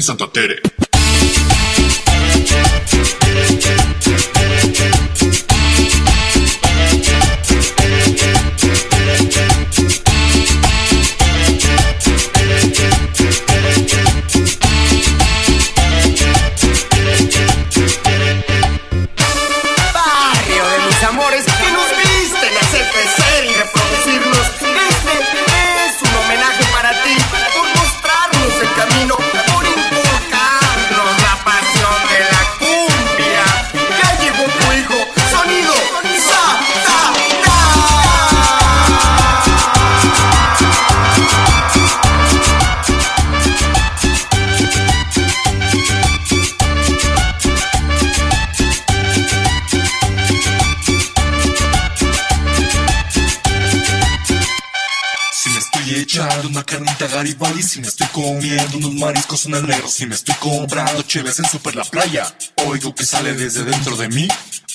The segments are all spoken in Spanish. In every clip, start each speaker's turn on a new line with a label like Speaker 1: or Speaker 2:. Speaker 1: Santa Tere.
Speaker 2: barrio de mis amores que nos viste hacer crecer y reproducirnos. Este es un homenaje para ti por mostrarnos el camino, por inculcarnos la pasión de la cumbia. Ya llegó tu hijo, sonido, Satanás.
Speaker 1: Si me estoy echando una carnita Garibaldi, si me estoy comiendo unos mariscos unas negros, si me estoy comprando cheves en super la playa, oigo que sale desde dentro de mí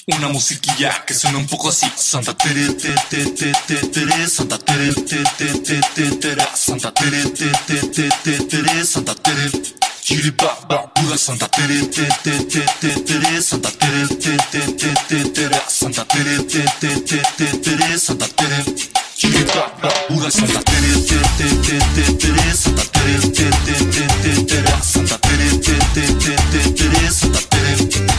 Speaker 1: una musiquilla que suena un poco así. Santa Tere, te, te, te, te, tere, Santa Tere, te, te, te, te, tera, Santa Tere, te, te, te, te, tere, Santa Tere. Chiripa, ba, pura Santa Tere, te, te, te, te, tere, Santa Tere, te, te, te, te, tera, Santa Tere, te, te, te, te, tere, Santa Tere. Chiripa, ba, pura Santa Tere, te, te, te, te, tere, Santa Tere, te, te, te, te, tera, Santa Tere, te, te, te, te, tere, Santa Tere.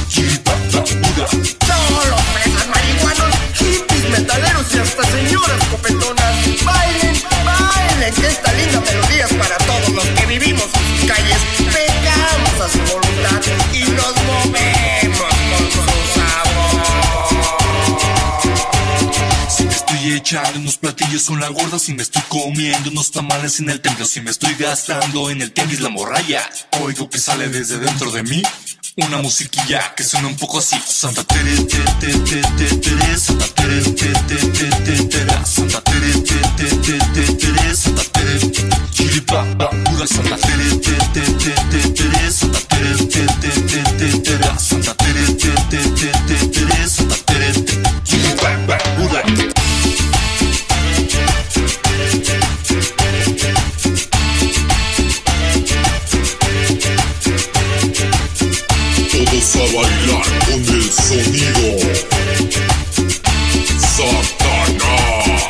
Speaker 1: Chiripa, ba, pura.
Speaker 2: Cholos, fresas, marihuanos, hippies, metaleros y hasta señoras copetonas. Bailen, bailen, que esta linda melodía es para todos los que vivimos en sus calles. Pegamos a su voluntad y nos movemos con su sabor.
Speaker 1: Si me estoy echando unos platillos con la gorda, si me estoy comiendo unos tamales en el templo, si me estoy gastando en el tianguis la morralla, oigo que sale desde dentro de mí una musiquilla que suena un poco así. Santa Tere, te, te, te, te, tere, Santa Tere, te, te, te, te, tera, Santa Tere, te, te, te, te, tere, Santa Tere, chiripa, ba, pura Santa Tere, te, te, te, te, tere, Santa Tere, te, te, te, te, tera, Santa Tere, te, te, te, te, tere, Santa Tere, te, chiripa, ba, pura.
Speaker 3: Todos a bailar con el sonido. Satanás.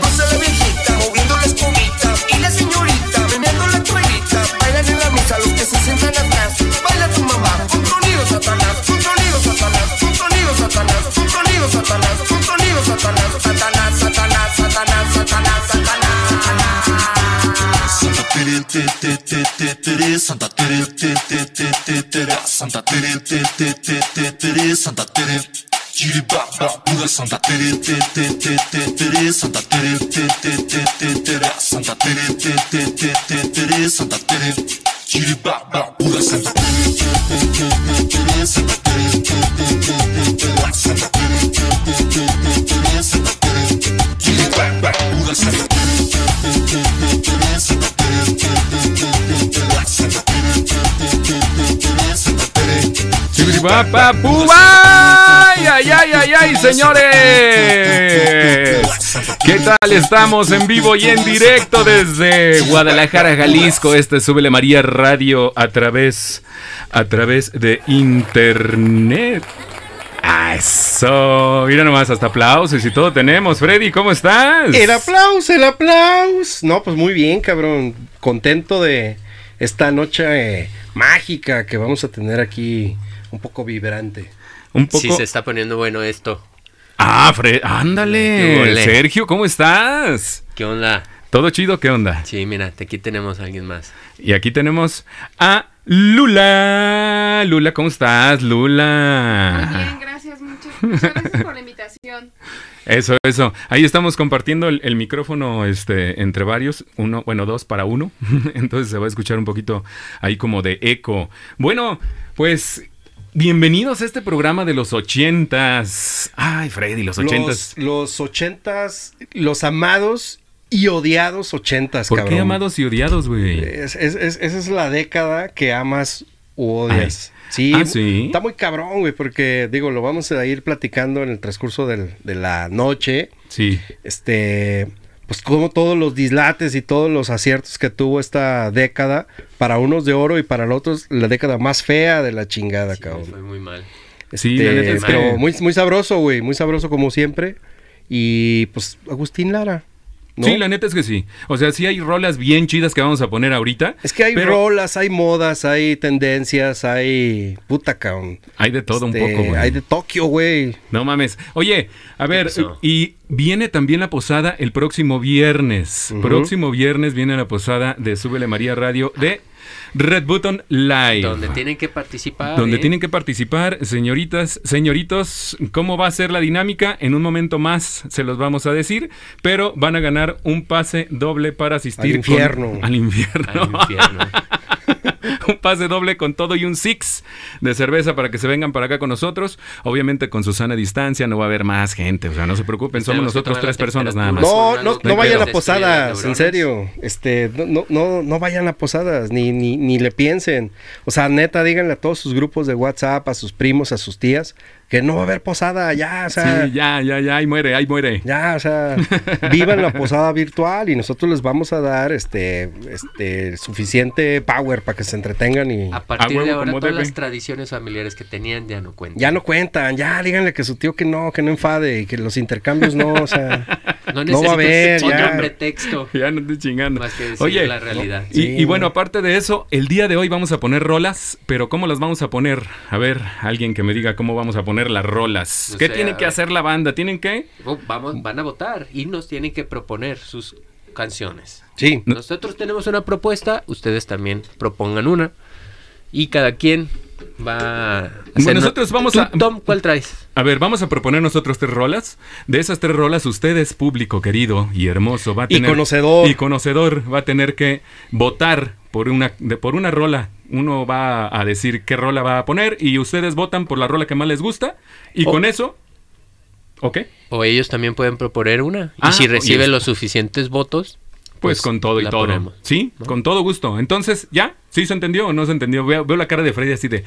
Speaker 2: Pasa la viejita moviendo la espumita y la señorita meneando la cuerita. Bailan en la mesa los que se sientan atrás. Baila tu mamá con sonido satanás, con sonido satanás, con sonido satanás, con sonido satanás, con sonido satanás, satanás, satanás, satanás, satanás, satanás.
Speaker 1: Santa Tere, te, te, te, te, tere, Santa Tere, te, te, te, te, tera, Santa Tere, te, te, te, te, tere, Santa Tere. Chiripa, ba, pura Santa Tere, te, te, te, te, tere, Santa Tere, te, te, te, te, tera, Santa Tere, te, te, te, te, tere, Santa Tere. Chiripa, ba, pura Santa Tere, te, te, te, te, tere, Santa Tere, te, te, te, te, tera, Santa Tere, te, te, te, te, tere, Santa Tere. Chiripa, ba, pura Santa Tere.
Speaker 4: ¡Ay, ay, ay, ay, ay, señores! ¿Qué tal? Estamos en vivo y en directo desde Guadalajara, Jalisco. Este es Súbele María Radio a través, a través de internet. Ah, Eso, mira nomás, hasta aplausos y todo tenemos. Freddy, ¿cómo estás?
Speaker 5: El aplauso, el aplauso. No, pues muy bien, cabrón. Contento de esta noche eh, mágica que vamos a tener aquí. Un poco vibrante.
Speaker 4: Un poco.
Speaker 6: Sí, se está poniendo bueno esto.
Speaker 4: Ah, Fred, ándale.
Speaker 6: Qué ole.
Speaker 4: Sergio, ¿cómo estás?
Speaker 6: ¿Qué onda?
Speaker 4: ¿Todo chido? ¿Qué onda?
Speaker 6: Sí, mira, te- aquí tenemos a alguien más.
Speaker 4: Y aquí tenemos a Lula. Lula, ¿cómo estás,
Speaker 7: Muy bien,
Speaker 4: Lula?
Speaker 7: gracias. Muchas, muchas gracias por la invitación.
Speaker 4: Eso, eso. Ahí estamos compartiendo el, el micrófono este, entre varios. Uno, bueno, dos para uno. Entonces se va a escuchar un poquito ahí como de eco. Bueno, pues bienvenidos a este programa de los ochentas. Ay, Freddy, los ochentas.
Speaker 5: Los, los ochentas, los amados y odiados ochentas,
Speaker 4: ¿Por
Speaker 5: cabrón.
Speaker 4: qué amados y odiados, güey?
Speaker 5: Es- es- es- esa es la década que amas u odias. Sí,
Speaker 4: Ah, sí.
Speaker 5: Está muy cabrón, güey, porque digo, lo vamos a ir platicando en el transcurso del- de la noche.
Speaker 4: Sí.
Speaker 5: este, pues como todos los dislates y todos los aciertos que tuvo esta década, para unos de oro y para los otros la década más fea de la chingada,
Speaker 4: Oh.
Speaker 6: Me
Speaker 5: cabrón.
Speaker 6: fue muy mal.
Speaker 4: Sí,
Speaker 5: Este,
Speaker 4: la neta es
Speaker 5: pero
Speaker 4: que-
Speaker 5: muy, muy sabroso, güey, muy sabroso como siempre. Y pues Agustín Lara. ¿no?
Speaker 4: Sí, la neta es que sí. O sea, sí hay rolas bien chidas que vamos a poner ahorita.
Speaker 5: Es que hay
Speaker 4: pero
Speaker 5: rolas, hay modas, hay tendencias, hay puta cabrón.
Speaker 4: Hay de todo
Speaker 5: Este,
Speaker 4: un poco, güey.
Speaker 5: Hay de Tokio, güey.
Speaker 4: No mames. Oye, a ver,
Speaker 6: pasó?
Speaker 4: y viene también la posada el próximo viernes.
Speaker 5: Ujú.
Speaker 4: Próximo viernes viene la posada de Súbele María Radio de Red Button Live.
Speaker 6: Donde tienen que participar.
Speaker 4: Donde
Speaker 6: ¿eh?
Speaker 4: tienen que participar, señoritas, señoritos, cómo va a ser la dinámica, en un momento más se los vamos a decir, pero van a ganar un pase doble para asistir
Speaker 5: Al infierno.
Speaker 4: con- al infierno.
Speaker 6: Al infierno.
Speaker 4: un pase doble con todo y un six de cerveza para que se vengan para acá con nosotros. Obviamente con Susana distancia no va a haber más gente, o sea, no se preocupen, somos
Speaker 6: Tenemos que
Speaker 4: nosotros
Speaker 6: tomar
Speaker 4: tres
Speaker 6: la
Speaker 4: personas nada más.
Speaker 5: No,
Speaker 6: temperatura. una
Speaker 5: no,
Speaker 6: nota
Speaker 5: no
Speaker 4: que
Speaker 5: vayan a
Speaker 6: destruye las
Speaker 5: posadas, en
Speaker 6: neuronas.
Speaker 5: serio. Este, no, no, no, no vayan a posadas, ni, ni, ni le piensen. O sea, neta, díganle a todos sus grupos de WhatsApp, a sus primos, a sus tías, que no va a haber posada, ya, o sea,
Speaker 4: Sí, ya, ya, ya, ahí muere, ahí muere.
Speaker 5: ya, o sea, vivan la posada virtual y nosotros les vamos a dar este, este, suficiente power para que se entretengan y
Speaker 6: A partir de
Speaker 4: Ah, huevo,
Speaker 6: ahora
Speaker 4: como
Speaker 6: todas
Speaker 4: debe.
Speaker 6: las tradiciones familiares que tenían ya no cuentan.
Speaker 5: ya no cuentan, ya, díganle que su tío que no, que no enfade y que los intercambios no, o sea,
Speaker 6: No
Speaker 5: no va a haber,
Speaker 6: necesitas otro
Speaker 5: ya.
Speaker 6: pretexto.
Speaker 4: Ya no estoy chingando.
Speaker 6: Más que decir
Speaker 4: Oye,
Speaker 6: la realidad.
Speaker 4: Y,
Speaker 5: Sí.
Speaker 4: y bueno, aparte de eso, el día de hoy vamos a poner rolas, pero ¿cómo las vamos a poner? A ver, alguien que me diga cómo vamos a poner las rolas.
Speaker 6: No
Speaker 4: ¿Qué
Speaker 6: sé,
Speaker 4: tiene
Speaker 6: a
Speaker 4: que
Speaker 6: ver.
Speaker 4: hacer la banda? ¿Tienen que?
Speaker 6: Oh, Vamos, van a votar y nos tienen que proponer sus canciones.
Speaker 5: sí.
Speaker 6: Nosotros tenemos una propuesta, ustedes también propongan una. Y cada quien va a hacer-
Speaker 4: nosotros vamos
Speaker 6: Tú,
Speaker 4: a-
Speaker 6: Tom, ¿cuál traes?
Speaker 4: A ver, vamos a proponer nosotros tres rolas. De esas tres rolas, ustedes, público querido y hermoso, va a
Speaker 5: Y
Speaker 4: tener.
Speaker 5: conocedor.
Speaker 4: Y conocedor, va a tener que votar por una, de- por una rola. Uno va a decir qué rola va a poner y ustedes votan por la rola que más les gusta. Y
Speaker 6: Oh.
Speaker 4: con eso. ¿Ok? pues
Speaker 6: O ellos también pueden proponer una.
Speaker 4: Ah,
Speaker 6: y si
Speaker 4: oye,
Speaker 6: recibe
Speaker 4: esto.
Speaker 6: los suficientes votos,
Speaker 4: Pues, con todo y
Speaker 6: la
Speaker 4: todo.
Speaker 6: ponemos.
Speaker 4: Sí, con todo gusto. Entonces, ¿ya? ¿Sí se entendió o no se entendió? Veo, veo la cara de Freddy así de.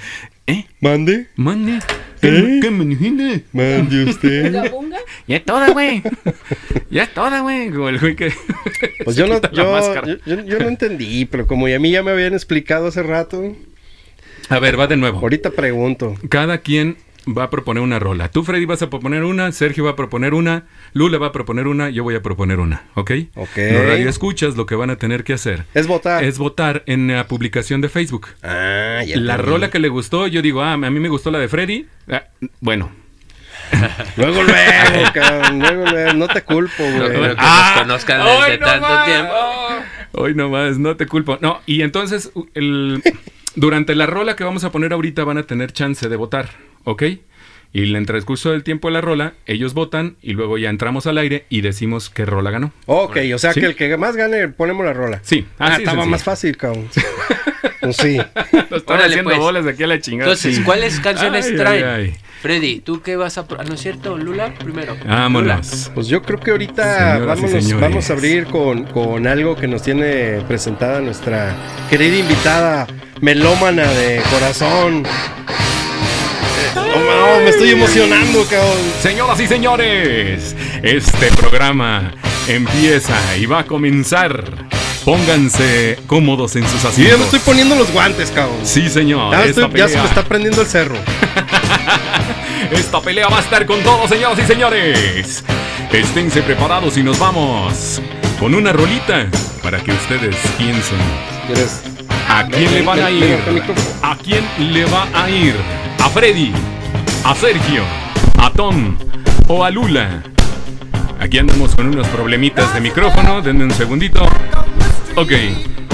Speaker 4: ¿Eh?
Speaker 5: Mande,
Speaker 4: ¿Mande? ¿Qué,
Speaker 5: ¿Eh?
Speaker 4: qué me dijiste?
Speaker 5: mande usted.
Speaker 7: ¿Gabunga?
Speaker 4: Ya es toda, güey. ya es toda, güey. Como el güey que.
Speaker 5: Pues
Speaker 4: se
Speaker 5: yo no,
Speaker 4: quita la
Speaker 5: yo,
Speaker 4: máscara.
Speaker 5: yo- yo- yo no entendí, pero como ya a mí ya me habían explicado hace rato,
Speaker 4: A ver, va de nuevo.
Speaker 5: ahorita pregunto.
Speaker 4: Cada quien va a proponer una rola. Tú, Freddy, vas a proponer una, Sergio va a proponer una, Lula va a proponer una, yo voy a proponer una, ¿ok?
Speaker 5: Ok.
Speaker 4: Los radioescuchas lo que van a tener que hacer
Speaker 5: Es votar.
Speaker 4: es votar en la publicación de Facebook.
Speaker 5: Ah, ya
Speaker 4: La
Speaker 5: entendí.
Speaker 4: rola que le gustó, yo digo, ah, a mí me gustó la de Freddy. Ah, bueno.
Speaker 5: Luego, luego, cabrón, luego, luego, no te culpo,
Speaker 6: No creo
Speaker 5: güey.
Speaker 6: que
Speaker 4: Ah,
Speaker 6: nos conozcan desde tanto tiempo.
Speaker 4: Hoy nomás, no te culpo. No, y entonces u- el- durante la rola que vamos a poner ahorita van a tener chance de votar, ¿ok? Y en el transcurso del tiempo de la rola, ellos votan y luego ya entramos al aire y decimos qué rola ganó.
Speaker 5: Ok, o sea
Speaker 4: Sí.
Speaker 5: que el que más gane, ponemos la rola.
Speaker 4: Sí,
Speaker 5: Ah,
Speaker 4: así de
Speaker 5: estaba
Speaker 4: sencillo.
Speaker 5: más fácil, cabrón. Pues sí.
Speaker 4: Nos están
Speaker 6: Órale,
Speaker 4: haciendo
Speaker 6: pues.
Speaker 4: bolas de aquí a la chingada.
Speaker 6: Entonces,
Speaker 4: Sí.
Speaker 6: ¿cuáles canciones
Speaker 4: Ay,
Speaker 6: traen?
Speaker 4: ay, ay.
Speaker 6: Freddy, ¿tú qué vas a... pro- ah, ¿No es cierto? Lula, primero.
Speaker 4: Vámonos.
Speaker 5: Pues yo creo que ahorita
Speaker 4: Señoras y
Speaker 5: vámonos-
Speaker 4: señores.
Speaker 5: vamos a abrir con, con algo que nos tiene presentada nuestra querida invitada melómana de corazón. Eh, No, no, me estoy emocionando, cabrón.
Speaker 4: Señoras y señores, este programa empieza y va a comenzar. Pónganse cómodos en sus
Speaker 5: Yo
Speaker 4: asientos.
Speaker 5: ya me estoy poniendo los guantes, cabrón.
Speaker 4: Sí, señor.
Speaker 5: ya,
Speaker 4: esta
Speaker 5: estoy- ya se
Speaker 4: pelea-
Speaker 5: me está prendiendo el cerro.
Speaker 4: Esta pelea va a estar con todos, señoras y señores. Esténse preparados y nos vamos con una rolita para que ustedes piensen
Speaker 5: ¿Quieres?
Speaker 4: a quién le van a ir. ¿A quién le va a ir? ¿A Freddy? ¿A Sergio? ¿A Tom? ¿O a Lula? Aquí andamos con unos problemitas de micrófono. Denme un segundito. Ok,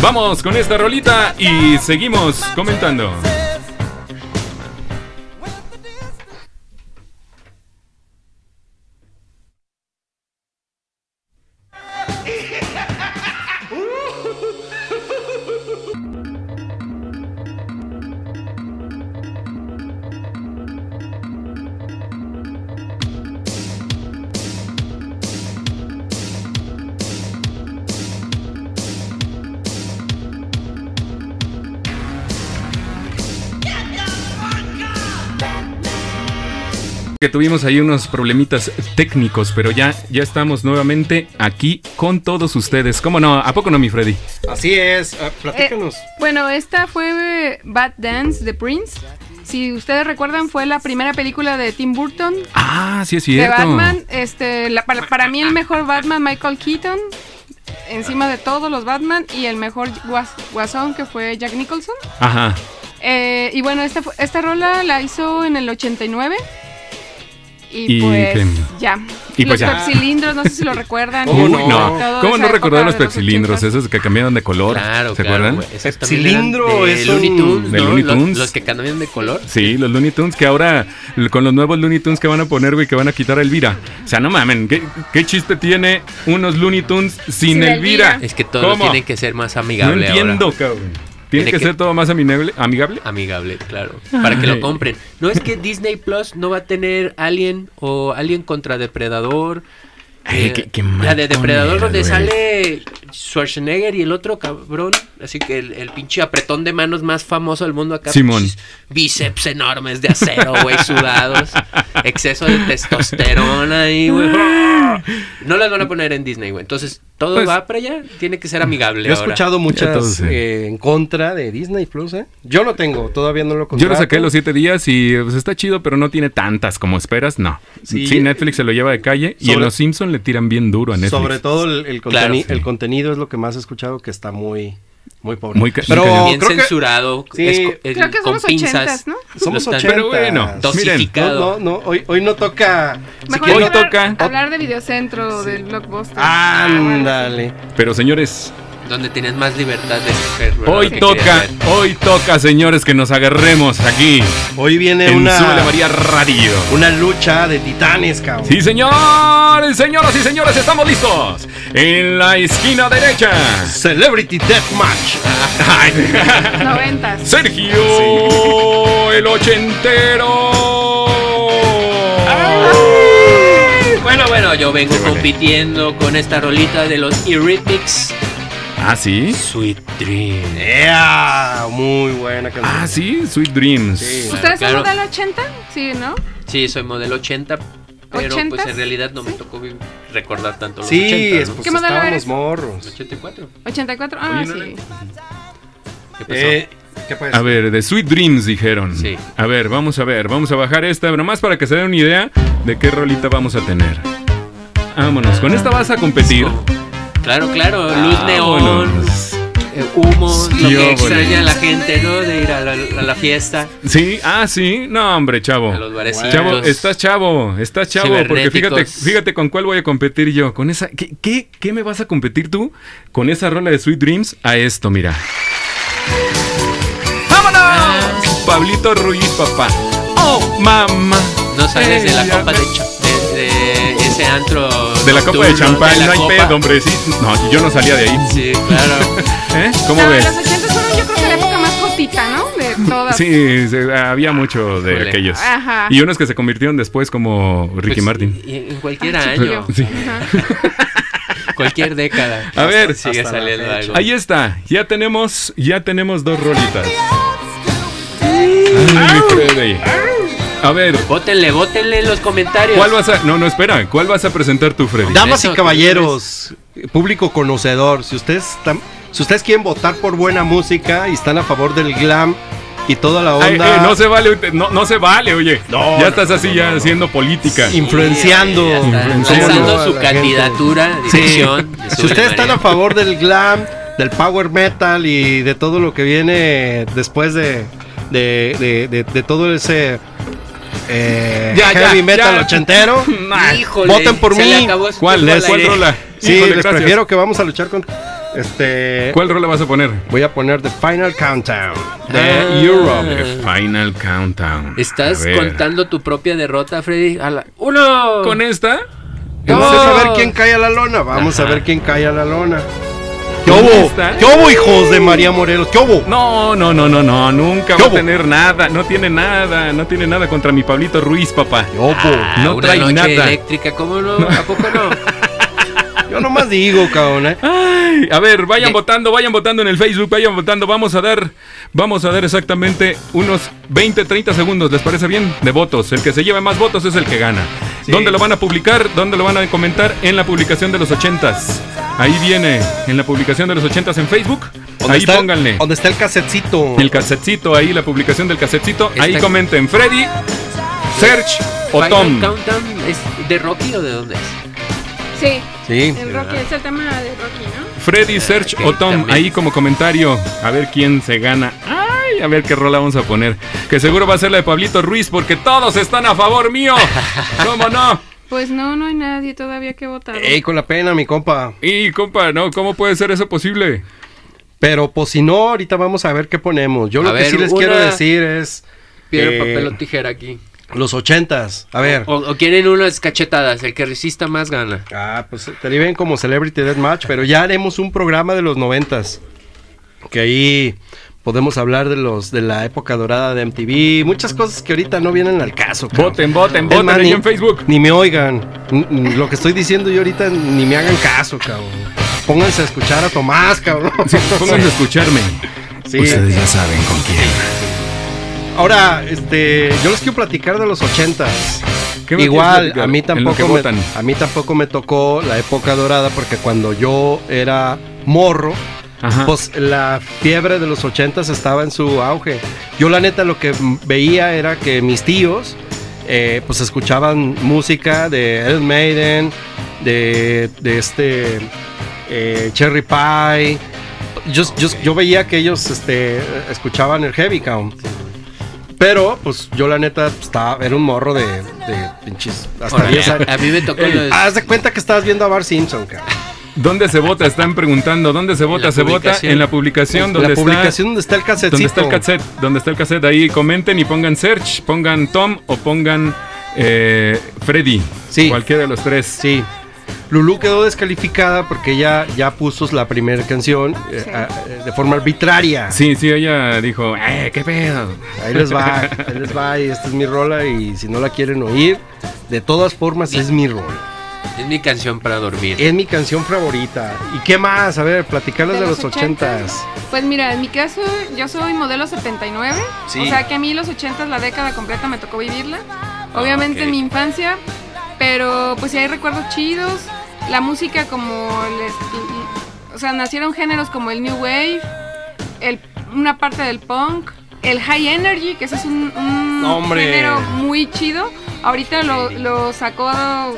Speaker 4: vamos con esta rolita y seguimos comentando. porque tuvimos ahí unos problemitas técnicos, pero ya, ya estamos nuevamente aquí con todos ustedes. ¿Cómo no? ¿A poco no, mi Freddy?
Speaker 5: Así es, ah, platícanos.
Speaker 7: Bueno, esta fue eh, Bad Dance de Prince. Si ustedes recuerdan, fue la primera película de Tim Burton
Speaker 4: Ah, sí es
Speaker 7: de
Speaker 4: cierto.
Speaker 7: Batman. Este, la- para, para mí el mejor Batman, Michael Keaton, encima de todos los Batman, y el mejor guas- guasón que fue Jack Nicholson.
Speaker 4: Ajá.
Speaker 7: Eh, y bueno, esta, fu- esta rola la hizo en el 89. Y,
Speaker 4: Y
Speaker 7: pues
Speaker 4: que-
Speaker 7: ya.
Speaker 4: y
Speaker 7: Y
Speaker 4: pues
Speaker 7: los
Speaker 4: ya.
Speaker 7: pecilindros, no sé si lo recuerdan.
Speaker 5: ¿Cómo
Speaker 7: Y
Speaker 5: no?
Speaker 7: todo
Speaker 4: No,
Speaker 7: de
Speaker 4: ¿cómo no
Speaker 7: esa época
Speaker 4: recordar los
Speaker 7: de los
Speaker 4: pepsilindros?
Speaker 7: 80s?
Speaker 4: Esos que cambiaron de color.
Speaker 6: Claro,
Speaker 4: ¿se
Speaker 6: claro,
Speaker 4: acuerdan?
Speaker 6: güey. Esos también eran
Speaker 5: Cilindro
Speaker 6: de
Speaker 5: es
Speaker 6: Looney
Speaker 5: un-
Speaker 6: Tunes,
Speaker 4: de
Speaker 6: ¿no?
Speaker 4: Looney
Speaker 6: Los-
Speaker 4: Tunes.
Speaker 6: Los que cambian de color.
Speaker 4: Sí, los Looney Tunes que ahora, l- con los nuevos Looney Tunes que van a poner, güey, que van a quitar a Elvira. O sea, no mamen, ¿qué, qué chiste tiene unos Looney Tunes sin,
Speaker 7: Sin
Speaker 4: Elvira?
Speaker 7: Elvira.
Speaker 6: Es que todo
Speaker 4: ¿Cómo?
Speaker 6: tiene que ser más
Speaker 4: No
Speaker 6: amigable
Speaker 4: entiendo,
Speaker 6: ahora.
Speaker 4: cabrón. ¿Tiene
Speaker 6: Tiene
Speaker 4: que,
Speaker 6: que-
Speaker 4: ser todo más amigable? amigable?
Speaker 6: Amigable, claro. Para que lo
Speaker 4: Ay.
Speaker 6: compren. No es que Disney Plus no va a tener Alien o Alien contra Depredador.
Speaker 4: Ay,
Speaker 6: Eh,
Speaker 4: qué- qué mal
Speaker 6: la de Depredador
Speaker 4: con
Speaker 6: donde
Speaker 4: él, güey.
Speaker 6: sale Schwarzenegger y el otro cabrón. Así que el, el pinche apretón de manos más famoso del mundo acá.
Speaker 4: Simón.
Speaker 6: pinches Bíceps enormes de acero, güey, sudados. Exceso de testosterona ahí, güey. No las van a poner en Disney, güey. Entonces, todo
Speaker 4: Ah. Pues-
Speaker 6: va para allá. Tiene que ser amigable
Speaker 5: Yo he
Speaker 6: ahora.
Speaker 5: escuchado
Speaker 4: Ya todo
Speaker 5: muchas
Speaker 4: sé.
Speaker 5: eh, en contra de Disney Plus, ¿eh? Yo no tengo, todavía no lo
Speaker 4: Yo
Speaker 5: contrato.
Speaker 4: lo saqué los siete días y pues, está chido, pero no tiene tantas como esperas, no. Sí,
Speaker 5: Sí.
Speaker 4: Netflix se lo lleva de calle y en
Speaker 5: Sobre-
Speaker 4: Los Simpson le tiran bien duro a Netflix.
Speaker 5: Sobre todo el, el
Speaker 6: Claro,
Speaker 5: conteni-
Speaker 6: sí.
Speaker 5: el contenido es lo que más he escuchado que está muy, muy pobre.
Speaker 4: Muy ca- muy
Speaker 5: Pero
Speaker 4: cañón.
Speaker 6: bien
Speaker 5: creo que
Speaker 6: censurado,
Speaker 5: sí.
Speaker 6: es- es-
Speaker 7: Creo que son
Speaker 6: con
Speaker 7: los
Speaker 6: pinzas.
Speaker 7: ochentas, ¿no?
Speaker 5: somos
Speaker 6: Lo están-
Speaker 5: 80.
Speaker 4: Pero bueno, miren,
Speaker 5: No,
Speaker 6: Dosificado.
Speaker 5: no, no, hoy, hoy no toca.
Speaker 7: Mejor
Speaker 4: Hoy
Speaker 7: hay que hablar,
Speaker 4: toca-
Speaker 7: hablar de videocentro, del blockbuster. Ah,
Speaker 5: Ándale.
Speaker 4: Pero señores,
Speaker 6: Donde tenías más libertad de escoger. ¿verdad?
Speaker 4: hoy
Speaker 6: Lo que
Speaker 4: toca,
Speaker 6: querías
Speaker 4: hoy toca, señores, que nos agarremos aquí
Speaker 5: Hoy viene
Speaker 4: en
Speaker 5: una,
Speaker 4: Súbele María Radio.
Speaker 5: una lucha de titanes, cabrón.
Speaker 4: Sí, señor, señoras y señores, estamos listos. En la esquina derecha,
Speaker 5: Celebrity Deathmatch.
Speaker 7: Noventas.
Speaker 4: Sergio, el ochentero.
Speaker 6: ver. Bueno, bueno, yo vengo compitiendo con esta rolita de los Eurythmics.
Speaker 4: Ah, sí.
Speaker 6: Sweet Dream.
Speaker 5: ¡Ea! Muy buena canción.
Speaker 4: Ah, sí, Sweet Dreams.
Speaker 5: Sí.
Speaker 7: ¿Ustedes
Speaker 6: claro.
Speaker 7: son del 80? Sí, ¿no?
Speaker 6: Sí, soy modelo 80, pero pues
Speaker 7: ¿Ochentas?
Speaker 6: en realidad no me
Speaker 7: Sí.
Speaker 6: tocó vi- recordar tanto los
Speaker 5: Sí,
Speaker 6: 80.
Speaker 5: es,
Speaker 6: ¿no?
Speaker 5: pues
Speaker 7: ¿Qué modelo
Speaker 5: estábamos
Speaker 7: eres?
Speaker 5: morros.
Speaker 6: 84.
Speaker 7: 84. Ah,
Speaker 4: Oye, no le-
Speaker 7: sí.
Speaker 6: ¿Qué pasó?
Speaker 5: Eh, ¿Qué pasa?
Speaker 4: A ver, de Sweet Dreams dijeron.
Speaker 6: Sí.
Speaker 4: A ver, vamos a ver, vamos a bajar esta, nomás para que se den una idea de qué rolita vamos a tener. Vámonos, con esta vas a competir.
Speaker 6: Claro, claro,
Speaker 7: Ah,
Speaker 6: luz neón,
Speaker 4: Vámonos.
Speaker 6: eh, humo, lo
Speaker 4: Sí,
Speaker 6: que
Speaker 4: óvole.
Speaker 6: extraña a la gente, ¿no? De ir a la, a la fiesta,
Speaker 4: Sí, ah, sí. No, hombre, chavo.
Speaker 6: a los barecitos.
Speaker 4: Chavo, estás chavo, estás chavo, porque fíjate,
Speaker 6: Cibernéticos.
Speaker 4: fíjate con cuál voy a competir yo. Con esa, ¿qué, qué, qué me vas a competir tú con esa rola de Sweet Dreams a esto, mira? ¡Vámonos! Ah, Pablito Ruiz, papá. ¡Oh, mamá!
Speaker 6: No sales de
Speaker 5: Eh,
Speaker 6: la
Speaker 4: Ella
Speaker 6: copa
Speaker 4: me-
Speaker 6: de, cha- de- de ese antro.
Speaker 4: De la copa de
Speaker 6: nocturno,
Speaker 4: champán,
Speaker 6: de
Speaker 4: no
Speaker 6: la
Speaker 4: hay
Speaker 6: copa.
Speaker 4: pedo, hombre. Sí, no, yo no salía de ahí.
Speaker 6: Sí, claro.
Speaker 4: ¿Eh? ¿Cómo
Speaker 7: No,
Speaker 4: ves?
Speaker 7: Los 80 fueron yo creo que la época más cortita, ¿no? De todas.
Speaker 4: Sí, sí, había mucho de
Speaker 6: Híjole.
Speaker 4: aquellos.
Speaker 7: Ajá.
Speaker 4: Y unos que se convirtieron después como Ricky
Speaker 6: Pues,
Speaker 4: Martin. Ah,
Speaker 6: y- En cualquier
Speaker 7: Chiquillo.
Speaker 6: año,
Speaker 4: Sí.
Speaker 7: Ajá.
Speaker 6: cualquier década.
Speaker 4: A ver,
Speaker 6: sigue
Speaker 5: hasta la
Speaker 6: saliendo
Speaker 5: fecha.
Speaker 6: algo.
Speaker 4: Ahí está, ya tenemos, ya tenemos dos rolitas. Ay, Freddy. A ver,
Speaker 6: Bótenle, bótenle en los comentarios.
Speaker 4: ¿cuál vas a.? No, no, espera, ¿cuál vas a presentar tú, Freddy?
Speaker 5: Damas y
Speaker 6: Eso,
Speaker 5: caballeros, público conocedor, si ustedes están, si ustedes quieren votar por buena música y están a favor del glam y toda la
Speaker 4: Ay,
Speaker 5: onda
Speaker 4: eh, no se vale, ute- no, no se vale, oye.
Speaker 5: No,
Speaker 4: ya
Speaker 5: no,
Speaker 4: estás así ya haciendo política.
Speaker 5: influenciando,
Speaker 6: Sí, ya está.
Speaker 5: influenciando
Speaker 6: Lanzando
Speaker 5: a
Speaker 6: su
Speaker 5: la gente.
Speaker 6: candidatura,
Speaker 5: Sí.
Speaker 6: dirección. de
Speaker 5: Si
Speaker 6: Sube
Speaker 5: ustedes
Speaker 6: María.
Speaker 5: están a favor del glam, del power metal y de todo lo que viene después de de, de- de- de todo ese eh,
Speaker 4: Ya, ya,
Speaker 5: heavy
Speaker 4: ya.
Speaker 5: metal ochentero.
Speaker 6: Híjole,
Speaker 5: voten por
Speaker 6: se le
Speaker 5: mí.
Speaker 6: acabó su
Speaker 4: ¿Cuál?
Speaker 6: tiempo al
Speaker 4: Les- ¿Cuál
Speaker 6: aire.
Speaker 4: rola?
Speaker 5: Sí,
Speaker 4: Híjole,
Speaker 5: les
Speaker 4: gracias.
Speaker 5: prefiero que vamos a luchar con este
Speaker 4: ¿Cuál rola vas a poner?
Speaker 5: Voy a poner The Final Countdown de
Speaker 6: Ah.
Speaker 5: Europe.
Speaker 4: The Final Countdown. A
Speaker 6: Estás
Speaker 4: ver.
Speaker 6: contando tu propia derrota, Freddy. A la... ¡Uno!
Speaker 4: ¿Con esta?
Speaker 5: Vamos a
Speaker 6: Dos.
Speaker 5: ver quién cae a la lona. Vamos
Speaker 6: Ajá.
Speaker 5: a ver quién cae a la lona. ¿Qué
Speaker 4: ¿Dónde
Speaker 5: hubo?
Speaker 4: está?
Speaker 5: ¿Qué hubo, hijos de María Morelos? ¿Qué hubo?
Speaker 4: No, no, no, no, no, nunca va a
Speaker 5: ¿Cómo?
Speaker 4: tener nada, no tiene nada, no tiene nada contra mi Pablito Ruiz, papá.
Speaker 5: ¿Qué hubo?
Speaker 6: Ah,
Speaker 4: No
Speaker 6: una
Speaker 4: trae
Speaker 6: noche
Speaker 4: nada.
Speaker 6: eléctrica, ¿cómo no? ¿A poco no?
Speaker 5: Yo nomás digo, cabrón.
Speaker 4: Pues
Speaker 5: ¿eh?
Speaker 4: Ay, a ver, vayan
Speaker 6: Bien.
Speaker 4: votando, vayan votando en el Facebook, vayan votando. Vamos a dar, vamos a dar exactamente unos 20, 30 segundos, ¿les parece bien? De votos. El que se lleve más votos es el que gana.
Speaker 5: Sí.
Speaker 4: ¿Dónde lo van a publicar? ¿Dónde lo van a comentar? En la publicación de los 80s. Ahí viene, en la publicación de los 80s en Facebook.
Speaker 5: ¿Dónde
Speaker 4: Ahí
Speaker 5: está,
Speaker 4: pónganle.
Speaker 5: ¿Dónde está el casetcito?
Speaker 4: El casetcito, ahí la publicación del casetcito. Ahí
Speaker 6: Está-
Speaker 4: comenten Freddy, Serge o
Speaker 6: Final
Speaker 4: Tom.
Speaker 6: Countdown es de Rocky o de dónde es?
Speaker 7: Sí,
Speaker 5: Sí.
Speaker 7: en Rocky, es el tema de Rocky, ¿no?
Speaker 4: Freddy, Serge
Speaker 6: Ok,
Speaker 4: o Tom,
Speaker 6: también.
Speaker 4: ahí como comentario. A ver quién se gana. Ay, a ver qué rola vamos a poner. Que seguro va a ser la de Pablito Ruiz, porque todos están a favor mío. ¿Cómo no?
Speaker 7: Pues no, no hay nadie todavía que votar.
Speaker 4: Eh,
Speaker 5: Ey, con la pena, mi compa.
Speaker 4: Y compa, no, ¿cómo puede ser eso posible?
Speaker 5: Pero pues si no, ahorita vamos a ver qué ponemos. Yo
Speaker 6: A
Speaker 5: lo que
Speaker 6: ver,
Speaker 5: sí les
Speaker 6: una-
Speaker 5: quiero decir es
Speaker 6: Piedra,
Speaker 5: Eh,
Speaker 6: papel o tijera aquí.
Speaker 5: los ochentas. A ver.
Speaker 6: O, o quieren unas cachetadas, el que resista más gana.
Speaker 5: Ah, pues te lo ven como Celebrity Deathmatch, pero ya haremos un programa de los noventas. Que ahí podemos hablar de los de la época dorada de MTV, muchas cosas que ahorita no vienen al caso. cabrón.
Speaker 4: Voten, voten,
Speaker 5: Es
Speaker 4: voten
Speaker 5: más,
Speaker 4: ahí
Speaker 5: ni-
Speaker 4: en Facebook.
Speaker 5: Ni me oigan. N- n- Lo que estoy diciendo yo ahorita ni me hagan caso, cabrón. Pónganse a escuchar a Tomás, cabrón.
Speaker 4: Pónganse a escucharme.
Speaker 5: Sí.
Speaker 4: ya saben con quién.
Speaker 5: Ahora, este, yo les quiero platicar de los ochentas.
Speaker 4: ¿Qué me quieres
Speaker 5: Igual,
Speaker 4: platicar?
Speaker 5: a mí,
Speaker 4: En lo que
Speaker 5: tampoco me,
Speaker 4: votan.
Speaker 5: a mí tampoco me tocó la época dorada porque cuando yo era morro,
Speaker 4: Ajá.
Speaker 5: pues la fiebre de los ochentas estaba en su auge. Yo la neta lo que m- veía era que mis tíos eh, pues escuchaban música de Iron Maiden, de, de este eh, Cherry Pie. Yo, yo- yo veía que ellos este, escuchaban el heavy count. Pero, pues yo la neta pues, estaba, era un morro de, de pinches. Hasta
Speaker 6: Ahora,
Speaker 5: 10 años.
Speaker 6: a, a mí me tocó
Speaker 5: Ey,
Speaker 6: lo de-
Speaker 4: Ah.
Speaker 5: Haz de cuenta que estabas viendo a Bart Simpson, cabrón.
Speaker 4: ¿Dónde se vota? Están preguntando. ¿Dónde se vota?
Speaker 6: la
Speaker 4: Se vota
Speaker 6: publicación.
Speaker 4: en la publicación donde
Speaker 5: La
Speaker 4: está-
Speaker 5: publicación donde está el casetcito.
Speaker 4: ¿Dónde está el cassette? ¿Dónde está el cassette? Ahí comenten y pongan Search, pongan Tom o pongan eh, Freddy.
Speaker 5: Sí.
Speaker 4: Cualquiera de los tres.
Speaker 5: Sí. Lulú quedó descalificada porque ella ya puso la primera canción eh,
Speaker 7: Sí.
Speaker 5: a- eh, de forma arbitraria.
Speaker 4: Sí, sí, ella dijo, ¡eh, qué pedo!
Speaker 5: Ahí les va, ahí les va, y esta es mi rola. Y si no la quieren oír, de todas formas es mi rola.
Speaker 6: Es mi canción para dormir.
Speaker 5: Es mi canción favorita. ¿Y qué más? A ver, platicarles de, los ochentas.
Speaker 7: Pues mira, en mi caso yo soy modelo 79,
Speaker 5: Sí.
Speaker 7: o sea que a mí los 80 la década completa me tocó vivirla.
Speaker 5: Ah,
Speaker 7: Obviamente
Speaker 6: ok.
Speaker 7: en mi infancia, pero pues sí hay recuerdos chidos, la música como les o sea, nacieron géneros como el new wave, el- una parte del punk, el high energy, que ese es un, un
Speaker 5: ¡Hombre!
Speaker 7: género muy chido. Ahorita lo, lo sacó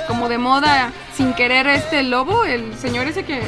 Speaker 7: como de moda sin querer este lobo, el señor ese que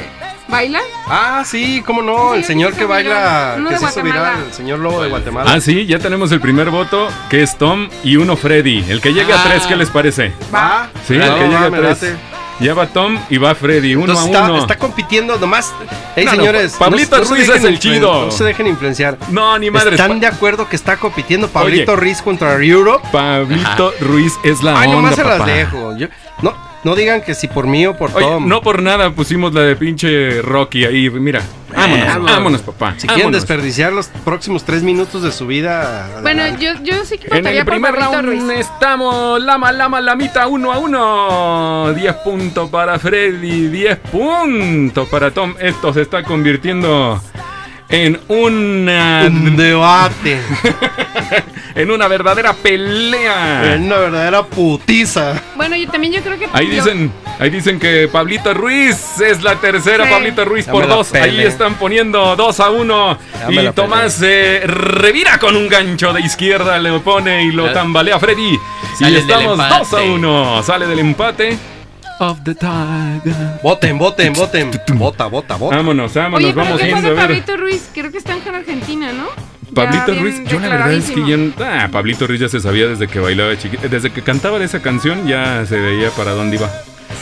Speaker 7: baila.
Speaker 5: Ah, sí, cómo no, el
Speaker 7: Sí,
Speaker 5: señor
Speaker 7: se
Speaker 5: que
Speaker 7: hizo
Speaker 5: baila,
Speaker 7: viral. Uno
Speaker 5: que
Speaker 7: de
Speaker 5: se hizo
Speaker 7: Guatemala.
Speaker 5: viral, el señor lobo de Guatemala.
Speaker 4: Ah, sí, ya tenemos el primer voto, que es Tom y uno Freddy. El que llegue a
Speaker 6: Ah.
Speaker 4: tres, ¿qué les parece?
Speaker 5: va.
Speaker 4: ah, Sí,
Speaker 5: Va,
Speaker 4: el que
Speaker 5: va,
Speaker 4: llegue a
Speaker 5: me
Speaker 4: tres.
Speaker 5: late.
Speaker 4: Ya va Tom y va Freddy, uno
Speaker 5: Entonces
Speaker 4: a
Speaker 5: está,
Speaker 4: uno.
Speaker 5: está compitiendo nomás. Ey,
Speaker 4: No, no,
Speaker 5: señores.
Speaker 4: Pa- Pablito
Speaker 5: se
Speaker 4: Ruiz
Speaker 5: dejen
Speaker 4: es el
Speaker 5: influen-
Speaker 4: chido.
Speaker 5: No se dejen influenciar.
Speaker 4: No, ni madres.
Speaker 5: Están
Speaker 4: Pa-
Speaker 5: de acuerdo que está compitiendo Pablito Ruiz contra Europe.
Speaker 4: Pablito Ruiz es la
Speaker 5: Ay,
Speaker 4: onda,
Speaker 5: nomás se las
Speaker 4: papá.
Speaker 5: dejo. Yo- no, no digan que si por mí o por
Speaker 4: Oye,
Speaker 5: Tom.
Speaker 4: no por nada pusimos la de pinche Rocky ahí, mira. Vámonos, vámonos,
Speaker 6: vámonos.
Speaker 4: papá.
Speaker 5: si quieren
Speaker 4: vámonos.
Speaker 5: desperdiciar los próximos tres minutos de su vida.
Speaker 7: Bueno,
Speaker 5: adelante.
Speaker 7: yo, yo sí que
Speaker 4: En
Speaker 7: votaría
Speaker 4: el
Speaker 7: por
Speaker 4: primer
Speaker 7: Pablito
Speaker 4: round
Speaker 7: Ruiz.
Speaker 4: estamos Lama, Lama, Lamita, uno a uno 10 puntos para Freddy, 10 puntos para Tom. Esto se está convirtiendo en una,
Speaker 5: Un debate.
Speaker 4: en una verdadera pelea.
Speaker 5: en una verdadera putiza.
Speaker 7: Bueno, yo también yo creo que
Speaker 4: Ahí
Speaker 7: yo-
Speaker 4: dicen, ahí dicen que Pablito Ruiz es la tercera,
Speaker 7: Sí.
Speaker 4: Pablito Ruiz
Speaker 5: Ya
Speaker 4: por
Speaker 5: me la
Speaker 4: dos. Ahí
Speaker 5: pelé.
Speaker 4: están poniendo 2 a 1.
Speaker 5: Ya me
Speaker 4: Y
Speaker 5: la
Speaker 4: Tomás eh, revira con un gancho de izquierda, le pone y lo
Speaker 6: Ya.
Speaker 4: tambalea Freddy. Y
Speaker 6: Salen del
Speaker 4: estamos 2 a
Speaker 6: empate.
Speaker 4: 1. Sale del empate.
Speaker 5: Voten, voten, voten. Vota, vota, vota.
Speaker 4: Vámonos, vámonos,
Speaker 7: Oye, pero
Speaker 4: vamos
Speaker 7: ¿qué
Speaker 4: viendo
Speaker 7: pasa
Speaker 4: a ver.
Speaker 7: Pablito Ruiz? Creo que está en Argentina, ¿no? Ya
Speaker 4: Pablito
Speaker 7: bien
Speaker 4: Ruiz, yo la verdad es que
Speaker 7: declaradísimo.
Speaker 4: yo. Ah, Pablito Ruiz ya se sabía desde que bailaba chiquito. Desde que cantaba de esa canción ya se veía para dónde iba.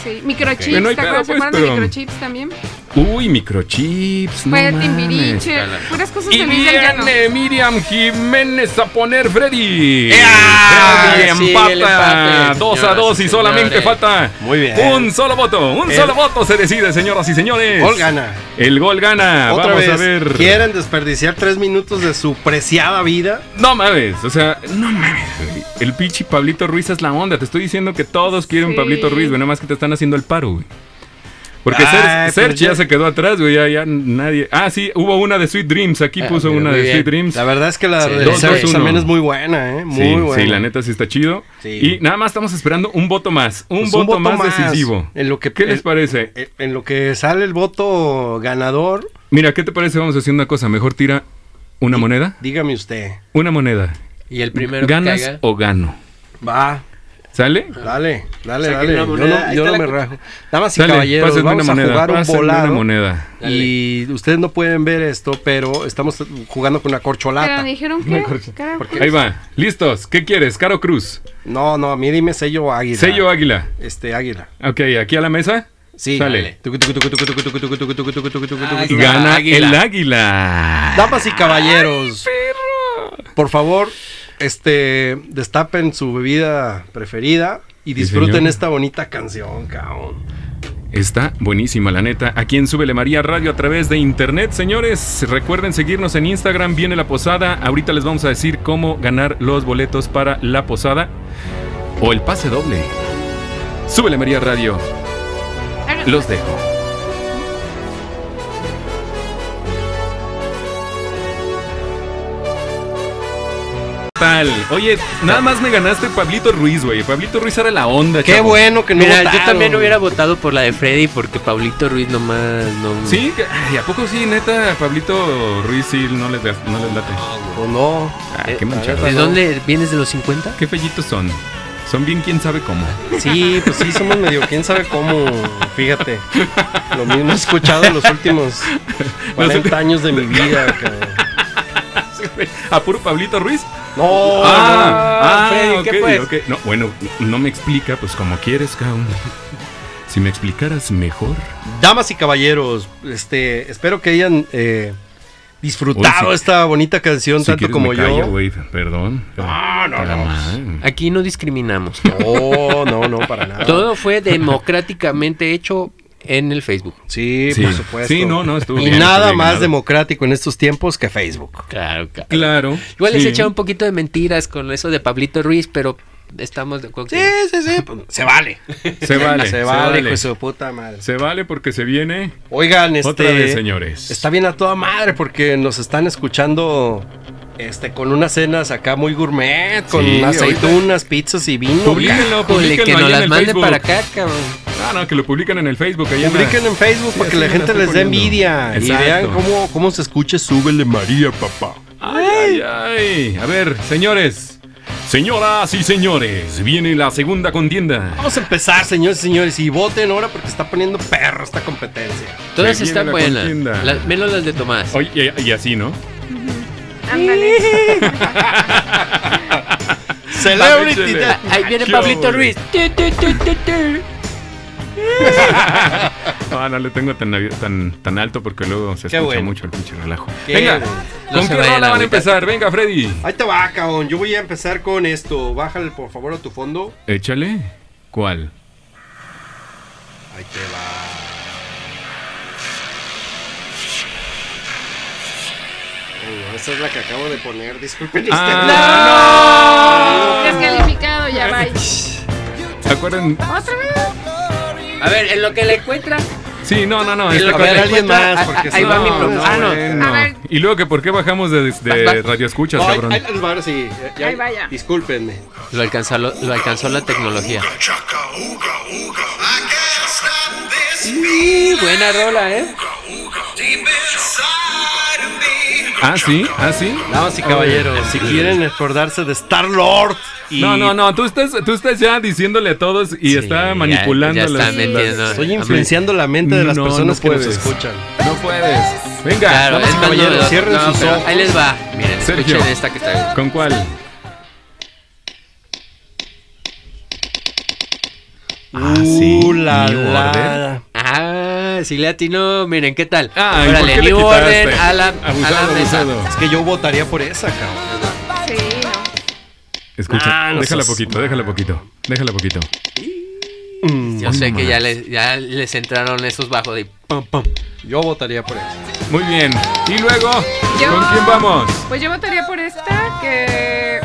Speaker 7: Sí, microchips,
Speaker 4: Bueno, y
Speaker 7: ¿te
Speaker 4: claro,
Speaker 7: acuerdas? ¿Se
Speaker 4: pues,
Speaker 7: acuerdan
Speaker 4: pero-
Speaker 7: de microchips también?
Speaker 4: Uy, microchips, no
Speaker 7: Fue
Speaker 4: mames.
Speaker 7: Timbiriche, puras cosas
Speaker 4: Y
Speaker 7: de Luis del Llano.
Speaker 4: viene Miriam Jiménez a poner Freddy.
Speaker 6: ¡Ea!
Speaker 4: Freddy
Speaker 6: Sí, el
Speaker 4: empata
Speaker 6: empate,
Speaker 4: 2 a
Speaker 6: señoras
Speaker 4: 2 y
Speaker 6: y
Speaker 4: solamente
Speaker 6: señores.
Speaker 4: falta
Speaker 5: Muy bien.
Speaker 4: un solo voto. Un
Speaker 5: El-
Speaker 4: solo voto se decide, señoras y señores.
Speaker 5: Gol gana.
Speaker 4: El gol gana.
Speaker 5: Otra
Speaker 4: Ah, Vamos
Speaker 5: vez,
Speaker 4: a ver.
Speaker 5: ¿quieren desperdiciar tres minutos de su preciada vida?
Speaker 4: No mames, o sea, no mames. güey. El pinche Pablito Ruiz es la onda. Te estoy diciendo que todos quieren
Speaker 7: Sí.
Speaker 4: Pablito Ruiz, güey. Nada más que te están haciendo el paro, güey. Porque Ser-
Speaker 6: Ay,
Speaker 4: Serge
Speaker 6: pues
Speaker 4: ya
Speaker 6: yo-
Speaker 4: se quedó atrás, güey. Ya, ya nadie. Ah, sí, hubo una de Sweet Dreams. Aquí
Speaker 6: Ah,
Speaker 4: puso
Speaker 6: mira,
Speaker 4: una
Speaker 6: muy
Speaker 4: de
Speaker 6: bien.
Speaker 4: Sweet Dreams.
Speaker 5: La verdad es que la
Speaker 6: Sí,
Speaker 5: de
Speaker 6: dos,
Speaker 5: Serge
Speaker 6: dos,
Speaker 4: uno.
Speaker 5: también es muy buena, ¿eh? Muy
Speaker 4: sí,
Speaker 5: buena.
Speaker 4: sí, la neta sí está chido.
Speaker 5: Sí.
Speaker 4: Y nada más estamos esperando un voto más. Un,
Speaker 5: Pues
Speaker 4: voto, más, decisivo.
Speaker 5: En lo que,
Speaker 4: ¿Qué
Speaker 5: en-
Speaker 4: les parece?
Speaker 5: en- Eh, en lo que sale el voto ganador,
Speaker 4: Mira, ¿qué te parece? Vamos a hacer una cosa. Mejor tira una moneda.
Speaker 5: dígame usted.
Speaker 4: Una moneda.
Speaker 6: Y el primero
Speaker 4: ¿Ganas
Speaker 6: que caiga.
Speaker 4: o gano?
Speaker 5: Va,
Speaker 4: ¿Sale?
Speaker 5: dale, dale,
Speaker 6: Saquen
Speaker 5: dale.
Speaker 6: una
Speaker 5: Yo no,
Speaker 6: moneda, ahí
Speaker 5: yo
Speaker 6: está
Speaker 5: no
Speaker 6: la
Speaker 5: me
Speaker 6: cu-
Speaker 5: rajo. Damas y
Speaker 4: Dale,
Speaker 5: caballeros,
Speaker 4: pásenme
Speaker 5: vamos a jugar un
Speaker 4: pásenme
Speaker 5: volado.
Speaker 4: una moneda.
Speaker 5: Y ustedes no pueden ver esto, pero estamos jugando con una
Speaker 7: Pero
Speaker 5: corcholata.
Speaker 7: dijeron que. pues, Carajo.
Speaker 4: Ahí va. Listos. ¿Qué quieres? Caro Cruz.
Speaker 5: No, no, a mí dime sello águila.
Speaker 4: Sello Águila.
Speaker 5: Este, águila.
Speaker 4: Ok, aquí a la mesa.
Speaker 5: Sí.
Speaker 4: Sale.
Speaker 5: Tucu, tucu, tucu, tucu, tucu, tucu, tucu, tucu, tucu, tucu, tucu,
Speaker 6: Ay,
Speaker 5: tucu.
Speaker 4: Gana
Speaker 6: águila.
Speaker 4: el águila.
Speaker 5: Damas y caballeros, por favor, este, destapen su bebida preferida y disfruten
Speaker 4: señor.
Speaker 5: esta bonita canción, cabrón.
Speaker 4: Está buenísima, la neta. Aquí en Súbele María Radio a través de internet, señores. Recuerden seguirnos en Instagram, viene la posada. Ahorita les vamos a decir cómo ganar los boletos para la posada o el pase doble. Súbele María Radio, los dejo. Tal. Oye, nada más me ganaste Pablito Ruiz, güey. Pablito Ruiz era la onda,
Speaker 5: Qué
Speaker 4: chavo.
Speaker 5: bueno que no
Speaker 6: Mira, yo
Speaker 5: votaron.
Speaker 6: también hubiera votado por la de Freddy porque Pablito Ruiz nomás no.
Speaker 4: Sí, que- ay, ¿a poco sí, neta? Pablito Ruiz sí, no les, da- no les late.
Speaker 5: O no.
Speaker 4: Ah,
Speaker 6: Eh,
Speaker 4: qué manchado.
Speaker 6: ¿De dónde vienes de los 50?
Speaker 4: Qué fellitos son. Son bien quién sabe cómo.
Speaker 5: Sí, pues sí, somos medio quién sabe cómo, fíjate. Lo mismo he escuchado en los últimos 40 años de mi vida, cabrón.
Speaker 4: ¿A puro Pablito Ruiz?
Speaker 5: Oh, No,
Speaker 4: ah, ah,
Speaker 5: no, Freddy,
Speaker 4: ok,
Speaker 5: ¿qué pues?
Speaker 4: ok. No, bueno, no me explica, pues como quieres, cabrón. Si me explicaras mejor.
Speaker 5: Damas y caballeros, este, espero que hayan eh, disfrutado
Speaker 4: Uy, sí.
Speaker 5: esta bonita canción
Speaker 4: si
Speaker 5: tanto
Speaker 4: quieres
Speaker 5: como
Speaker 4: me
Speaker 5: yo. Ah,
Speaker 4: callo, güey, perdón. Ah, No, no,
Speaker 6: Aquí no discriminamos.
Speaker 5: No, Oh, no, no, para nada.
Speaker 6: Todo fue democráticamente hecho en el Facebook.
Speaker 5: Sí,
Speaker 4: Sí.
Speaker 5: por supuesto.
Speaker 4: Sí, no, no, estuvo
Speaker 5: Y
Speaker 4: bien, estuvo
Speaker 5: nada
Speaker 4: bien
Speaker 5: más
Speaker 4: ganado.
Speaker 5: democrático en estos tiempos que Facebook.
Speaker 6: Claro, claro.
Speaker 4: Claro.
Speaker 6: Igual les
Speaker 4: sí.
Speaker 6: he echado un poquito de mentiras con eso de Pablito Ruiz, pero estamos de acuerdo.
Speaker 5: Sí,
Speaker 6: que-
Speaker 5: sí, sí. pues, Se vale.
Speaker 4: Se vale,
Speaker 5: Se vale, hijo de su puta madre.
Speaker 4: Se vale porque se viene.
Speaker 5: Oigan, este.
Speaker 4: Otra vez, señores.
Speaker 5: Está bien a toda madre porque nos están escuchando. Este, con unas cenas acá muy gourmet, con
Speaker 4: Sí,
Speaker 5: aceitunas, pizzas y vino.
Speaker 4: Publíquenlo,
Speaker 5: pues
Speaker 6: Híjole,
Speaker 4: publíquenlo
Speaker 6: que
Speaker 4: ahí
Speaker 6: nos
Speaker 4: en
Speaker 6: las
Speaker 4: el
Speaker 6: manden
Speaker 4: Facebook.
Speaker 6: para acá, cabrón.
Speaker 4: Ah, no, que lo publican en el Facebook. ahí en la-
Speaker 5: Publiquen en Facebook para que
Speaker 4: así
Speaker 5: la
Speaker 4: me
Speaker 5: gente
Speaker 4: estoy
Speaker 5: les dé
Speaker 4: poniendo.
Speaker 5: envidia
Speaker 4: Exacto.
Speaker 5: y vean cómo, cómo se escucha Súbele María, papá.
Speaker 4: Ay, ay, ay. A ver, señores. Señoras y señores, viene la segunda contienda.
Speaker 5: Vamos a empezar, señores y señores, y voten ahora porque está poniendo perro esta competencia.
Speaker 6: Todas
Speaker 4: Se viene
Speaker 6: están
Speaker 4: la
Speaker 6: buenas.
Speaker 4: contienda.
Speaker 6: Las- menos las de Tomás.
Speaker 4: Oye, y, y así, ¿no?
Speaker 7: Ándale.
Speaker 5: Celebrity
Speaker 4: Échale.
Speaker 5: Death.
Speaker 6: Ah, Ahí viene
Speaker 4: Qué
Speaker 6: Pablito
Speaker 4: ole.
Speaker 6: Ruiz. Tu, tu, tu, tu, tu.
Speaker 4: Ah, no le tengo tan, avi- tan, tan alto porque luego se
Speaker 5: Qué
Speaker 4: escucha
Speaker 5: bueno.
Speaker 4: mucho el pinche relajo.
Speaker 5: Qué
Speaker 4: Venga,
Speaker 5: bueno.
Speaker 6: No
Speaker 4: ¿con
Speaker 6: se
Speaker 4: qué
Speaker 6: vayan
Speaker 4: rola van a
Speaker 6: ahorita.
Speaker 4: empezar? Venga, Freddy.
Speaker 5: Ahí te va, cabrón. Yo voy a empezar con esto. Bájale, por favor, a tu fondo.
Speaker 4: Échale. ¿Cuál?
Speaker 5: Ahí te va. Ay, no, Uh, esa es la que acabo de poner. Disculpen.
Speaker 7: Este,
Speaker 4: Ah,
Speaker 7: Descalificado, ya va.
Speaker 4: no. ¿Acuerdan?
Speaker 7: Otra vez.
Speaker 6: A ver, en lo que la encuentra.
Speaker 4: Sí, no, no, este no. esta
Speaker 6: Es lo
Speaker 5: Ah, A
Speaker 6: que
Speaker 5: ver,
Speaker 4: cosa-
Speaker 6: le-
Speaker 5: alguien
Speaker 6: cuenta,
Speaker 5: más.
Speaker 6: a-
Speaker 5: Porque
Speaker 6: a- ahí
Speaker 5: si
Speaker 6: va mi
Speaker 5: no,
Speaker 6: pro- ah, no.
Speaker 5: bueno.
Speaker 7: A ver.
Speaker 4: Y luego que por qué bajamos de, de
Speaker 6: Vas, vas.
Speaker 4: Radio Escuchas,
Speaker 5: Ay,
Speaker 4: cabrón.
Speaker 5: ay, ay, ahora sí. eh, ya-
Speaker 7: Ahí vaya.
Speaker 5: Discúlpenme.
Speaker 6: Lo alcanzó, lo, lo alcanzó la tecnología. Sí, buena rola, ¿eh?
Speaker 4: Ah, sí, ah, sí.
Speaker 5: Damas y caballeros, si quieren acordarse de Star Lord y
Speaker 4: No, no, no, tú estás, tú estás ya diciéndole a todos y
Speaker 6: Sí,
Speaker 4: está
Speaker 6: ya-
Speaker 4: manipulando
Speaker 6: ya está
Speaker 4: las-
Speaker 6: metiendo.
Speaker 4: las-
Speaker 5: estoy influenciando la mente de las
Speaker 4: No,
Speaker 5: personas
Speaker 4: no
Speaker 5: que nos
Speaker 4: puedes.
Speaker 5: escuchan.
Speaker 4: No puedes. Venga,
Speaker 6: Claro,
Speaker 4: damas
Speaker 6: es
Speaker 4: y
Speaker 6: más
Speaker 4: caballeros,
Speaker 6: novedoso.
Speaker 5: cierren
Speaker 6: No,
Speaker 5: sus
Speaker 6: pero
Speaker 5: ojos.
Speaker 6: Ahí les va. Miren,
Speaker 4: Sergio.
Speaker 6: escuchen esta que está bien.
Speaker 4: ¿Con cuál? Ah, sí,
Speaker 5: Uh, la,
Speaker 4: New
Speaker 5: la.
Speaker 4: Order.
Speaker 6: Ah, sí le atinó. Miren, ¿qué tal?
Speaker 4: Ah, ¿y
Speaker 6: Órale,
Speaker 4: por qué le
Speaker 6: New
Speaker 4: quitaste?
Speaker 6: Order a la, a la
Speaker 4: Abusado,
Speaker 6: mesa.
Speaker 4: abusado.
Speaker 5: Es que yo votaría por esa, cabrón.
Speaker 7: Sí, no.
Speaker 4: Escucha,
Speaker 5: Ah, no
Speaker 4: déjala
Speaker 5: seas-
Speaker 4: poquito, déjala poquito, déjala poquito.
Speaker 6: Mm, Yo sé que
Speaker 4: más.
Speaker 6: ya les, ya les entraron esos bajos de pum, pum.
Speaker 5: Yo votaría por esa.
Speaker 4: Muy bien. Y luego,
Speaker 7: Yo-
Speaker 4: ¿con quién vamos?
Speaker 7: Pues yo votaría por esta que.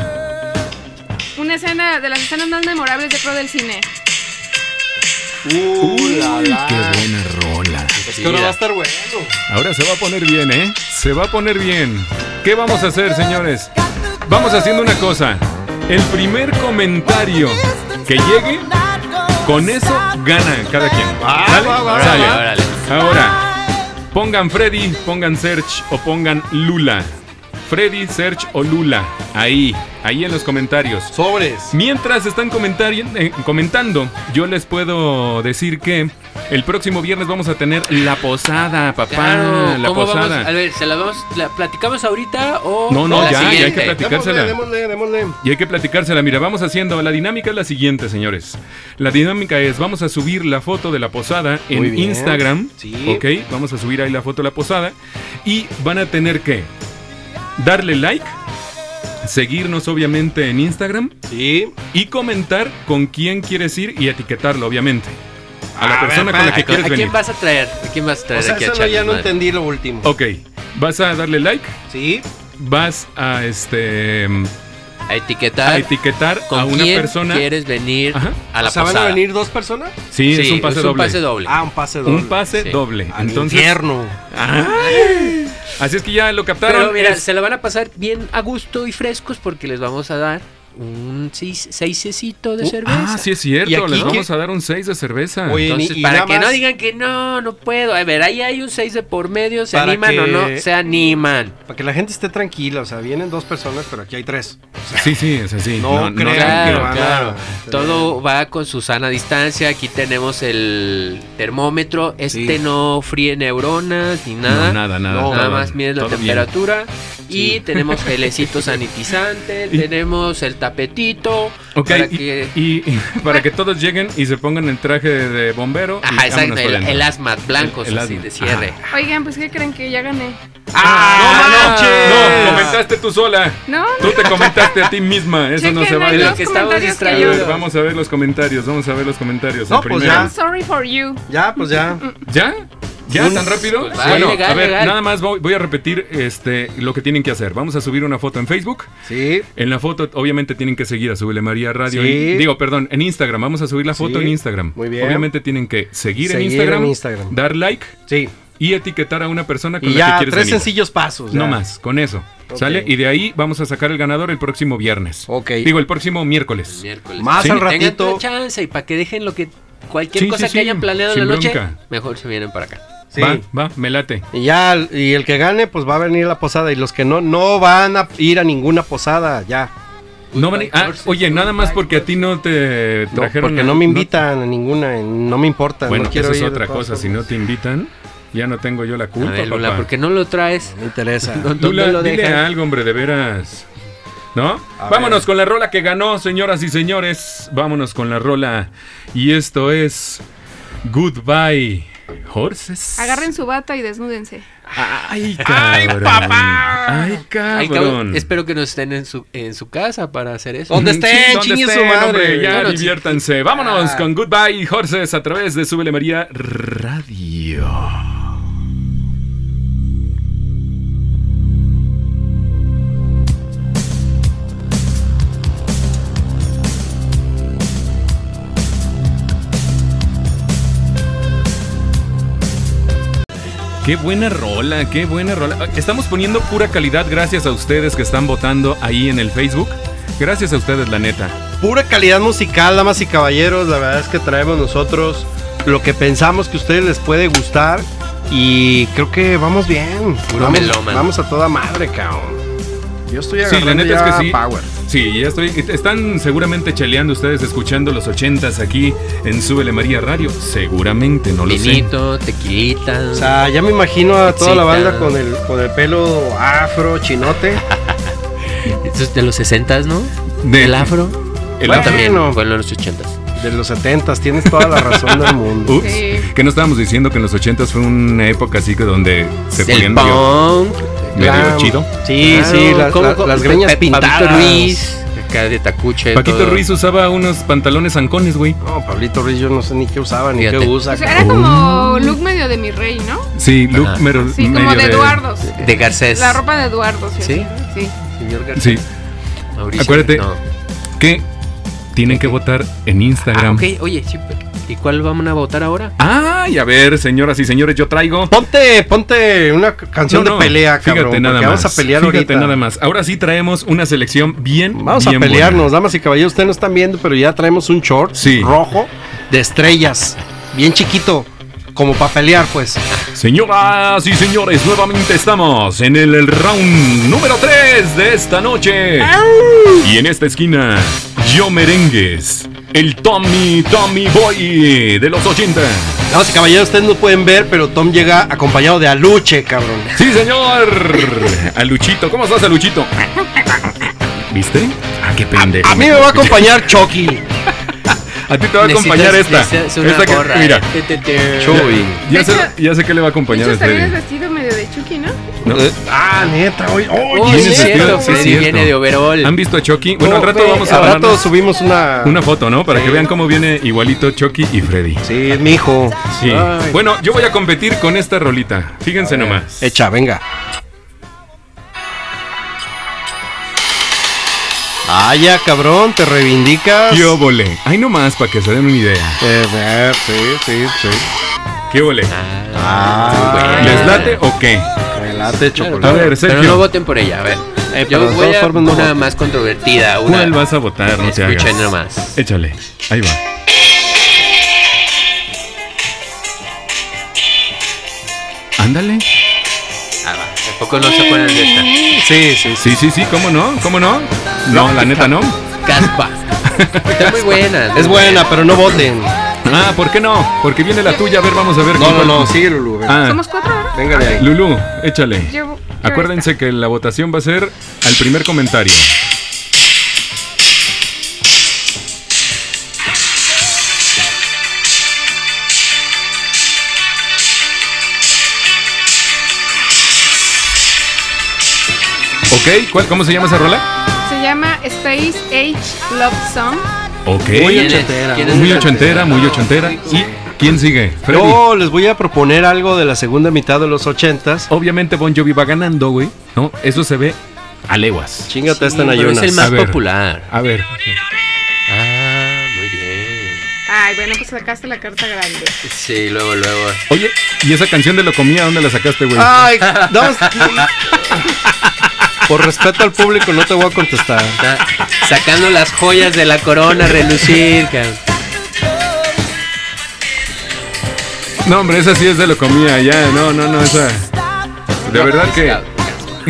Speaker 7: Una escena de las escenas más memorables de pro del cine.
Speaker 5: Uh, la, la.
Speaker 4: buena
Speaker 5: Es que ahora va a estar bueno.
Speaker 4: Ahora se va a poner bien, ¿eh? Se va a poner bien. ¿Qué vamos a hacer, señores? Vamos haciendo una cosa. El primer comentario que llegue, con eso gana cada quien. ¿Sale? Sale.
Speaker 6: órale.
Speaker 4: Ahora, pongan Freddy, pongan Search o pongan Lula. Freddy, Search o Lula. Ahí, ahí en los comentarios.
Speaker 5: Sobres.
Speaker 4: Mientras están comentari- eh, comentando, yo les puedo decir que el próximo viernes vamos a tener la posada, papá.
Speaker 6: Claro,
Speaker 4: la
Speaker 6: ¿cómo
Speaker 4: posada.
Speaker 6: vamos? A ver, ¿se la vamos, la platicamos ahorita o
Speaker 4: No, no, ya,
Speaker 6: la
Speaker 4: ya hay que
Speaker 6: siguiente?
Speaker 4: platicar. Platicársela.
Speaker 8: Démosle, démosle, démosle.
Speaker 4: Y hay que platicársela. Mira, vamos haciendo. La dinámica es la siguiente, señores. La dinámica es: vamos a subir la foto de la posada
Speaker 8: Muy
Speaker 4: en
Speaker 8: bien.
Speaker 4: Instagram.
Speaker 6: Sí.
Speaker 4: Ok, vamos a subir ahí la foto de la posada. Y van a tener que darle like, seguirnos, obviamente, en Instagram
Speaker 5: Sí.
Speaker 4: y comentar con quién quieres ir y etiquetarlo, obviamente. A la
Speaker 5: A ver,
Speaker 4: persona con la
Speaker 5: espérate,
Speaker 4: que
Speaker 6: ¿A,
Speaker 4: quieres venir.
Speaker 6: quién vas a traer? ¿A quién vas a traer
Speaker 5: O sea,
Speaker 6: aquí a
Speaker 5: eso no,
Speaker 6: Charles
Speaker 5: ya no
Speaker 6: Madre?
Speaker 5: entendí lo último.
Speaker 4: Ok, vas a darle like,
Speaker 5: Sí.
Speaker 4: vas a este
Speaker 6: A etiquetar.
Speaker 4: a etiquetar
Speaker 6: ¿Con
Speaker 4: a una
Speaker 6: quién
Speaker 4: persona.
Speaker 6: quieres venir
Speaker 4: Ajá.
Speaker 6: a la
Speaker 5: o sea,
Speaker 6: posada?
Speaker 5: van a venir dos personas.
Speaker 4: Sí, es
Speaker 6: Sí,
Speaker 4: un pase doble.
Speaker 5: Ah, un pase doble.
Speaker 4: Un pase
Speaker 6: Sí.
Speaker 4: doble.
Speaker 5: Al
Speaker 4: Entonces,
Speaker 5: infierno.
Speaker 4: ¡Ay! Así es que ya lo captaron.
Speaker 6: Pero mira,
Speaker 4: Es-
Speaker 6: se la van a pasar bien a gusto y frescos porque les vamos a dar un seis, seisecito de
Speaker 4: Uh,
Speaker 6: cerveza.
Speaker 4: Ah, sí es cierto.
Speaker 5: ¿Y aquí
Speaker 4: Les vamos
Speaker 5: qué?
Speaker 4: a dar un 6 de cerveza.
Speaker 5: Oye,
Speaker 6: Entonces,
Speaker 5: y- y
Speaker 6: para
Speaker 5: nada
Speaker 6: que no
Speaker 5: más-
Speaker 6: digan que no, no puedo. A ver, ahí hay un 6 de por medio. ¿Se
Speaker 5: Para
Speaker 6: animan o no?
Speaker 5: que-
Speaker 6: Se animan.
Speaker 5: Para que la gente esté tranquila. O sea, vienen dos personas, pero aquí hay tres.
Speaker 4: Sí, sí, es así.
Speaker 5: No, creo
Speaker 6: claro,
Speaker 5: que van
Speaker 6: claro.
Speaker 5: a...
Speaker 6: Todo va con su sana distancia. Aquí tenemos el termómetro. Este
Speaker 5: Sí.
Speaker 6: no fríe neuronas ni nada.
Speaker 4: No, nada, nada.
Speaker 6: Nada
Speaker 4: todo-
Speaker 6: más mides la
Speaker 4: todo bien.
Speaker 6: temperatura. Y tenemos gelecito sanitizante.
Speaker 4: Y-
Speaker 6: tenemos el tapetito.
Speaker 4: Ok,
Speaker 6: para
Speaker 4: y,
Speaker 6: que-
Speaker 4: y- y para que todos lleguen y se pongan el traje de, de bombero. y
Speaker 6: Ajá,
Speaker 4: vámonos
Speaker 6: exacto.
Speaker 4: para
Speaker 6: El,
Speaker 4: adentro.
Speaker 6: el asmat blancos,
Speaker 4: El- el
Speaker 6: así
Speaker 4: hazmat,
Speaker 6: de cierre.
Speaker 7: Oigan, pues ¿qué creen que ya gané?
Speaker 4: ¡Ah!
Speaker 5: ¡No manches!
Speaker 4: No, comentaste tú sola.
Speaker 7: No,
Speaker 4: Tú te comentaste a ti misma. Eso no se
Speaker 7: chequen ahí
Speaker 4: vale.
Speaker 6: Lo
Speaker 7: los
Speaker 6: que estamos
Speaker 7: comentarios que
Speaker 4: A
Speaker 6: distraídos.
Speaker 7: yo-
Speaker 4: ver, vamos a ver los comentarios. Vamos a ver los comentarios.
Speaker 5: No,
Speaker 4: el
Speaker 5: pues
Speaker 4: primero.
Speaker 5: ya.
Speaker 7: I'm sorry for you.
Speaker 5: Ya, pues ya.
Speaker 4: ¿Ya? ¿Ya tan rápido?
Speaker 6: va,
Speaker 4: bueno,
Speaker 6: legal,
Speaker 4: a ver,
Speaker 6: legal.
Speaker 4: nada más voy, voy a repetir este lo que tienen que hacer. Vamos a subir una foto en Facebook.
Speaker 5: Sí.
Speaker 4: En la foto, obviamente, tienen que seguir a Súbele María Radio.
Speaker 5: Sí.
Speaker 4: en- digo, perdón, en Instagram. Vamos a subir la foto
Speaker 5: Sí,
Speaker 4: en Instagram.
Speaker 5: muy bien.
Speaker 4: Obviamente tienen que seguir, en,
Speaker 5: Seguir
Speaker 4: Instagram,
Speaker 5: en Instagram.
Speaker 4: dar like
Speaker 5: Sí.
Speaker 4: y etiquetar a una persona con
Speaker 5: Y
Speaker 4: la
Speaker 5: ya,
Speaker 4: que
Speaker 5: tres
Speaker 4: quieres venir.
Speaker 5: sencillos pasos. ya.
Speaker 4: No más, con eso.
Speaker 5: Ok.
Speaker 4: ¿Sale? Y de ahí vamos a sacar el ganador el próximo viernes.
Speaker 5: Ok.
Speaker 4: Digo, el próximo miércoles.
Speaker 6: Miércoles.
Speaker 5: Más
Speaker 6: Sí.
Speaker 5: al
Speaker 6: Tengan
Speaker 5: ratito.
Speaker 6: otra chance y para que dejen lo que. Cualquier
Speaker 4: Sí,
Speaker 6: cosa
Speaker 4: sí,
Speaker 6: que
Speaker 4: sí,
Speaker 6: hayan planeado en
Speaker 4: sin
Speaker 6: la noche,
Speaker 4: bronca.
Speaker 6: mejor se vienen para acá.
Speaker 5: Sí.
Speaker 4: Va, va, me late.
Speaker 5: Y ya, y el que gane, pues va a venir a la posada. Y los que no, no van a ir a ninguna posada, ya.
Speaker 4: No van a- ah, oye, nada más porque a ti no te
Speaker 5: No,
Speaker 4: trajeron.
Speaker 5: porque no me invitan a ninguna, y no me importa.
Speaker 4: Bueno,
Speaker 5: no quiero
Speaker 4: eso es
Speaker 5: ir de
Speaker 4: otra
Speaker 5: todas
Speaker 4: cosa. Si
Speaker 5: formas.
Speaker 4: no te invitan, ya no tengo yo la
Speaker 6: A
Speaker 4: culpa.
Speaker 6: ver, Lula,
Speaker 4: papá.
Speaker 6: ¿por qué no lo traes?
Speaker 5: Me interesa.
Speaker 6: ¿Dónde
Speaker 4: Lula,
Speaker 6: lo
Speaker 4: dile
Speaker 6: dejas?
Speaker 4: algo, hombre, de veras. ¿No?
Speaker 5: A
Speaker 4: Vámonos
Speaker 5: ver.
Speaker 4: con la rola que ganó, señoras y señores. Vámonos con la rola. Y esto es Goodbye Horses.
Speaker 7: Agarren su bata y desnúdense.
Speaker 4: Ay, cabrón. Ay, cabrón.
Speaker 6: Ay, cabrón, espero que no estén en su, en su casa para hacer eso.
Speaker 5: ¿Dónde
Speaker 4: Mm,
Speaker 5: estén?
Speaker 4: sí, ¿dónde
Speaker 5: Chingue su
Speaker 4: estén,
Speaker 5: madre.
Speaker 4: hombre? ya
Speaker 6: Bueno,
Speaker 4: diviértanse. Vámonos
Speaker 5: Ah.
Speaker 4: con Goodbye Horses a través de Súbele María Radio. Qué buena rola, qué buena rola. Ah, Estamos poniendo pura calidad gracias a ustedes que están votando ahí en el Facebook. Gracias a ustedes, la neta.
Speaker 5: Pura calidad musical, damas y caballeros. La verdad es que traemos nosotros lo que pensamos que a ustedes les puede gustar. Y creo que vamos bien.
Speaker 6: Puro
Speaker 5: Vamos,
Speaker 6: melómano.
Speaker 5: vamos a toda madre, cabrón. Yo estoy
Speaker 4: Sí,
Speaker 5: agarrando
Speaker 4: la neta es
Speaker 5: ya
Speaker 4: que sí.
Speaker 5: power.
Speaker 4: Sí, ya estoy. Están seguramente chaleando ustedes escuchando los ochentas aquí en Súbele María Radio. Seguramente, no lo sé.
Speaker 6: Vinito, tequilita.
Speaker 5: O sea, ya me imagino a toda la
Speaker 6: Excita.
Speaker 5: banda con el, con el pelo afro, chinote.
Speaker 6: Eso es de los 60 ¿no?
Speaker 4: De-
Speaker 6: El afro.
Speaker 4: El
Speaker 6: Bueno,
Speaker 5: afro.
Speaker 6: también.
Speaker 5: Bueno.
Speaker 6: Bueno, los 80
Speaker 5: De los 70 tienes toda la razón del mundo.
Speaker 4: Ups,
Speaker 7: Sí.
Speaker 4: que no estábamos diciendo que en los ochentas fue una época así que donde se
Speaker 6: El
Speaker 4: ponían medio,
Speaker 6: punk.
Speaker 4: medio
Speaker 5: Glam.
Speaker 4: chido.
Speaker 5: Sí,
Speaker 6: Claro,
Speaker 5: sí, la-
Speaker 6: ¿cómo-
Speaker 5: la-
Speaker 6: cómo?
Speaker 5: las greñas
Speaker 6: Pe-
Speaker 5: pintadas.
Speaker 6: Paquito Ruiz. Acá de Tacuche.
Speaker 4: Paquito
Speaker 6: todo.
Speaker 4: Ruiz usaba unos pantalones zancones, güey.
Speaker 5: No, Pablito Ruiz, yo no sé ni qué usaba, ni
Speaker 6: Fíjate.
Speaker 5: qué usa.
Speaker 7: O sea,
Speaker 4: Oh.
Speaker 7: era como look medio de mi rey, ¿no?
Speaker 4: Sí, look
Speaker 6: Ajá.
Speaker 4: mero-
Speaker 7: Ah, Sí, como
Speaker 4: medio
Speaker 7: de Eduardo.
Speaker 6: De Garcés.
Speaker 7: La ropa de Eduardo, sí.
Speaker 6: ¿Sí?
Speaker 7: Sí.
Speaker 6: Señor Garcés.
Speaker 4: Sí,
Speaker 6: Mauricio,
Speaker 4: Acuérdate.
Speaker 6: no.
Speaker 4: que tienen que votar en
Speaker 6: Ah,
Speaker 4: Instagram.
Speaker 5: Ah,
Speaker 6: ok, oye, sí, pero- ¿Y cuál van a votar ahora?
Speaker 4: Ay, a ver, señoras y señores, yo traigo.
Speaker 5: Ponte, ponte una c- canción
Speaker 4: No, no,
Speaker 5: de pelea, cabrón.
Speaker 4: Fíjate nada
Speaker 5: porque
Speaker 4: más.
Speaker 5: Vamos a pelear
Speaker 4: fíjate
Speaker 5: ahorita.
Speaker 4: nada más. Ahora sí traemos una selección bien.
Speaker 5: Vamos
Speaker 4: bien
Speaker 5: a pelearnos,
Speaker 4: buena.
Speaker 5: damas y caballeros. Ustedes no están viendo, pero ya traemos un short
Speaker 4: Sí.
Speaker 5: rojo de estrellas. Bien chiquito. Como para pelear, pues.
Speaker 4: Señoras y señores, nuevamente estamos en el round número 3 de esta noche. Y en esta esquina, yo merengues, el Tommy Tommy Boy de los 80.
Speaker 5: Damas y caballeros, ustedes no pueden ver, pero Tom llega acompañado de Aluche, cabrón.
Speaker 4: Sí, señor. A Luchito, ¿cómo estás, a Luchito? ¿Viste? Ah, qué pendejo.
Speaker 5: A mí me va a acompañar Chucky.
Speaker 4: A ti te va a acompañar esta.
Speaker 6: Necesitas- necesitas una
Speaker 4: Esta que,
Speaker 6: gorra. eh.
Speaker 4: mira,
Speaker 6: Te, te, te.
Speaker 5: Chuy.
Speaker 4: ya
Speaker 7: De
Speaker 4: sé,
Speaker 7: hecho-
Speaker 4: ya sé que le va a
Speaker 7: De
Speaker 4: acompañar
Speaker 7: hecho,
Speaker 4: a
Speaker 7: también es
Speaker 4: Freddy.
Speaker 7: vestido medio de Chucky, ¿no?
Speaker 4: ¿no?
Speaker 5: Ah, neta, hoy. este
Speaker 6: Oh,
Speaker 4: Tiene
Speaker 6: sí es
Speaker 4: sentido,
Speaker 6: cierto,
Speaker 4: sí es
Speaker 6: Freddy
Speaker 4: cierto.
Speaker 6: viene de overall.
Speaker 4: ¿Han visto a Chucky? Bueno, al rato vamos a
Speaker 5: Al rato
Speaker 4: hablar
Speaker 5: subimos una.
Speaker 4: una foto, ¿no? Para que vean cómo viene igualito Chucky y Freddy.
Speaker 5: Sí, es mi hijo.
Speaker 4: Sí.
Speaker 5: Ay.
Speaker 4: Bueno, yo voy a competir con esta rolita. Fíjense nomás.
Speaker 5: Echa, venga. Ah, ya, cabrón, te reivindicas.
Speaker 4: ¿Qué óvole? Ay, nomás, para que se den una idea.
Speaker 5: Eh, eh, sí, sí, sí.
Speaker 4: ¿Qué óvole?
Speaker 5: Ah,
Speaker 4: ¿Les late o qué?
Speaker 5: Relate, chocolate.
Speaker 4: A ver,
Speaker 6: Pero no
Speaker 4: Sergio,
Speaker 6: voten por ella, a ver. Eh,
Speaker 5: pero
Speaker 6: Yo
Speaker 5: de
Speaker 6: voy
Speaker 5: todas
Speaker 6: a
Speaker 5: formas no
Speaker 6: una
Speaker 5: voten.
Speaker 6: más controvertida. Una...
Speaker 4: ¿cuál vas a votar? No te hagas.
Speaker 6: Escuchen nomás.
Speaker 4: Échale. Ahí va. Ándale.
Speaker 6: Ah, va. Tampoco no se acuerdan de esta.
Speaker 5: Sí, sí, sí.
Speaker 4: Sí, sí, sí, ¿cómo no? ¿Cómo no? No, la neta no.
Speaker 6: Caspa. Está muy buena.
Speaker 5: Es buena, pero no voten.
Speaker 4: Ah, ¿por qué no? Porque viene la tuya. A ver, vamos a ver.
Speaker 5: No, no,
Speaker 4: cuál-
Speaker 5: no, sigue Lulu. venga.
Speaker 4: Ah,
Speaker 7: Somos cuatro ahora.
Speaker 5: Venga de ahí.
Speaker 4: Lulú, échale.
Speaker 7: Yo- yo
Speaker 4: Acuérdense que la votación va a ser al primer comentario. Ok, ¿cuál- ¿cómo se llama esa rola?
Speaker 7: Se llama Space Age Love Song.
Speaker 4: Ok.
Speaker 5: Muy
Speaker 6: ¿Quién es?
Speaker 5: ochentera.
Speaker 6: ¿Quién es?
Speaker 4: Muy ochentera, muy ochentera. ¿Y quién sigue? Freddy.
Speaker 5: Yo les voy a proponer algo de la segunda mitad de los ochentas.
Speaker 4: Obviamente Bon Jovi va ganando, güey. ¿No? Eso se ve a leguas.
Speaker 5: Chingate esta en
Speaker 6: Pero es
Speaker 5: ayunas.
Speaker 6: el
Speaker 4: A
Speaker 6: más
Speaker 4: ver.
Speaker 6: popular.
Speaker 4: A ver.
Speaker 6: Ah, muy bien.
Speaker 7: Ay, bueno, pues sacaste la carta grande.
Speaker 6: Sí, luego, luego.
Speaker 4: Oye, ¿y esa canción de lo comía dónde la sacaste, güey?
Speaker 5: Ay, no, es que- Por respeto al público no te voy a contestar.
Speaker 6: Está sacando las joyas de la corona a relucir, cabrón.
Speaker 4: No, hombre, esa sí es de lo comía, ya. No, no, no, esa. De verdad que.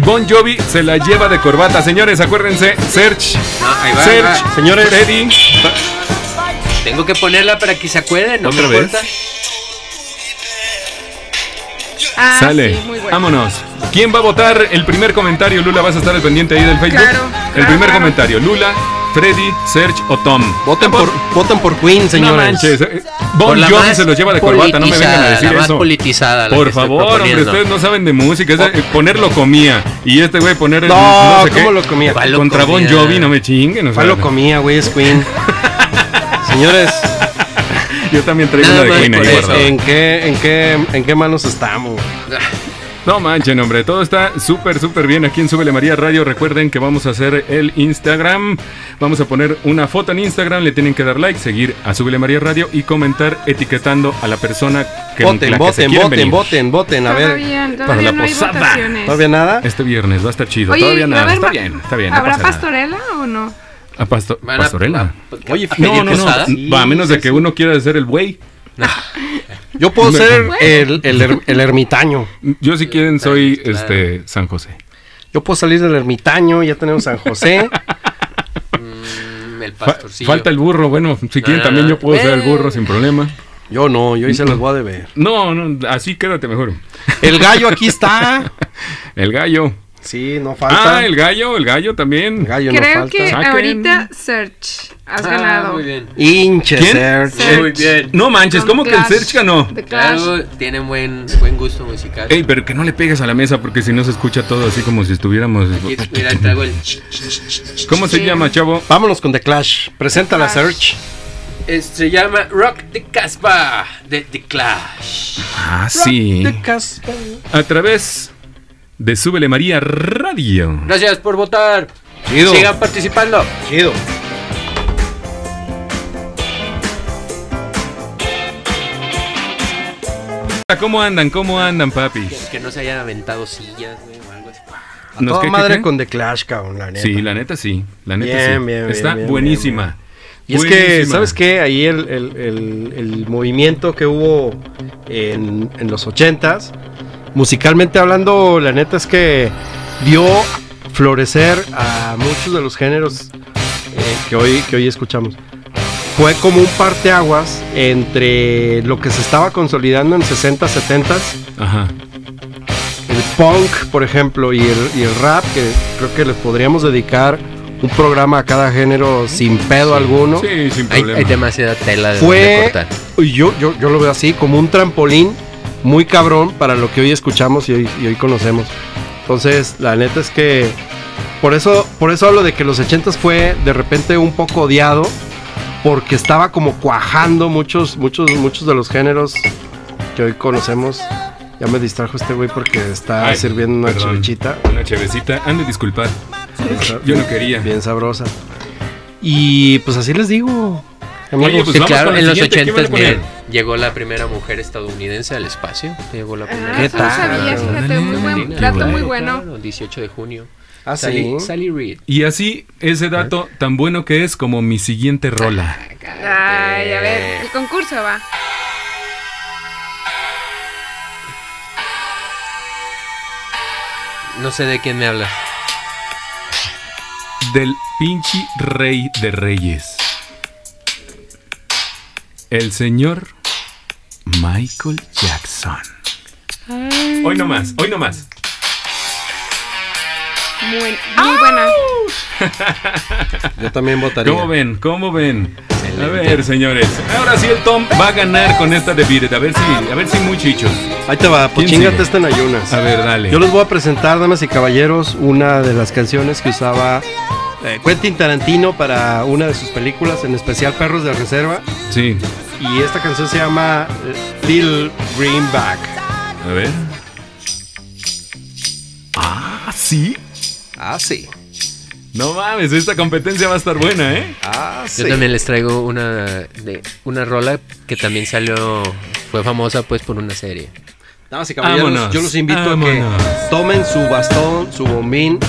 Speaker 4: Bon Jovi se la lleva de corbata. Señores, acuérdense, Search.
Speaker 6: ahí va,
Speaker 4: Search,
Speaker 6: ahí va.
Speaker 4: señores. Freddy.
Speaker 6: Tengo que ponerla para que se acuerden, ¿no?
Speaker 4: ¿Otra
Speaker 6: me
Speaker 4: vez?
Speaker 6: importa.
Speaker 7: Ah,
Speaker 4: sale.
Speaker 7: sí, muy bueno.
Speaker 4: Vámonos. ¿Quién va a votar el primer comentario? Lula, vas a estar al pendiente ahí del Facebook.
Speaker 7: Claro,
Speaker 4: el
Speaker 7: claro,
Speaker 4: primer
Speaker 7: claro.
Speaker 4: comentario. Lula, Freddy, Search o Tom.
Speaker 5: Voten por, voten por Queen,
Speaker 4: No
Speaker 5: señores.
Speaker 4: manches. eh,
Speaker 6: Por
Speaker 4: Bon
Speaker 6: la
Speaker 4: Jovi
Speaker 6: más
Speaker 4: se los lleva de corbata, no me vengan a
Speaker 6: politizada,
Speaker 4: decir
Speaker 6: la más
Speaker 4: eso.
Speaker 6: politizada, la que
Speaker 4: Por
Speaker 6: estoy
Speaker 4: favor, hombre,
Speaker 6: proponiendo.
Speaker 4: ustedes no saben de música. ese, eh, ponerlo comía. Y este güey poner el.
Speaker 5: No,
Speaker 4: sé
Speaker 5: ¿cómo
Speaker 4: qué.
Speaker 5: lo comía?
Speaker 6: ¿Cuál lo
Speaker 4: Contra Bon
Speaker 6: comía?
Speaker 4: Jovi, no me chinguen. o sea,
Speaker 5: ¿Cuál lo comía, güey? Es Queen. Señores,
Speaker 4: Yo también traigo
Speaker 6: Nada
Speaker 4: una de
Speaker 6: más
Speaker 4: Queen ahí
Speaker 6: Ah, por eso.
Speaker 4: guardada.
Speaker 5: ¿en qué, en, qué, ¿en qué manos estamos?
Speaker 4: No manchen, hombre. Todo está súper, súper bien aquí en Súbele María Radio. Recuerden que vamos a hacer el Instagram. Vamos a poner una foto en Instagram. Le tienen que dar like, seguir a Súbele María Radio y comentar etiquetando a la persona que
Speaker 5: Voten,
Speaker 4: la que se
Speaker 5: voten,
Speaker 4: quieren
Speaker 5: voten,
Speaker 4: venir.
Speaker 5: voten, voten. A ver,
Speaker 7: Todavía,
Speaker 4: para la
Speaker 7: todavía no hay
Speaker 4: posada.
Speaker 7: votaciones.
Speaker 5: ¿todavía nada?
Speaker 4: Este viernes va a estar chido.
Speaker 7: Oye,
Speaker 4: Todavía
Speaker 7: ¿va a
Speaker 4: nada.
Speaker 7: haber
Speaker 4: Está
Speaker 7: ma-
Speaker 4: bien, está bien. no
Speaker 7: ¿Habrá
Speaker 4: pasa nada.
Speaker 7: pastorela o no?
Speaker 4: A pasto-
Speaker 6: Van a- pues,
Speaker 4: pastorela.
Speaker 5: Oye,
Speaker 4: No,
Speaker 5: Felipe,
Speaker 4: no, no.
Speaker 6: posada?
Speaker 4: Va, a menos de que uno quiera ser el güey.
Speaker 5: Yo puedo
Speaker 4: Me-
Speaker 5: ser el, el, her- el ermitaño.
Speaker 4: Yo, si quieren, soy
Speaker 6: Claro.
Speaker 4: este San José.
Speaker 5: Yo puedo salir del ermitaño, ya tenemos San José.
Speaker 6: Mm, el
Speaker 4: Fa-
Speaker 6: pastorcillo.
Speaker 4: falta el burro. Bueno, si quieren,
Speaker 6: Ah.
Speaker 4: también yo puedo ser el burro sin problema.
Speaker 5: Yo no, yo ahí se los voy a deber.
Speaker 4: Eh. No, no, así quédate mejor.
Speaker 5: El gallo aquí está.
Speaker 4: El gallo.
Speaker 5: Sí, no falta.
Speaker 4: Ah, el gallo, el gallo
Speaker 5: El
Speaker 4: también.
Speaker 5: gallo no
Speaker 7: Creo
Speaker 5: falta.
Speaker 7: que
Speaker 4: Saquen.
Speaker 7: ahorita Search has
Speaker 6: Ah,
Speaker 7: ganado.
Speaker 6: Muy bien.
Speaker 5: Hinche
Speaker 4: ¿Quién?
Speaker 5: Serge.
Speaker 7: Search.
Speaker 4: Eh,
Speaker 6: Muy bien.
Speaker 4: No manches,
Speaker 7: Con
Speaker 4: ¿cómo que el
Speaker 7: Clash.
Speaker 4: Serge ganó?
Speaker 7: The Clash.
Speaker 6: Claro, tiene buen, buen gusto musical.
Speaker 4: Ey, pero que no le pegues a la mesa porque si no se escucha todo así como si estuviéramos.
Speaker 6: Aquí, mira, traigo el ch-
Speaker 4: ¿Cómo se
Speaker 7: Sí.
Speaker 4: llama, chavo?
Speaker 5: Vámonos con The Clash. Preséntala,
Speaker 7: Clash.
Speaker 5: Search.
Speaker 6: es- se llama Rock the Casbah de The Clash.
Speaker 4: Ah, sí. A través de Súbele María Radio.
Speaker 6: Gracias por votar.
Speaker 5: Chido.
Speaker 6: Sigan participando.
Speaker 5: Chido.
Speaker 4: ¿Cómo andan? ¿Cómo andan, papis?
Speaker 6: Que, que no se hayan aventado sillas, güey, o algo así.
Speaker 5: A
Speaker 4: ¿Nos
Speaker 5: toda
Speaker 4: qué, qué,
Speaker 5: madre
Speaker 4: qué?
Speaker 5: con The Clash, cabrón, la neta.
Speaker 4: Sí, la neta sí. La neta
Speaker 5: Bien,
Speaker 4: sí.
Speaker 5: bien, bien,
Speaker 4: Está
Speaker 5: bien, bien,
Speaker 4: buenísima.
Speaker 5: Y es que,
Speaker 4: Buenísima.
Speaker 5: ¿sabes qué? Ahí el, el- el- el movimiento que hubo en, en los ochentas, musicalmente hablando, la neta es que dio florecer a muchos de los géneros eh, que, hoy, que hoy escuchamos. Fue como un parteaguas entre lo que se estaba consolidando en 60, 70s,
Speaker 4: Ajá.
Speaker 5: el punk, por ejemplo, y el, y el rap, que creo que les podríamos dedicar un programa a cada género sin pedo alguno.
Speaker 4: Sí, sin
Speaker 6: Hay,
Speaker 4: problema. Pues
Speaker 6: hay demasiada tela de, de
Speaker 5: Fue,
Speaker 6: cortar.
Speaker 5: yo, yo, yo lo veo así, como un trampolín muy cabrón para lo que hoy escuchamos y hoy, y hoy conocemos. Entonces, la neta es que por eso, por eso hablo de que los 80s fue de repente un poco odiado, porque estaba como cuajando muchos, muchos, muchos de los géneros que hoy conocemos. Ya me distrajo este güey porque está
Speaker 4: Ay,
Speaker 5: sirviendo una
Speaker 4: perdón.
Speaker 5: chivichita.
Speaker 4: Una chevecita. Han de disculpar.
Speaker 5: Está
Speaker 4: Yo no quería.
Speaker 5: Bien sabrosa. Y pues así les digo. amigos.
Speaker 4: Oye, pues
Speaker 6: Sí,
Speaker 4: vamos
Speaker 6: claro,
Speaker 4: con la
Speaker 6: en los
Speaker 4: siguiente, ¿qué van a
Speaker 6: 80
Speaker 4: poner?
Speaker 6: llegó la primera mujer estadounidense al espacio. Llegó la primera.
Speaker 7: Ah, eso no sabía,
Speaker 5: tal?
Speaker 7: fíjate, muy buen
Speaker 6: Claro,
Speaker 7: dato, muy
Speaker 6: claro,
Speaker 7: bueno.
Speaker 6: claro, 18 de junio.
Speaker 5: Ah,
Speaker 6: Sally,
Speaker 5: sí.
Speaker 6: Sally Reed.
Speaker 4: Y así, ese dato tan bueno que es como mi siguiente rola.
Speaker 7: Ay, a ver, el concurso va.
Speaker 6: No sé de quién me habla.
Speaker 4: Del pinche rey de reyes. El señor Michael Jackson. Hoy no más, hoy no más.
Speaker 7: Muy, muy buena.
Speaker 5: Yo también votaría.
Speaker 4: ¿Cómo ven? ¿Cómo ven? A ver, señores. Ahora sí el Tom va a ganar con esta de Beat It. A ver si, a ver si muy chichos.
Speaker 5: Ahí te va, pues
Speaker 4: ¿Quién sigue?
Speaker 5: chingate esta en ayunas.
Speaker 4: A ver, dale.
Speaker 5: Yo les voy a presentar, damas y caballeros, una de las canciones que usaba eh, Quentin Tarantino para una de sus películas, en especial Perros de Reserva.
Speaker 4: Sí.
Speaker 5: Y esta canción se llama eh, Little Greenback.
Speaker 4: A ver. Ah, sí.
Speaker 5: Ah, sí.
Speaker 4: No mames, esta competencia va a estar buena, ¿eh?
Speaker 5: Ah,
Speaker 6: Yo también les traigo una de una rola que también salió fue famosa pues por una serie.
Speaker 5: Damas y caballeros,
Speaker 4: Vámonos,
Speaker 5: yo los invito a
Speaker 4: vámonos.
Speaker 5: que tomen su bastón, su bombín,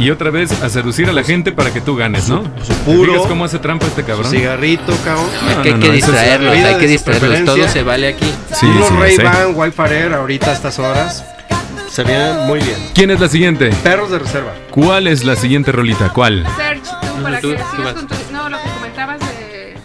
Speaker 4: Y otra vez a seducir a la gente para que tú ganes, ¿no?
Speaker 5: su
Speaker 4: ¿Te
Speaker 5: puro.
Speaker 4: fijas cómo hace trampa este
Speaker 5: su
Speaker 4: cabrón?
Speaker 5: cigarrito, cabrón.
Speaker 4: No,
Speaker 6: Es que
Speaker 4: no,
Speaker 6: hay
Speaker 4: no,
Speaker 6: que
Speaker 4: eso es la
Speaker 6: distraerlos,
Speaker 5: vida
Speaker 6: hay
Speaker 5: de
Speaker 6: que
Speaker 5: su
Speaker 6: distraerlos. Todo
Speaker 5: preferencia.
Speaker 6: se vale aquí.
Speaker 4: Sí,
Speaker 5: Unos
Speaker 4: sí,
Speaker 5: Ray
Speaker 4: sí.
Speaker 5: Ban, Wi-Fi ahorita a estas horas. Se vienen muy bien.
Speaker 4: ¿Quién es la siguiente?
Speaker 5: Perros de reserva.
Speaker 4: ¿Cuál es la siguiente rolita? ¿Cuál?
Speaker 7: Serge, tú,
Speaker 6: No,
Speaker 7: para
Speaker 6: tú-
Speaker 7: que
Speaker 6: tú
Speaker 7: sigas
Speaker 6: vas.
Speaker 7: con tu... No, lo que comentabas de...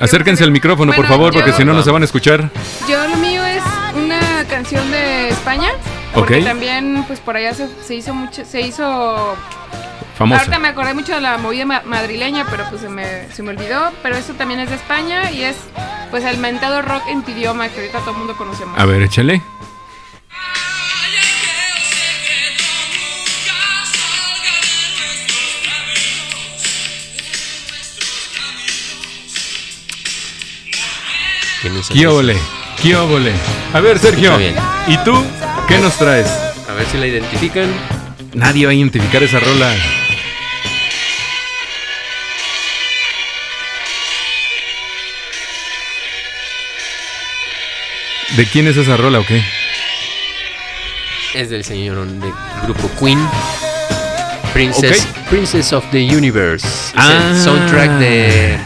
Speaker 4: Acérquense al micrófono, por
Speaker 7: Bueno,
Speaker 4: favor, porque
Speaker 7: yo-
Speaker 4: si no, no se van a escuchar.
Speaker 7: Yo lo mío es una canción de España. Porque
Speaker 4: Ok.
Speaker 7: también, pues por allá se, se hizo mucho, se hizo... Ahorita
Speaker 4: Famosa.
Speaker 7: me acordé mucho de la movida ma- madrileña, pero pues se me, se me olvidó. Pero esto también es de España y es pues el mentado rock en tu idioma que ahorita todo el mundo conocemos.
Speaker 4: A ver, échale.
Speaker 6: ¿Quién es el-
Speaker 4: Quióbole, quióbole. A ver, Sergio.
Speaker 6: Escucha bien.
Speaker 4: ¿Y tú qué nos traes?
Speaker 6: A ver si la identifican.
Speaker 4: Nadie va a identificar esa rola. ¿De quién es esa rola o qué?
Speaker 6: Es del señor del grupo Queen. Princess, Princess of the Universe. Es
Speaker 4: Ah.
Speaker 6: el soundtrack de.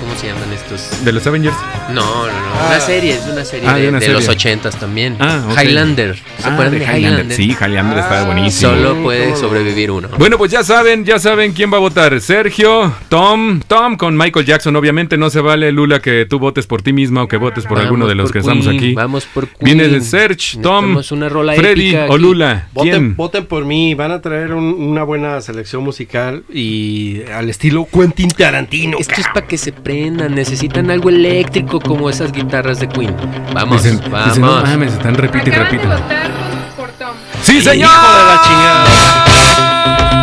Speaker 6: ¿Cómo se llaman estos?
Speaker 4: ¿De los Avengers?
Speaker 6: No, no, no. Una serie, es una serie
Speaker 4: Ah,
Speaker 6: de,
Speaker 4: de una
Speaker 6: de
Speaker 4: serie.
Speaker 6: los ochentas también.
Speaker 4: Ah, ok.
Speaker 6: Highlander. ¿Se acuerdan de Highlander? Ah,
Speaker 4: Sí, Ah, Highlander está buenísimo.
Speaker 6: Solo puede sobrevivir uno.
Speaker 4: Bueno, pues ya saben, ya saben quién va a votar. Sergio, Tom, Tom con Michael Jackson. Obviamente no se vale, Lula, que tú votes por ti misma o que votes por
Speaker 6: Vamos
Speaker 4: alguno de los
Speaker 6: por
Speaker 4: que estamos
Speaker 6: Queen,
Speaker 4: aquí.
Speaker 6: Vamos por Queen.
Speaker 4: Viene de Serge, Tom,
Speaker 6: Necesitamos una rola
Speaker 4: Freddy
Speaker 6: épica
Speaker 4: o
Speaker 6: aquí.
Speaker 4: Lula.
Speaker 5: Voten,
Speaker 4: ¿Quién?
Speaker 5: voten por mí, van a traer un- una buena selección musical y al estilo Quentin Tarantino.
Speaker 6: Esto es
Speaker 5: cabrón.
Speaker 6: para que se prendan. Necesitan algo eléctrico como esas guitarras de Queen. Vamos,
Speaker 4: Dicen,
Speaker 6: vamos.
Speaker 4: dicen, no mames, están repite y
Speaker 7: Acaban de
Speaker 4: repite.
Speaker 7: votar pues, por, por Tom.
Speaker 4: ¡Sí, señor!
Speaker 5: Hijo de la chingada.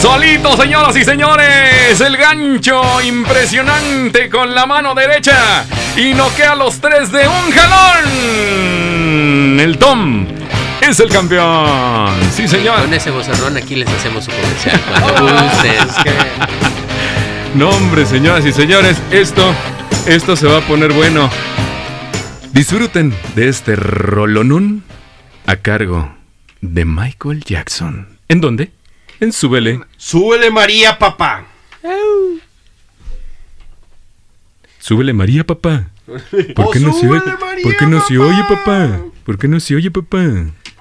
Speaker 4: Solito, señoras y señores, el gancho impresionante con la mano derecha y noquea a los tres de un jalón. El Tom es el campeón. Sí, señor.
Speaker 6: Con ese bozarrón aquí les hacemos su comercial.
Speaker 7: Oh,
Speaker 6: Cuando gustes.
Speaker 4: No, hombre, señoras y señores, esto Esto se va a poner bueno. Disfruten de este rolonún a cargo de Michael Jackson. ¿En dónde? En Súbele.
Speaker 5: Súbele María, papá.
Speaker 4: Súbele María, papá. ¿Por qué no se oye? ¿Por qué no se oye, papá? ¿Por qué no se oye, papá?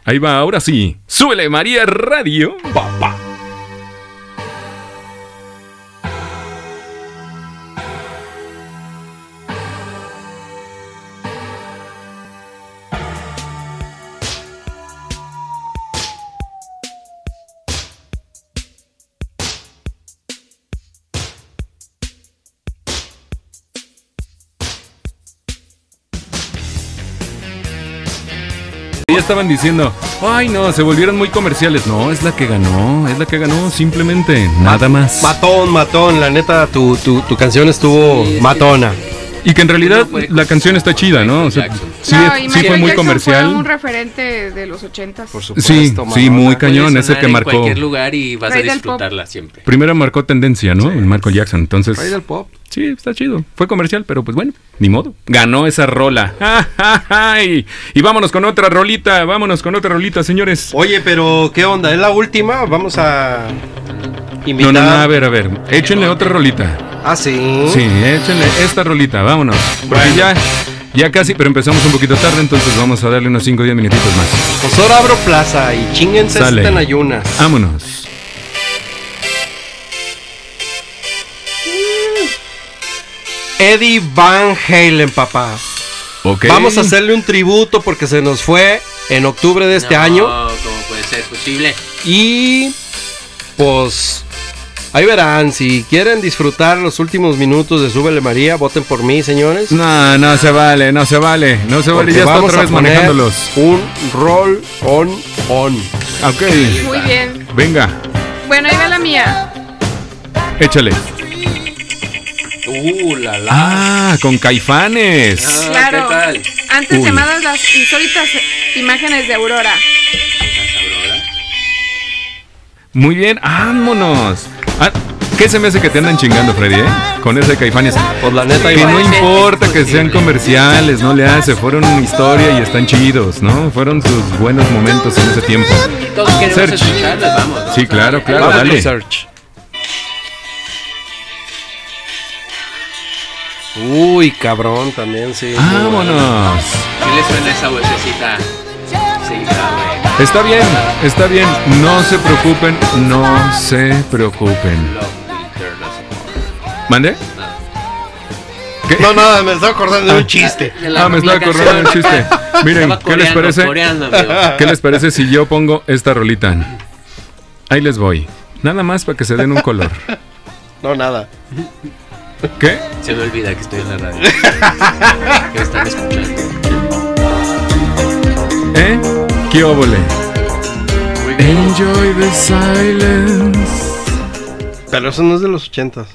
Speaker 4: Ahí va, ahora sí. Súbele María Radio.
Speaker 5: Papá.
Speaker 4: Ya estaban diciendo, ay no, se volvieron muy comerciales. No, es la que ganó, es la que ganó, simplemente, nada más.
Speaker 9: Matón, matón, la neta, tu, tu, tu canción estuvo
Speaker 6: Sí, es que-
Speaker 9: matona.
Speaker 4: Y que en realidad
Speaker 6: Pues No puede
Speaker 4: la canción está chida, ¿no? O sea,
Speaker 6: Jackson.
Speaker 4: sí,
Speaker 7: No, y
Speaker 4: sí fue
Speaker 7: Michael
Speaker 4: muy
Speaker 7: Jackson Fue un
Speaker 4: comercial.
Speaker 7: referente de los ochentas.
Speaker 4: Sí, sí, muy
Speaker 6: Puede
Speaker 4: cañón, ese
Speaker 6: sonar
Speaker 4: que
Speaker 6: en
Speaker 4: marcó.
Speaker 6: cualquier lugar y vas a
Speaker 7: Rey del pop.
Speaker 6: disfrutarla siempre.
Speaker 4: Primero marcó tendencia, ¿no? El Michael Jackson.
Speaker 9: Rey
Speaker 4: Entonces,
Speaker 9: del pop.
Speaker 4: sí, está chido. Fue comercial, pero pues bueno, ni modo. Ganó esa rola. ¡Ay! Y vámonos con otra rolita, vámonos con otra rolita, señores.
Speaker 5: Oye, pero ¿qué onda? ¿Es la última? Vamos a
Speaker 4: No,
Speaker 5: invitar.
Speaker 4: no, no, a ver, a ver. Échenle otra rolita.
Speaker 5: Ah,
Speaker 6: ¿Uh?
Speaker 5: sí.
Speaker 4: Sí, échenle esta rolita, vámonos. Porque ya, ya casi, pero empezamos un poquito tarde, entonces vamos a darle unos 5 o 10 minutitos más.
Speaker 5: Pues ahora abro plaza y chinguense
Speaker 4: Sale.
Speaker 5: esta en ayunas.
Speaker 4: Vámonos.
Speaker 5: Eddie Van Halen, papá.
Speaker 4: Ok.
Speaker 5: Vamos a hacerle un tributo porque se nos fue en octubre de este
Speaker 6: No,
Speaker 5: año.
Speaker 6: ¿Cómo puede ser posible?
Speaker 5: Y pues ahí verán, si quieren disfrutar los últimos minutos de Súbele María, voten por mí, señores.
Speaker 4: No, no se vale, no se vale, no se vale.
Speaker 5: porque
Speaker 4: Ya está
Speaker 5: vamos
Speaker 4: otra
Speaker 5: a
Speaker 4: vez
Speaker 5: poner
Speaker 4: manejándolos.
Speaker 5: Un roll on on.
Speaker 4: Ok,
Speaker 7: Muy bien.
Speaker 4: venga,
Speaker 7: Bueno, ahí va la mía.
Speaker 6: Ah,
Speaker 4: échale.
Speaker 6: Uh, la la.
Speaker 4: Ah, con caifanes.
Speaker 6: Ah,
Speaker 7: Claro.
Speaker 6: ¿qué tal?
Speaker 7: Antes
Speaker 4: Uy.
Speaker 7: llamadas las insólitas imágenes de Aurora.
Speaker 4: Muy bien, vámonos. Ah, ¿Qué se me hace que te andan chingando, Freddy, eh? Con ese caifanes.
Speaker 5: Pues la neta, ahí
Speaker 4: Que
Speaker 5: va.
Speaker 4: no importa que sean comerciales, no le hace. Fueron historia y están chidos, ¿no? Fueron sus buenos momentos en ese tiempo.
Speaker 6: Todos queremos
Speaker 4: Search.
Speaker 6: escucharlas, vamos. ¿no?
Speaker 4: Sí, claro, claro,
Speaker 5: Vamos,
Speaker 4: dale.
Speaker 5: research. Uy, cabrón, también sí.
Speaker 4: Vámonos.
Speaker 6: ¿Qué les suena esa vocecita? Sí, la
Speaker 4: Está bien, está bien. No se preocupen, no se preocupen. ¿Mande? ¿Qué?
Speaker 5: No, nada, me estaba acordando de un chiste.
Speaker 4: Ah, me estaba acordando de un chiste. Miren, ¿qué les parece?
Speaker 6: Coreano, amigo.
Speaker 4: ¿Qué les parece si yo pongo esta rolita? Ahí les voy. Nada más para que se den un color.
Speaker 5: No, nada.
Speaker 4: ¿Qué?
Speaker 6: Se me olvida que estoy en la radio. que me están escuchando.
Speaker 4: ¿Eh? ¿Qué óvole?
Speaker 6: Muy bien.
Speaker 4: Enjoy the silence.
Speaker 5: Pero eso no es de los ochentas.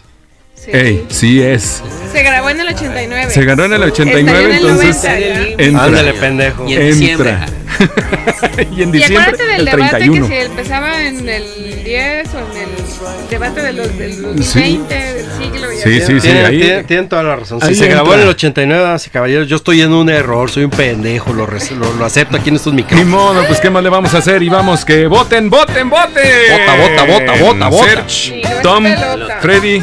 Speaker 7: Sí.
Speaker 4: Ey, sí es.
Speaker 7: Se grabó en el 89.
Speaker 4: Se ganó en el 89,
Speaker 7: Estalló en el
Speaker 4: entonces
Speaker 7: 90.
Speaker 4: entra.
Speaker 5: Ándale, pendejo.
Speaker 6: Y en diciembre.
Speaker 4: entra. y en
Speaker 7: Y
Speaker 4: diciembre,
Speaker 7: acuérdate del
Speaker 4: el
Speaker 7: debate
Speaker 4: 31.
Speaker 7: que se empezaba en el 10 o en el debate de los, de los
Speaker 4: Sí.
Speaker 7: 20 del siglo. y
Speaker 4: Sí,
Speaker 7: así.
Speaker 4: sí, sí.
Speaker 5: tienen,
Speaker 4: Ahí,
Speaker 5: tienen- tienen toda la razón.
Speaker 4: ahí
Speaker 5: Si se grabó
Speaker 4: entra.
Speaker 5: en el 89, damas y caballeros, yo estoy en un error, soy un pendejo, lo, res- lo, lo acepto aquí en estos
Speaker 4: Ni
Speaker 5: micrófonos.
Speaker 4: modo, pues qué más le vamos a hacer y vamos que voten, voten, voten.
Speaker 5: Vota, vota, vota, vota, vota.
Speaker 4: Serge,
Speaker 7: Sí, no es
Speaker 4: Tom,
Speaker 7: pelota.
Speaker 4: Freddy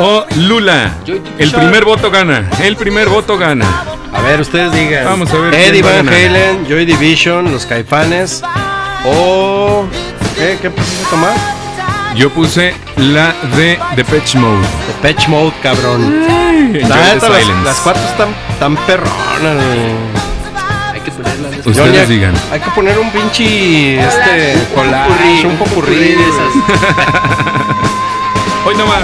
Speaker 4: o Lula. El primer voto gana. El primer voto gana.
Speaker 5: A ver, ustedes digan.
Speaker 4: Vamos a ver
Speaker 5: Eddie
Speaker 4: quién va a
Speaker 5: Van
Speaker 4: ganar.
Speaker 5: Halen, Joy Division, Los Caifanes o... ¿Qué, ¿Qué pusiste a tomar?
Speaker 4: Yo puse la de Depeche Mode.
Speaker 5: The Patch Mode, cabrón.
Speaker 4: Enjoy
Speaker 5: La
Speaker 4: the
Speaker 5: neta, las,
Speaker 4: silence.
Speaker 5: las cuatro están tan perronas. güey.
Speaker 6: Hay que ponerlas después.
Speaker 4: Ustedes
Speaker 5: Yo ya-
Speaker 4: digan.
Speaker 5: Hay que poner un pinche este, collage, un popurrí.
Speaker 6: de esas.
Speaker 4: Hoy nomás.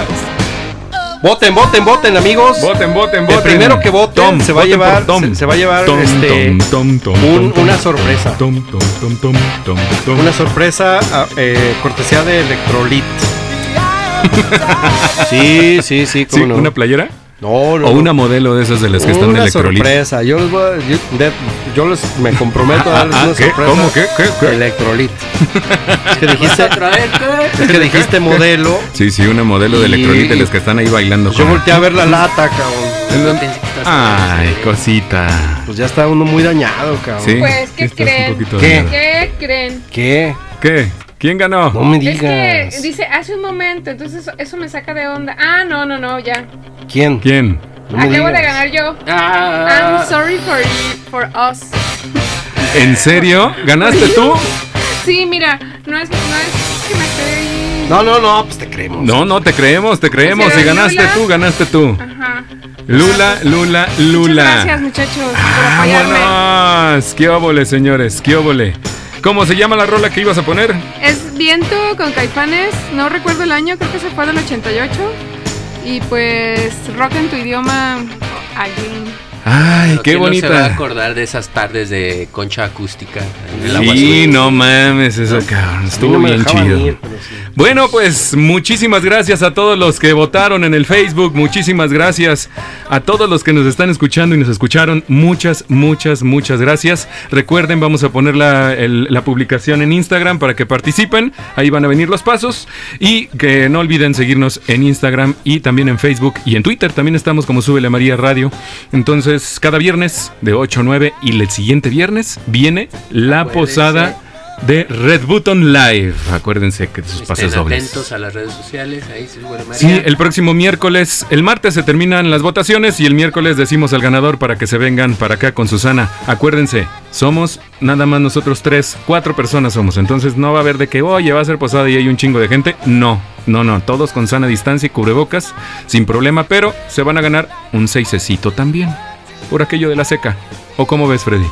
Speaker 5: Voten, voten, voten, amigos.
Speaker 4: Voten, voten, voten.
Speaker 5: El primero que vote
Speaker 4: Tom,
Speaker 5: se va a
Speaker 4: voten por
Speaker 5: llevar,
Speaker 4: Tom.
Speaker 5: se, se va a llevar
Speaker 4: Tom,
Speaker 5: este,
Speaker 4: Tom, Tom, Tom,
Speaker 5: un-
Speaker 4: Tom,
Speaker 5: una
Speaker 4: Tom,
Speaker 5: sorpresa.
Speaker 4: Tom, Tom, Tom, Tom, Tom, Tom.
Speaker 5: Una sorpresa ah, eh, cortesía de Electrolit. sí, sí, sí,
Speaker 4: Sí,
Speaker 5: cómo no.
Speaker 4: ¿Una playera?
Speaker 5: no, no,
Speaker 4: ¿O
Speaker 5: no.
Speaker 4: una modelo de esas de las que están en
Speaker 5: Una
Speaker 4: electrolita?
Speaker 5: sorpresa. Yo les voy a- yo, de- yo les me comprometo a darles
Speaker 4: Ah,
Speaker 5: una
Speaker 4: ¿qué?
Speaker 5: sorpresa.
Speaker 4: ¿Cómo? ¿Qué? ¿Qué? ¿Qué?
Speaker 5: Electrolit. es que dijiste,
Speaker 6: Traer, ¿qué?
Speaker 5: es que dijiste modelo.
Speaker 4: Sí, sí, una modelo de
Speaker 5: Y-
Speaker 4: electrolita de las que están ahí bailando.
Speaker 5: Yo
Speaker 4: con-
Speaker 5: volteé a ver la lata, cabrón.
Speaker 4: En la-
Speaker 6: Pensé que estabas hablando
Speaker 4: Ay,
Speaker 6: de-
Speaker 4: cosita.
Speaker 5: Pues ya está uno muy dañado, cabrón.
Speaker 4: Sí,
Speaker 7: Pues,
Speaker 4: sí
Speaker 7: ¿qué
Speaker 4: estás un
Speaker 7: creen?
Speaker 4: poquito
Speaker 5: ¿Qué?
Speaker 4: dañada.
Speaker 7: ¿Qué creen?
Speaker 5: ¿Qué?
Speaker 4: ¿Qué? ¿Quién ganó?
Speaker 5: No me
Speaker 7: Es
Speaker 5: digas.
Speaker 7: que dice hace un momento, entonces eso- eso me saca de onda. Ah, no, no, no, ya.
Speaker 5: ¿Quién?
Speaker 4: ¿Quién?
Speaker 5: No me
Speaker 7: Acabo de
Speaker 5: digas.
Speaker 7: ganar yo.
Speaker 6: Ah,
Speaker 7: I'm sorry for, for us.
Speaker 4: ¿En serio? ¿Ganaste tú?
Speaker 7: Sí, mira, no es, no es que me estoy.
Speaker 5: No, no, no, pues te creemos.
Speaker 4: No, no, te creemos, te creemos. Si
Speaker 7: Pero
Speaker 4: ganaste
Speaker 7: Lula-
Speaker 4: tú, ganaste tú.
Speaker 7: Ajá.
Speaker 4: Lula, Lula, Lula. Ah,
Speaker 7: Muchas gracias, muchachos, por apoyarme.
Speaker 4: ¡Vámonos! ¡Qué óvole, señores! ¡Qué óvole! ¿Cómo se llama la rola que ibas a poner?
Speaker 7: Es Viento con Caifanes, no recuerdo el año, creo que se fue del 88. Y pues rock en tu idioma, alguien.
Speaker 4: ¡Ay,
Speaker 6: pero
Speaker 4: qué
Speaker 6: ¿quién no se va a
Speaker 4: bonita!
Speaker 6: acordar de esas tardes de concha acústica en el agua
Speaker 4: Sí,
Speaker 6: azul?
Speaker 4: no mames, eso cabrón.
Speaker 5: A mí
Speaker 4: Estuvo
Speaker 5: no me
Speaker 4: bien
Speaker 5: dejaban
Speaker 4: chido.
Speaker 5: ir, pero sí.
Speaker 4: Bueno, pues muchísimas gracias a todos los que votaron en el Facebook, muchísimas gracias a todos los que nos están escuchando y nos escucharon, muchas, muchas, muchas gracias. Recuerden, vamos a poner la, el- la publicación en Instagram para que participen, ahí van a venir los pasos y que no olviden seguirnos en Instagram y también en Facebook y en Twitter, también estamos como Súbele María Radio. Entonces, cada viernes de 8 a 9 y el siguiente viernes viene la
Speaker 6: Acuérdense.
Speaker 4: posada de Red Button Live. Acuérdense que sus
Speaker 6: Estén
Speaker 4: pases
Speaker 6: atentos
Speaker 4: dobles.
Speaker 6: a las redes sociales, ahí se sube María.
Speaker 4: Sí, el próximo miércoles, el martes se terminan las votaciones y el miércoles decimos al ganador para que se vengan para acá con Susana. Acuérdense, somos nada más nosotros tres, cuatro personas somos. Entonces no va a haber de que, oye, va a ser posada y hay un chingo de gente. No, no, no, todos con sana distancia y cubrebocas, sin problema, pero se van a ganar un seisecito también. Por aquello de la seca. ¿O cómo ves, Freddy?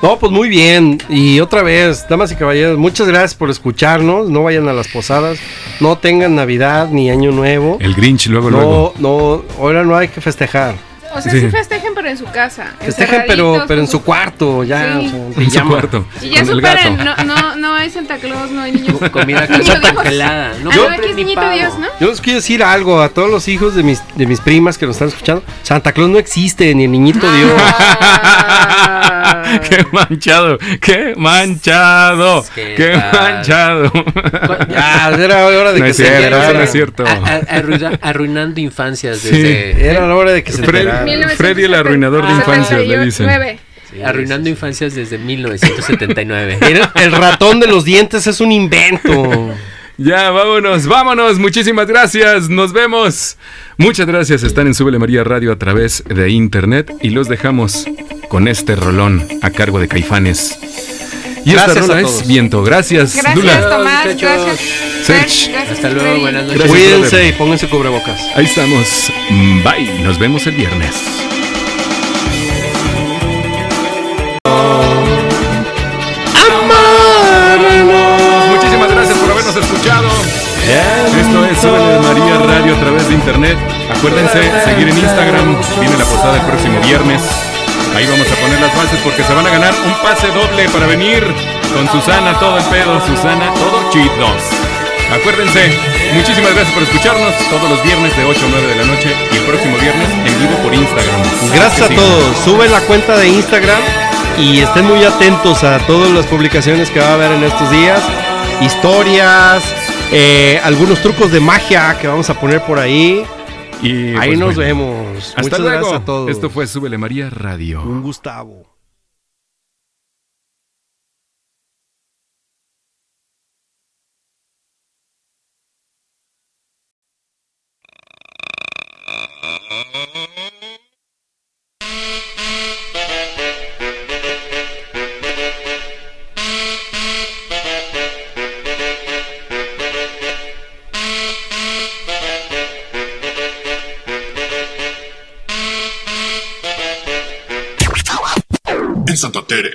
Speaker 5: No, pues muy bien. Y otra vez, damas y caballeros, muchas gracias por escucharnos. No vayan a las posadas. No tengan Navidad ni Año Nuevo.
Speaker 4: El Grinch, luego, luego.
Speaker 5: No, no, ahora no hay que festejar.
Speaker 7: O sea,
Speaker 4: Sí.
Speaker 7: sí, festejen, pero en su casa.
Speaker 5: Festejen, pero,
Speaker 7: encerraditos,
Speaker 5: pero en
Speaker 7: con
Speaker 5: su cuarto, ya.
Speaker 7: Sí.
Speaker 5: o sea, en
Speaker 4: En su
Speaker 5: pijama.
Speaker 4: cuarto.
Speaker 7: Y ya
Speaker 4: con el
Speaker 7: superen,
Speaker 4: gato.
Speaker 7: no, no, no hay Santa Claus, no hay niños.
Speaker 6: Comida
Speaker 7: Niño
Speaker 6: casa
Speaker 7: Dios.
Speaker 6: congelada. No
Speaker 7: Ah, no,
Speaker 6: compren
Speaker 7: aquí es
Speaker 6: ni
Speaker 7: niñito
Speaker 6: pavo.
Speaker 7: Dios, ¿no?
Speaker 5: Yo les quiero decir algo a todos los hijos de mis, de mis primas que nos están escuchando. Santa Claus no existe, ni el niñito Dios.
Speaker 7: Ah.
Speaker 4: qué manchado, qué manchado,
Speaker 6: ¿Qué
Speaker 4: qué
Speaker 6: tal?
Speaker 4: manchado.
Speaker 6: Cu-
Speaker 5: Ya, Ah, era hora de
Speaker 4: No
Speaker 5: que
Speaker 4: es
Speaker 5: se
Speaker 4: cierto,
Speaker 5: enteraran.
Speaker 4: Ah, no es cierto.
Speaker 6: A- a- arruina- arruinando infancias
Speaker 4: Sí. Eh,
Speaker 6: desde
Speaker 5: Era la hora de que se
Speaker 4: Fred-
Speaker 5: enteraran.
Speaker 7: 1979.
Speaker 4: Freddy el arruinador
Speaker 6: de infancias,
Speaker 4: le dicen.
Speaker 7: 79.
Speaker 6: arruinando infancias desde 1979.
Speaker 5: Era- El ratón de los dientes es un invento.
Speaker 4: Ya, vámonos, vámonos. Muchísimas gracias. Nos vemos. Muchas gracias. Están en Súbele María Radio a través de internet y los dejamos con este rolón a cargo de Caifanes. Y
Speaker 5: Gracias
Speaker 4: esta rola
Speaker 5: a
Speaker 4: es
Speaker 5: todos.
Speaker 4: viento. Gracias,
Speaker 7: Gracias,
Speaker 4: Dula.
Speaker 7: Tomás.
Speaker 6: Muchachos.
Speaker 7: Gracias,
Speaker 4: Serge.
Speaker 7: Fer, gracias,
Speaker 6: Hasta luego,
Speaker 7: Freddy.
Speaker 6: buenas noches.
Speaker 4: Gracias,
Speaker 5: Cuídense
Speaker 4: brother.
Speaker 5: y pónganse cubrebocas.
Speaker 4: Ahí estamos. Bye. Nos vemos el viernes. Muchísimas gracias por habernos escuchado. Esto es Súbele María Radio a través de internet. Acuérdense, seguir en Instagram. Viene la posada el próximo viernes. Ahí vamos a poner las bases porque se van a ganar un pase doble para venir con Susana, todo el pedo, Susana, todo chidos. Acuérdense, muchísimas gracias por escucharnos todos los viernes de 8 a 9 de la noche y el próximo viernes en vivo por Instagram.
Speaker 5: Gracias
Speaker 4: Que
Speaker 5: a
Speaker 4: sigan.
Speaker 5: todos. Sube la cuenta de Instagram y estén muy atentos a todas las publicaciones que va a haber en estos días. Historias, eh, algunos trucos de magia que vamos a poner por ahí.
Speaker 4: Y,
Speaker 5: ahí
Speaker 4: pues,
Speaker 5: nos
Speaker 4: bueno.
Speaker 5: vemos.
Speaker 4: Hasta
Speaker 5: Muchas
Speaker 4: luego.
Speaker 5: gracias a todos.
Speaker 4: Esto fue Súbele María Radio.
Speaker 5: un Gustavo.
Speaker 1: En Santa Tere.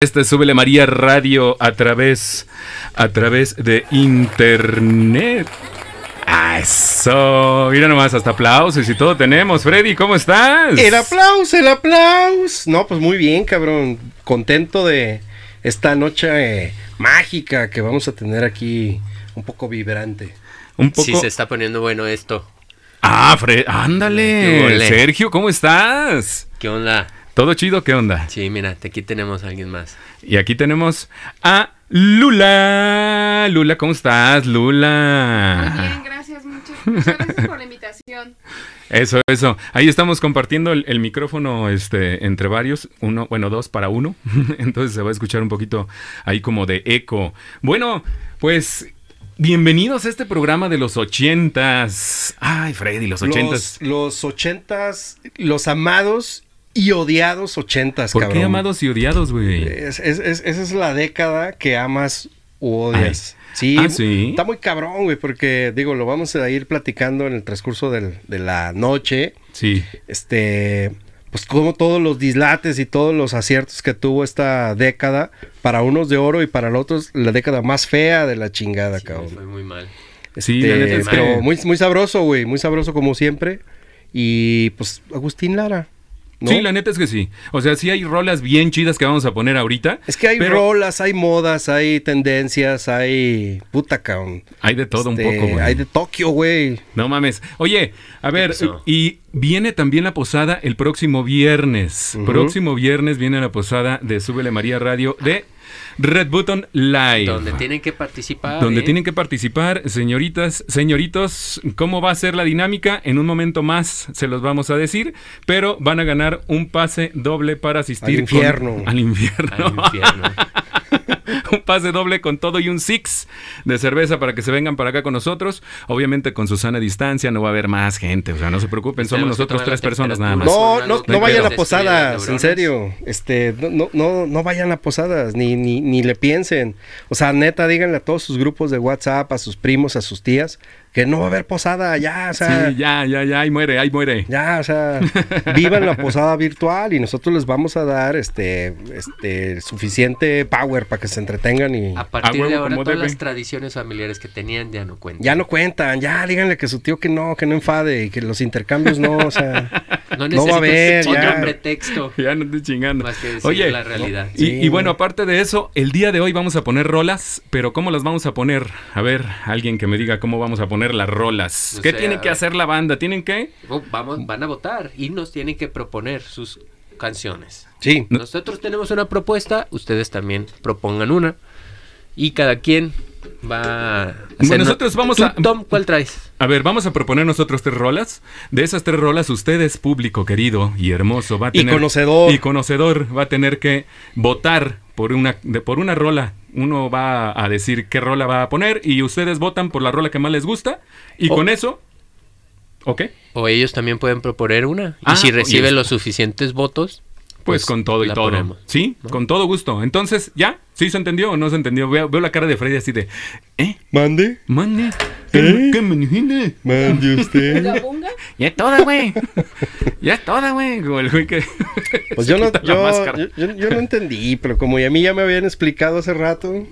Speaker 4: Este es Súbele María Radio a través, a través de internet. Ah, eso. Mira nomás, hasta aplausos y todo tenemos. Freddy, ¿cómo estás?
Speaker 5: El aplauso, el aplauso. No, pues muy bien, cabrón. Contento de esta noche eh, mágica que vamos a tener aquí. Un poco vibrante.
Speaker 4: Un poco.
Speaker 6: Sí, se está poniendo bueno esto.
Speaker 4: Ah, Fred, ándale.
Speaker 6: Qué ole.
Speaker 4: Sergio, ¿cómo estás?
Speaker 6: ¿Qué onda?
Speaker 4: Todo chido, ¿qué onda?
Speaker 6: Sí, mira, aquí tenemos a alguien más.
Speaker 4: Y aquí tenemos a Lula. Lula, ¿cómo estás, Lula?
Speaker 7: Bien, gracias, muchas Muchas gracias por la invitación.
Speaker 4: Eso, eso. Ahí estamos compartiendo el, el micrófono este, entre varios, uno, bueno, dos para uno. Entonces se va a escuchar un poquito ahí como de eco. Bueno, pues bienvenidos a este programa de los ochentas. Ay, Freddy, los ochentas.
Speaker 5: Los, los ochentas, los amados y odiados ochentas,
Speaker 4: ¿Por
Speaker 5: cabrón.
Speaker 4: qué amados y odiados, güey?
Speaker 5: Es- es- es- esa es la década que amas u odias. Sí,
Speaker 4: Ah, sí.
Speaker 5: está muy cabrón, güey, porque digo, lo vamos a ir platicando en el transcurso del- de la noche.
Speaker 4: Sí.
Speaker 5: Este, pues como todos los dislates y todos los aciertos que tuvo esta década, para unos de oro y para los otros la década más fea de la chingada,
Speaker 6: Me
Speaker 5: cabrón.
Speaker 6: fue muy mal.
Speaker 4: Sí,
Speaker 5: Este,
Speaker 4: la neta es
Speaker 5: pero
Speaker 4: que-
Speaker 5: muy, muy sabroso, güey, muy sabroso como siempre. Y pues Agustín Lara. ¿no?
Speaker 4: Sí, la neta es que sí. O sea, sí hay rolas bien chidas que vamos a poner ahorita.
Speaker 5: Es que hay
Speaker 4: pero
Speaker 5: rolas, hay modas, hay tendencias, hay puta cabrón.
Speaker 4: Hay de todo
Speaker 5: Este,
Speaker 4: un poco, güey.
Speaker 5: Hay de Tokio, güey.
Speaker 4: No mames. Oye, a ver,
Speaker 6: pasó?
Speaker 4: y viene también la posada el próximo viernes.
Speaker 5: Ujú.
Speaker 4: Próximo viernes viene la posada de Súbele María Radio de Red Button Live.
Speaker 6: Donde tienen que participar.
Speaker 4: Donde
Speaker 6: ¿eh?
Speaker 4: tienen que participar, señoritas, señoritos, cómo va a ser la dinámica, en un momento más se los vamos a decir, pero van a ganar un pase doble para asistir
Speaker 5: Al infierno.
Speaker 4: con- al infierno.
Speaker 6: Al infierno.
Speaker 4: un pase doble con todo y un six de cerveza para que se vengan para acá con nosotros. Obviamente con Susana distancia, no va a haber más gente, o sea, no se preocupen, somos
Speaker 6: Tenemos que
Speaker 4: nosotros
Speaker 6: tomar
Speaker 4: tres
Speaker 6: la
Speaker 4: personas nada más.
Speaker 5: No,
Speaker 6: temperatura. son
Speaker 5: no,
Speaker 6: algo
Speaker 5: no
Speaker 6: que
Speaker 5: vayan a
Speaker 6: nos destruyen las
Speaker 5: posadas, en
Speaker 6: neuronas.
Speaker 5: serio. Este, no, no, no, no vayan a posadas, ni, ni, ni le piensen. O sea, neta, díganle a todos sus grupos de WhatsApp, a sus primos, a sus tías, que no va a haber posada, ya, o sea,
Speaker 4: Sí, ya, ya, ya, ahí muere, ahí muere.
Speaker 5: ya, o sea, vivan la posada virtual y nosotros les vamos a dar este, este, suficiente power para que se entretengan y
Speaker 6: A partir
Speaker 4: A Ah,
Speaker 6: de
Speaker 4: huevo,
Speaker 6: ahora,
Speaker 4: como
Speaker 6: todas
Speaker 4: debe.
Speaker 6: las tradiciones familiares que tenían ya no cuentan.
Speaker 5: ya no cuentan, ya, díganle que su tío que no, que no enfade, y que los intercambios no, o sea,
Speaker 6: No
Speaker 5: no va a
Speaker 6: necesitas
Speaker 5: haber,
Speaker 6: otro
Speaker 5: ya.
Speaker 6: pretexto.
Speaker 4: Ya no estoy chingando.
Speaker 6: Más que decir
Speaker 4: Oye,
Speaker 6: la realidad.
Speaker 4: Y,
Speaker 5: Sí.
Speaker 4: y bueno, aparte de eso, el día de hoy vamos a poner rolas, pero ¿cómo las vamos a poner? A ver, alguien que me diga cómo vamos a poner las rolas.
Speaker 6: No
Speaker 4: ¿Qué
Speaker 6: sé,
Speaker 4: tiene
Speaker 6: a
Speaker 4: que
Speaker 6: ver.
Speaker 4: hacer la banda? ¿Tienen que?
Speaker 6: Oh, vamos, van a votar y nos tienen que proponer sus canciones.
Speaker 5: sí.
Speaker 6: Nosotros tenemos una propuesta, ustedes también propongan una. Y cada quien va a hacer-
Speaker 4: nosotros vamos
Speaker 6: Tú,
Speaker 4: a-
Speaker 6: Tom, ¿cuál traes?
Speaker 4: A ver, vamos a proponer nosotros tres rolas. De esas tres rolas, ustedes, público querido y hermoso, va a
Speaker 5: Y
Speaker 4: tener...
Speaker 5: conocedor.
Speaker 4: Y conocedor, va a tener que votar por una, de, por una rola. Uno va a decir qué rola va a poner y ustedes votan por la rola que más les gusta. Y
Speaker 6: Oh.
Speaker 4: con eso... ¿Ok?
Speaker 6: O ellos también pueden proponer una.
Speaker 4: Ah,
Speaker 6: y si
Speaker 4: oye,
Speaker 6: recibe
Speaker 4: esto.
Speaker 6: los suficientes votos.
Speaker 4: Pues, con todo y
Speaker 6: la
Speaker 4: todo.
Speaker 6: ponemos.
Speaker 4: Sí, con todo gusto. Entonces, ¿ya? ¿Sí se entendió o no se entendió? Veo, veo la cara de Freddy así de, ¿eh?
Speaker 5: Mande,
Speaker 4: ¿Mande? ¿Qué,
Speaker 5: ¿Eh?
Speaker 4: qué me dijiste?
Speaker 5: mande usted.
Speaker 7: ¿La bunga?
Speaker 4: Ya es toda, güey. ya es toda, güey. Como el güey que.
Speaker 5: Pues
Speaker 4: se
Speaker 5: yo no,
Speaker 4: quita la
Speaker 5: yo,
Speaker 4: máscara.
Speaker 5: yo, yo- yo no entendí, pero como ya a mí ya me habían explicado hace rato,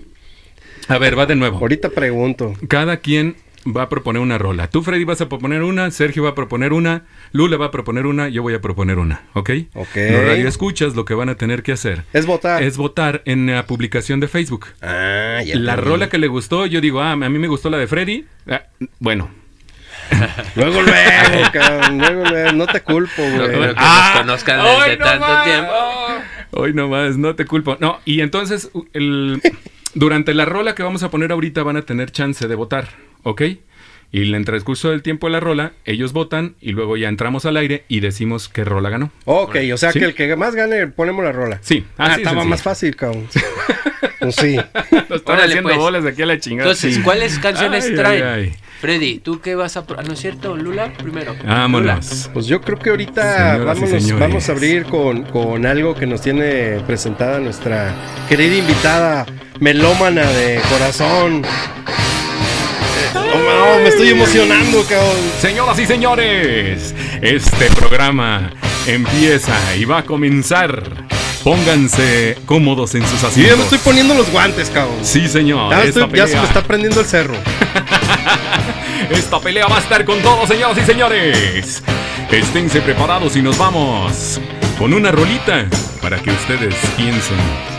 Speaker 4: A ver, va de nuevo.
Speaker 5: ahorita pregunto.
Speaker 4: Cada quien va a proponer una rola. Tú, Freddy, vas a proponer una, Sergio va a proponer una, Lula va a proponer una, yo voy a proponer una, ¿ok?
Speaker 5: Ok.
Speaker 4: Los radioescuchas lo que van a tener que hacer
Speaker 5: Es votar.
Speaker 4: es votar en la publicación de Facebook.
Speaker 5: Ah, ya
Speaker 4: La
Speaker 5: entendí.
Speaker 4: rola que le gustó, yo digo, ah, a mí me gustó la de Freddy. Ah, bueno,
Speaker 5: Luego, luego, cabrón, luego, luego, No te culpo,
Speaker 6: No creo
Speaker 5: güey.
Speaker 6: que
Speaker 4: Ah,
Speaker 6: nos conozcan desde tanto tiempo.
Speaker 4: Oh. Hoy nomás, no te culpo. No, y entonces, u- el, durante la rola que vamos a poner ahorita van a tener chance de votar, ¿ok? Y en el transcurso del tiempo de la rola, ellos votan y luego ya entramos al aire y decimos qué rola ganó.
Speaker 5: Ok, o sea
Speaker 4: Sí.
Speaker 5: que el que más gane, ponemos la rola.
Speaker 4: Sí,
Speaker 5: Ah,
Speaker 4: así de
Speaker 5: estaba
Speaker 4: sencillo.
Speaker 5: más fácil, cabrón. Pues sí.
Speaker 4: Lo están
Speaker 6: Órale,
Speaker 4: haciendo
Speaker 6: pues.
Speaker 4: bolas de aquí a la chingada.
Speaker 6: Entonces,
Speaker 4: Sí.
Speaker 6: ¿cuáles canciones
Speaker 4: Ay,
Speaker 6: traen?
Speaker 4: ay, ay.
Speaker 6: Freddy, ¿tú qué vas a.? pro- ah, ¿No es cierto? Lula, primero.
Speaker 4: Vámonos.
Speaker 5: Pues yo creo que ahorita
Speaker 4: Señoras y
Speaker 5: vámonos-
Speaker 4: señores.
Speaker 5: vamos a abrir con, con algo que nos tiene presentada nuestra querida invitada melómana de corazón. Eh, oh, no, me estoy emocionando, cabrón.
Speaker 4: Señoras y señores, este programa empieza y va a comenzar. Pónganse cómodos en sus
Speaker 5: Y
Speaker 4: asientos.
Speaker 5: yo me estoy poniendo los guantes, cabrón.
Speaker 4: Sí, señor.
Speaker 5: ya,
Speaker 4: esta
Speaker 5: estoy- ya se
Speaker 4: pelea-
Speaker 5: me está prendiendo el cerro.
Speaker 4: Esta pelea va a estar con todos, señoras y señores. Esténse preparados y nos vamos con una rolita para que ustedes piensen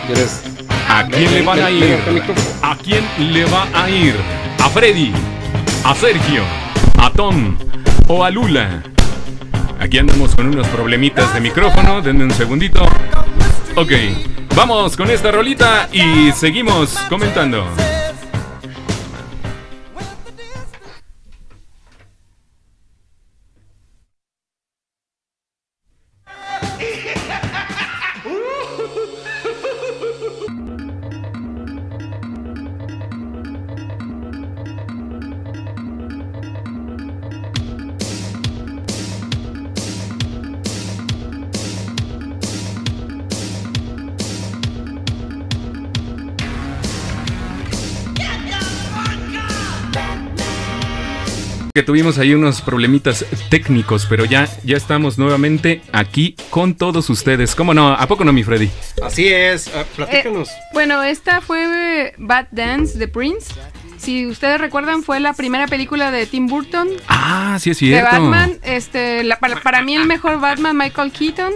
Speaker 5: ¿Quieres?
Speaker 4: a quién le van a ir. ¿A quién le va a ir? ¿A Freddy? ¿A Sergio? ¿A Tom? ¿O a Lula? Aquí andamos con unos problemitas de micrófono. Denme un segundito. Ok, vamos con esta rolita y seguimos comentando. que tuvimos ahí unos problemitas técnicos, pero ya, ya estamos nuevamente aquí con todos ustedes. ¿Cómo no? ¿A poco no, mi Freddy?
Speaker 5: Así es, ah, platícanos.
Speaker 7: Eh, bueno, esta fue eh, Bad Dance de Prince. Si ustedes recuerdan, fue la primera película de Tim Burton
Speaker 4: Ah, sí es
Speaker 7: de
Speaker 4: cierto.
Speaker 7: Batman. Este, la- para, para mí el mejor Batman, Michael Keaton,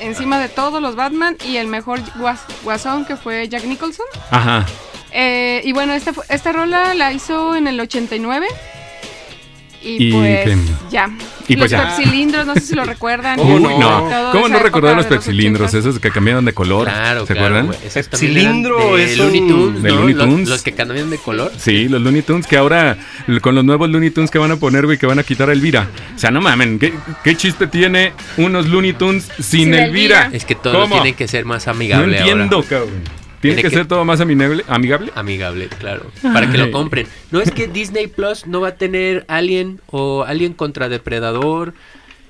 Speaker 7: encima de todos los Batman y el mejor guas- guasón que fue Jack Nicholson.
Speaker 4: Ajá.
Speaker 7: Eh, y bueno, esta, fu- esta rola la hizo en el 89. Y,
Speaker 4: Y
Speaker 7: pues
Speaker 4: que-
Speaker 7: ya.
Speaker 4: y pues
Speaker 7: los
Speaker 4: ya.
Speaker 7: pepsilindros, no sé si lo recuerdan.
Speaker 5: ¿Cómo
Speaker 4: Uy,
Speaker 5: no?
Speaker 7: Toda
Speaker 4: no. ¿Cómo
Speaker 7: esa
Speaker 4: no
Speaker 7: época
Speaker 4: recordar
Speaker 7: de
Speaker 4: los
Speaker 7: los
Speaker 4: pepsilindros,
Speaker 7: ochentas.
Speaker 4: esos que cambiaron de color?
Speaker 6: Claro,
Speaker 4: ¿Se
Speaker 6: claro.
Speaker 4: acuerdan?
Speaker 6: güey. Esos también eran
Speaker 5: Cilindro
Speaker 6: de
Speaker 5: es
Speaker 6: Looney
Speaker 5: un-
Speaker 6: Tunes,
Speaker 4: de
Speaker 6: ¿no?
Speaker 4: Looney
Speaker 6: Los-
Speaker 4: Tunes.
Speaker 6: los que cambian de color.
Speaker 4: Sí, los Looney Tunes que ahora l- con los nuevos Looney Tunes que van a poner, güey, que van a quitar a Elvira. O sea, no mamen, ¿qué, qué chiste tiene unos Looney Tunes sin,
Speaker 7: Sin
Speaker 4: Elvira?
Speaker 7: Elvira.
Speaker 6: Es que todo
Speaker 4: ¿Cómo?
Speaker 6: tiene que ser más
Speaker 4: No
Speaker 6: amigable
Speaker 4: entiendo,
Speaker 6: ahora.
Speaker 4: cabrón. ¿Tiene,
Speaker 6: Tiene
Speaker 4: que,
Speaker 6: que-
Speaker 4: ser todo más amigable? ¿Amigable?
Speaker 6: Amigable, claro. Para que lo
Speaker 4: Ay.
Speaker 6: compren. No es que Disney Plus no va a tener Alien o Alien contra Depredador.